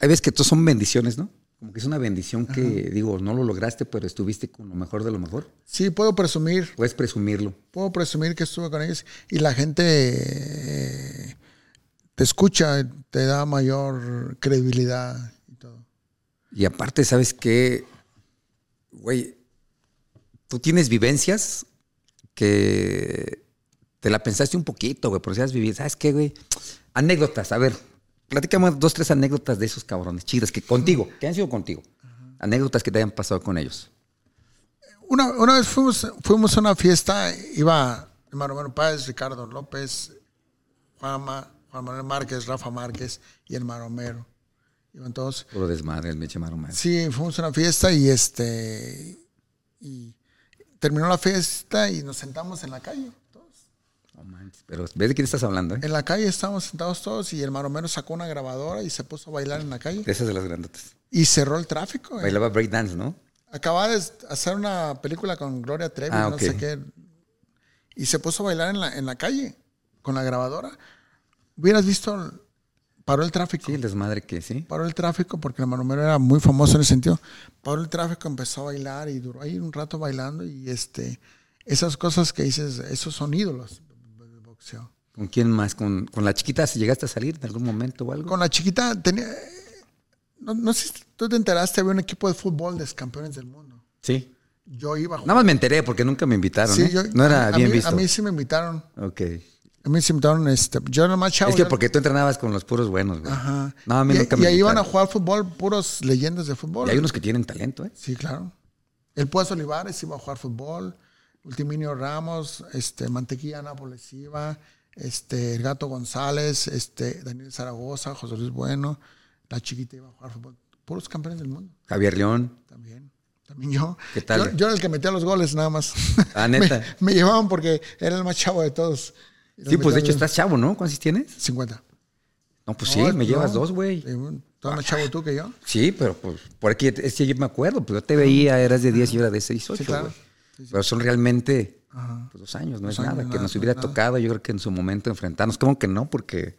Hay veces que todos son bendiciones, ¿no? Como que es una bendición que, digo, no lo lograste, pero estuviste con lo mejor de lo mejor. Sí, puedo presumir. Puedes presumirlo. Puedo presumir que estuve con ellos. Y la gente. eh, te escucha, te da mayor credibilidad y todo. Y aparte, ¿sabes qué? Güey, tú tienes vivencias que te la pensaste un poquito, güey, por si has vivido. ¿Sabes qué, güey? Anécdotas, a ver, platícame dos, tres anécdotas de esos cabrones chidas que contigo, que han sido contigo. Anécdotas que te hayan pasado con ellos. Una, una vez fuimos, fuimos a una fiesta, iba Manuel Páez, Ricardo López, Juanma, Juan Manuel Márquez, Rafa Márquez y el Maromero. Iban todos. Puro desmadre, el meche maroma. Sí, fuimos a una fiesta y este. Y terminó la fiesta y nos sentamos en la calle. Todos. No manches, pero ves de quién estás hablando, ¿eh? En la calle estábamos sentados todos y el Maromero sacó una grabadora y se puso a bailar en la De calle. esas de las grandotas. Y cerró el tráfico. eh. Bailaba breakdance, ¿no? Acababa de hacer una película con Gloria Trevi, Ah, no ok. sé qué. y se puso a bailar en la, en la calle con la grabadora. Hubieras visto, paró el tráfico. Sí, el desmadre que sí. Paró el tráfico porque el maromero era muy famoso en ese sentido. Paró el tráfico, empezó a bailar y duró ahí un rato bailando y este, esas cosas que dices, esos son ídolos del boxeo. ¿Con quién más? ¿Con, con la chiquita si llegaste a salir en algún momento o algo? Con la chiquita tenía, no, no sé si tú te enteraste, había un equipo de fútbol de campeones del mundo. Sí. Yo iba a Nada más me enteré porque nunca me invitaron. Sí, ¿eh? yo- no era a bien mí- visto. A mí sí me invitaron. Ok. A mí sí me invitaron, este, yo era más chavo. Es que yo- porque tú entrenabas con los puros buenos, güey. Ajá. No, a mí y, nunca y me ahí iban a invitaron. jugar fútbol puros leyendas de fútbol. Y hay unos que tienen talento, ¿eh? Sí, claro. El Puesto Olivares iba a jugar fútbol. Ultiminio Ramos, este, Mantequilla Nápoles iba. Este, el Gato González, este, Daniel Zaragoza, José Luis Bueno. La chiquita iba a jugar fútbol. Puros campeones del mundo Javier León. también. También yo. ¿Qué tal? Yo, yo era el que metía los goles nada más. Ah, neta. me, me llevaban porque era el más chavo de todos. Sí, pues de hecho estás chavo, ¿no? ¿Cuántos tienes? 50. No, pues sí, No, me no. llevas dos, güey. Eh, bueno, Estás más chavo tú que yo. Sí, pero pues, porque es que yo me acuerdo, pues yo te veía, eras de 10 y yo era de 6, 8, Sí, claro. güey. Sí, sí. Pero son realmente Ajá. pues, dos años, no Dos es nada. años, que nada, nos no es hubiera nada. tocado, yo creo que en su momento enfrentarnos. ¿Cómo que no? Porque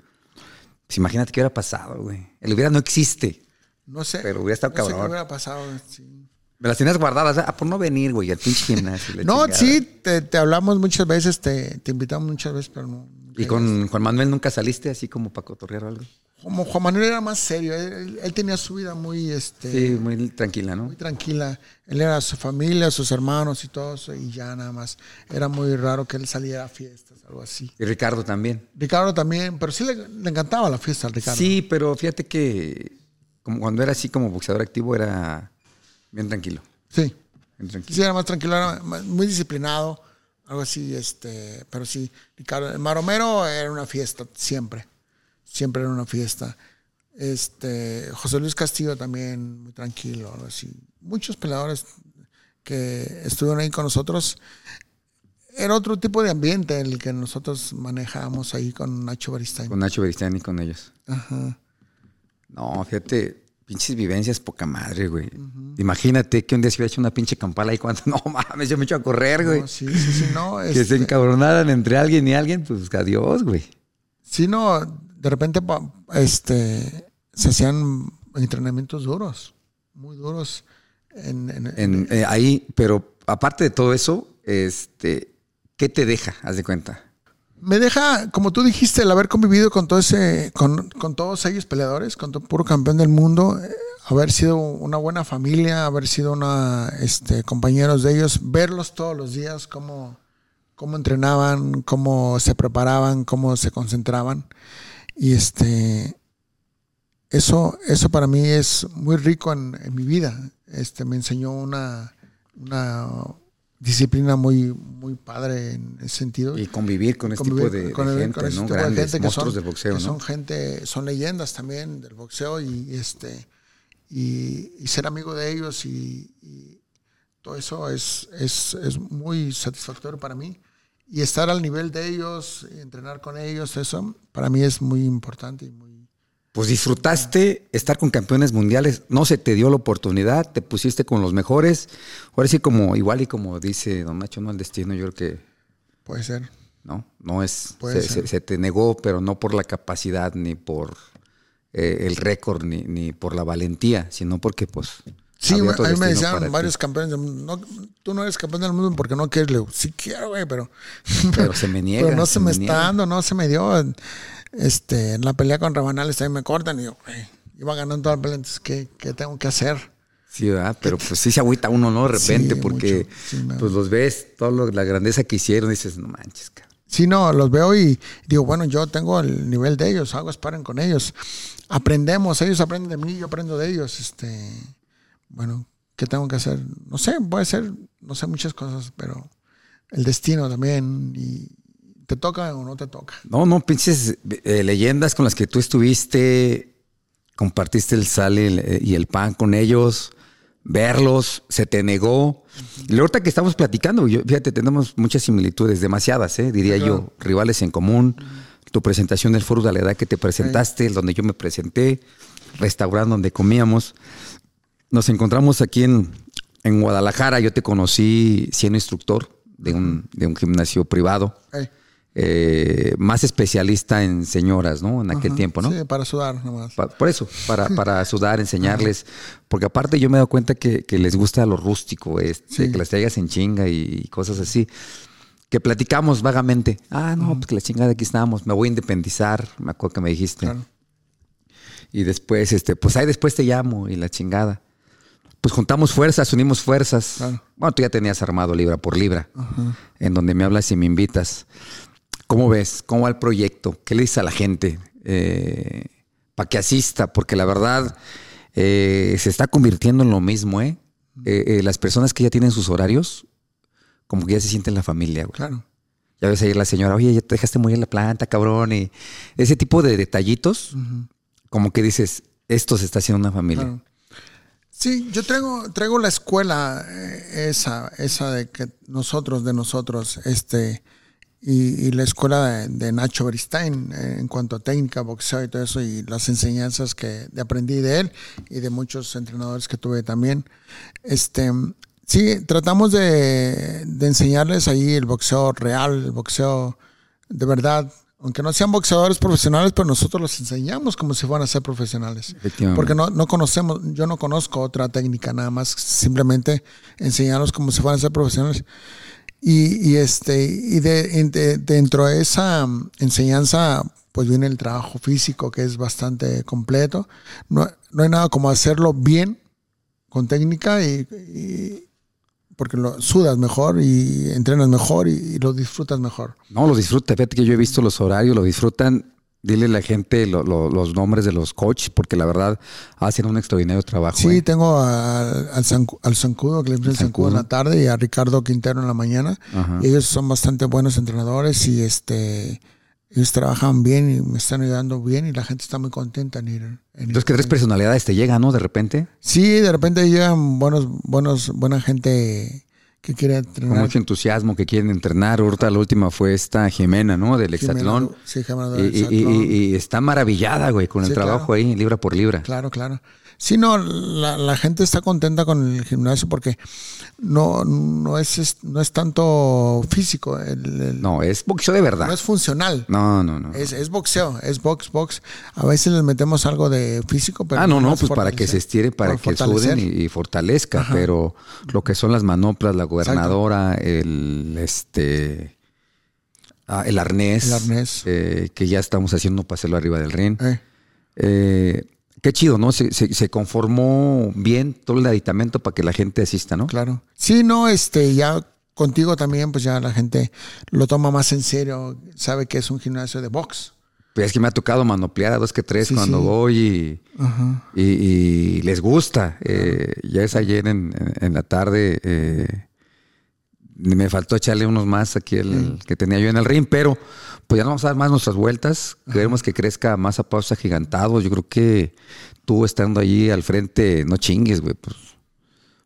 pues, imagínate qué hubiera pasado, güey. El hubiera no existe. No sé. Pero hubiera estado no sé qué cabrón. hubiera pasado. sí. Me las tenías guardadas, ah, por no venir, güey, al pinche gimnasio. la No, chingada. sí, te, te hablamos muchas veces, te, te invitamos muchas veces, pero no. ¿Y con Juan Manuel nunca saliste así como para cotorrear o algo? Como Juan Manuel era más serio, él, él- él tenía su vida muy, este, Sí, muy tranquila, ¿no? muy tranquila. Él era su familia, sus hermanos y todo eso, y ya nada más. Era muy raro que él saliera a fiestas, algo así. Y Ricardo también. Ricardo también, pero sí le, le encantaba la fiesta al Ricardo. Sí, pero fíjate que como cuando era así como boxeador activo era bien tranquilo. Sí. bien tranquilo. Sí, era más tranquilo, era más- muy disciplinado, algo así, este, pero sí, Ricardo, el Maromero era una fiesta, siempre, siempre era una fiesta. Este, José Luis Castillo también, muy tranquilo, algo así. Muchos peleadores que estuvieron ahí con nosotros, era otro tipo de ambiente el que nosotros manejábamos ahí con Nacho Beristain. Con Nacho Beristian y con ellos. Ajá. No, fíjate, pinches vivencias poca madre, güey. Imagínate que un día se hubiera hecho una pinche campala y cuando no mames, yo me echo a correr, güey. No, sí, sí, sí, no, que se este- encabronaran entre alguien y alguien, pues adiós, güey. Sí, no, de repente pa- este, se hacían entrenamientos duros, muy duros. En, en- En- eh, ahí, pero aparte de todo eso, este, ¿qué te deja? Haz de cuenta. Me deja, como tú dijiste, el haber convivido con, todo ese, con, con todos ellos peleadores, con todo puro campeón del mundo, eh, haber sido una buena familia, haber sido una, este, compañeros de ellos, verlos todos los días, cómo, cómo entrenaban, cómo se preparaban, cómo se concentraban. Y este, eso, eso para mí es muy rico en, en mi vida. Este, me enseñó una, una disciplina muy, muy padre en ese sentido Y convivir con este tipo convivir de, con- de con- gente, con ese ¿no? tipo de Grandes gente que monstruos son- del boxeo, que ¿no? Son gente, son leyendas también del boxeo y este y, y ser amigo de ellos y, y todo eso es, es, es muy satisfactorio para mí. Y estar al nivel de ellos, entrenar con ellos, eso para mí es muy importante y muy... Pues disfrutaste estar con campeones mundiales, no se te dio la oportunidad, te pusiste con los mejores. Ahora sí, como igual y como dice Don Nacho, no el destino, yo creo que Puede ser. no, no es. Puede se, ser. se- se te negó, pero no por la capacidad, ni por eh, el récord, ni, ni por la valentía, sino porque, pues. Sí, había güey, otro a mí me destino para decían ti. varios campeones del mundo, "No, tú no eres campeón del mundo porque no quieres, le digo, sí quiero, güey, pero... Pero se me niega. Pero Pues no se, me, está niega. dando, no se me dio. Este, en la pelea con Rabanales también me cortan y yo, güey, iba ganando toda la pelea, entonces, ¿qué, qué tengo que hacer? Sí, ¿verdad? Pero pues sí se agüita uno, ¿no? De Sí, repente, porque mucho. Sí, no. pues los ves, toda la grandeza que hicieron, dices, no manches, cabrón. Sí, no, los veo y digo, bueno, yo tengo el nivel de ellos, hago sparring con ellos. Aprendemos, ellos aprenden de mí, yo aprendo de ellos. Este, bueno, ¿qué tengo que hacer? No sé, puede ser, no sé muchas cosas, pero el destino también y te toca o no te toca. No, no, pinches eh, leyendas con las que tú estuviste, compartiste el sal y el, eh, y el pan con ellos, verlos, se te negó. Y luego ahorita que estamos platicando, yo- fíjate, tenemos muchas similitudes, demasiadas, eh, diría yo, rivales en común, tu presentación del foro de la edad que te presentaste, el donde yo me presenté, restaurante donde comíamos. Nos encontramos aquí en, en Guadalajara, yo te conocí siendo instructor de un, de un gimnasio privado, Ey, eh, más especialista en señoras, ¿no? En aquel ajá. tiempo, ¿no? Sí, para sudar nomás. Pa- por eso, para, para sudar, enseñarles. Porque aparte yo me he dado cuenta que, que les gusta lo rústico, este, Sí. que las traigas en chinga y cosas así. Que platicamos vagamente. Ah, no, pues que la chingada aquí estábamos. Me voy a independizar, me acuerdo que me dijiste. Claro. Y después, este, pues ahí después te llamo y la chingada. Pues juntamos fuerzas, unimos fuerzas. Claro. Bueno, tú ya tenías armado libra por libra, en donde me hablas y me invitas. ¿Cómo ves? ¿Cómo va el proyecto? ¿Qué le dices a la gente? para que asista, porque la verdad eh, se está convirtiendo en lo mismo, ¿eh? Eh, eh, Las personas que ya tienen sus horarios, como que ya se sienten la familia, güey. Claro. Ya ves ahí la señora, oye, ya te dejaste morir la planta, cabrón, y ese tipo de detallitos Ujú. como que dices, esto se está haciendo una familia. Claro. Sí, yo traigo, traigo la escuela eh, esa, esa de que nosotros, de nosotros, este, y, y la escuela de, de Nacho Beristain eh, en cuanto a técnica, boxeo y todo eso, y las enseñanzas que de- aprendí de él y de muchos entrenadores que tuve también. Este, sí, tratamos de, de enseñarles ahí el boxeo real, el boxeo de verdad. Aunque no sean boxeadores profesionales, pero nosotros los enseñamos como si fueran a ser profesionales. Efectivamente. Porque no, no conocemos, yo no conozco otra técnica, nada más simplemente enseñarlos como si fueran a ser profesionales. Y, y este, y de, en- de- dentro de esa mm, enseñanza, pues viene el trabajo físico, que es bastante completo. No, no hay nada como hacerlo bien, con técnica, y, y- porque lo sudas mejor y entrenas mejor y, y lo disfrutas mejor. No, lo disfruta. Fíjate que yo he visto los horarios, lo disfrutan. Dile a la gente lo- lo- los nombres de los coaches, porque la verdad hacen un extraordinario trabajo. Sí, ¿eh? tengo al, al, Sancu- al Sancudo, que le dicen Sancudo en la tarde, y a Ricardo Quintero en la mañana. Ajá. Y ellos son bastante buenos entrenadores y este ellos trabajan bien y me están ayudando bien y la gente está muy contenta en ir. en ir. Entonces, que tres personalidades te llegan, ¿no? De repente. Sí, de repente llegan buenos, buenos, buena gente que quiere Con entrenar. mucho entusiasmo que quieren entrenar. Ahorita la última fue esta Jimena, ¿no? Del Jimena Hexatlón. Du- Sí, Y, Jimena Du- y- y- Hexatlón. y- y está maravillada, güey, con el Sí, trabajo ahí, libra por libra. Claro, claro. Sí, no, la, la gente está contenta con el gimnasio porque no, no es, es- no es tanto físico, el- el- No, es boxeo de no verdad. es funcional. No, no, no. Es, es boxeo, es box, box. A veces les metemos algo de físico, pero. ah, no, no, más pues para que se fortalecer, estire, para por que fortalecer. suden y, y fortalezca, pero lo que son las manoplas, la gobernadora, el este ah, el arnés, El arnés. eh, que ya estamos haciendo para hacerlo arriba del ring. Eh, Eh, qué chido, ¿no? Se, se- se conformó bien todo el aditamento para que la gente asista, ¿no? claro. Sí, no, este, ya contigo también, pues ya la gente lo toma más en serio, sabe que es un gimnasio de box. Pues es que me ha tocado manoplear a dos que tres Sí, cuando sí. voy y, Ajá. y- y les gusta. Eh, ya es ayer en, en- en la tarde. eh, me faltó echarle unos más aquí el que tenía yo en el ring, pero pues ya no vamos a dar más nuestras vueltas. Queremos que crezca más a pasos agigantados. Yo creo que tú estando allí al frente, no chingues, güey. Pues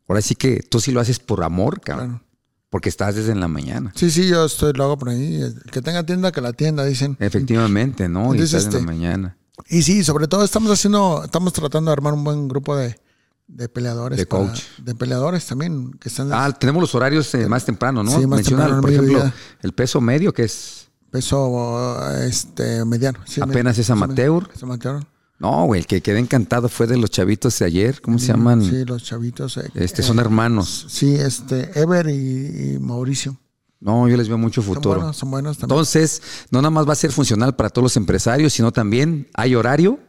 ahora sí que tú sí lo haces por amor, cabrón. Porque estás desde la mañana. Sí, sí, yo estoy, lo hago por ahí. El que tenga tienda, que la tienda, dicen. Efectivamente, ¿no? y Entonces, estás en este, la mañana. Y sí, sobre todo estamos haciendo, estamos tratando de armar un buen grupo de, de peleadores. De para- coach. De peleadores también, que están Ah, tenemos los horarios eh, más temprano, ¿no? pues, Sí, más Menciona, temprano, por al ejemplo, mediodía. el peso medio, que es. peso este, mediano. sí, Apenas mediano. es amateur. Es amateur. No, güey, el que quedé encantado fue de los chavitos de ayer. ¿Cómo se llaman? Mm, Sí, los chavitos. eh, Este, eh, son hermanos. Sí, este, Ever y, y Mauricio. No, yo les veo mucho Son futuro. buenos, son buenos también. Entonces, no nada más va a ser funcional para todos los empresarios, sino también hay horario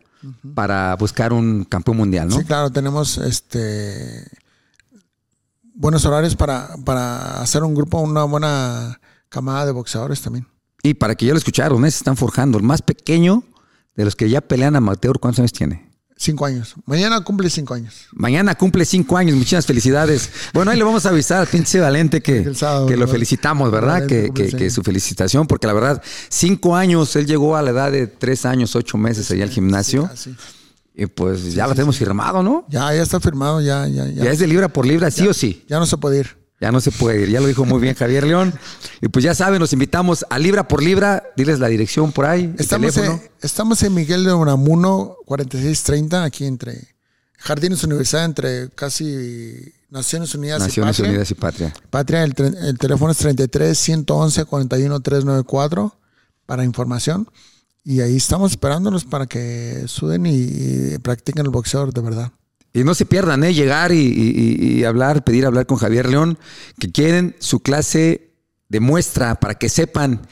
para buscar un campeón mundial, ¿no? Sí, claro, tenemos este buenos horarios para, para hacer un grupo, una buena camada de boxeadores también. Y para que ya lo escucharon, ¿eh? se están forjando. El más pequeño de los que ya pelean amateur, ¿cuántos años tiene? Cinco años. Mañana cumple cinco años. Mañana cumple cinco años, muchas felicidades. Bueno, ahí le vamos a avisar al pinche Valente que, El sábado, que lo ¿verdad? felicitamos, ¿verdad? Valente Que, cumple que- cinco. que su felicitación, porque la verdad, cinco años, él llegó a la edad de tres años, ocho meses allá al gimnasio, Así. y pues ya lo tenemos firmado, ¿no? Ya, ya está firmado, ya, ya, ya. Ya es de libra por libra, sí o sí. Ya no se puede ir. Ya no se puede ir, ya lo dijo muy bien Javier León. Y pues ya saben, nos invitamos a Libra por Libra, diles la dirección por ahí, el Estamos teléfono. en, estamos en Miguel de Unamuno 4630, aquí entre Jardines Universidad entre casi Naciones Unidas Naciones y Patria. Unidas y Patria. Patria, el, tre- el teléfono es 33 111 41 394 para información. Y ahí estamos esperándolos para que suden y, y practiquen el boxeador de verdad. Y no se pierdan, ¿eh? Llegar y, y- y hablar, pedir hablar con Javier León, que quieren su clase de muestra para que sepan.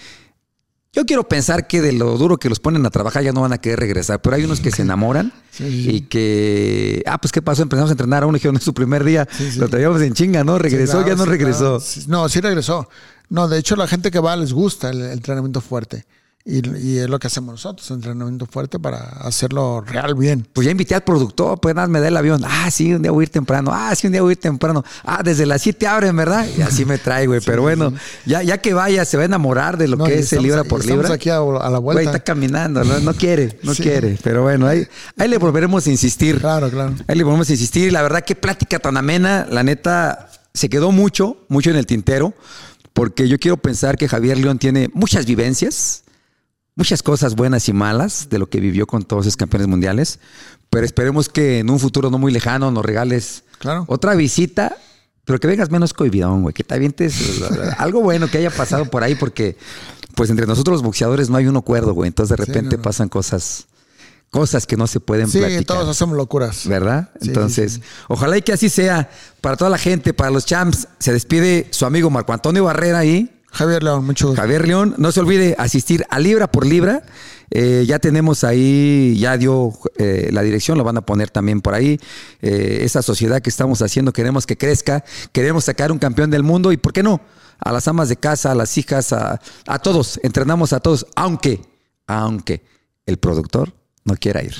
Yo quiero pensar que de lo duro que los ponen a trabajar ya no van a querer regresar, pero hay unos que se enamoran Sí, sí, sí. y que, ah, pues qué pasó, empezamos a entrenar a uno y dijeron, es su primer día, Sí, sí. lo traíamos en chinga, ¿no? Regresó, Sí, claro, ya no sí, regresó. claro. Sí, No, sí regresó. No, de hecho la gente que va les gusta el, el entrenamiento fuerte. Y, y es lo que hacemos nosotros, entrenamiento fuerte para hacerlo real bien. Pues ya invité al productor, pues nada, más me da el avión. Ah, sí, un día voy a ir temprano. Ah, sí, un día voy a ir temprano. Ah, desde las 7 abren, ¿verdad? Y así me trae, güey. Pero bueno, ya, ya que vaya, se va a enamorar de lo No, y que es el estamos- libra y por estamos libra. aquí a, a la Güey, vuelta. está caminando, no, no quiere, no Sí. quiere. Pero bueno, ahí, ahí le volveremos a insistir. Claro, claro. Ahí le volvemos a insistir. La verdad, qué plática tan amena. La neta, se quedó mucho, mucho en el tintero, porque yo quiero pensar que Javier León tiene muchas vivencias, muchas cosas buenas y malas de lo que vivió con todos esos campeones mundiales. Pero esperemos que en un futuro no muy lejano nos regales Claro. otra visita. Pero que vengas menos cohibidón, güey. Que te avientes eh, algo bueno que haya pasado por ahí, porque pues entre nosotros los boxeadores no hay un acuerdo, güey. Entonces de Sí, repente no, no. pasan cosas, cosas que no se pueden Sí, platicar. todos hacemos locuras. ¿Verdad? Sí, Entonces, sí, ojalá y que así sea para toda la gente, para los champs. Se despide su amigo Marco Antonio Barrera y Javier León, mucho gusto. Javier León. No se olvide asistir a Libra por Libra. Eh, ya tenemos ahí, ya dio eh, la dirección, lo van a poner también por ahí. Eh, esa sociedad que estamos haciendo, queremos que crezca, queremos sacar un campeón del mundo y, ¿por qué no? A las amas de casa, a las hijas, a, a todos, entrenamos a todos, aunque, aunque el productor no quiera ir.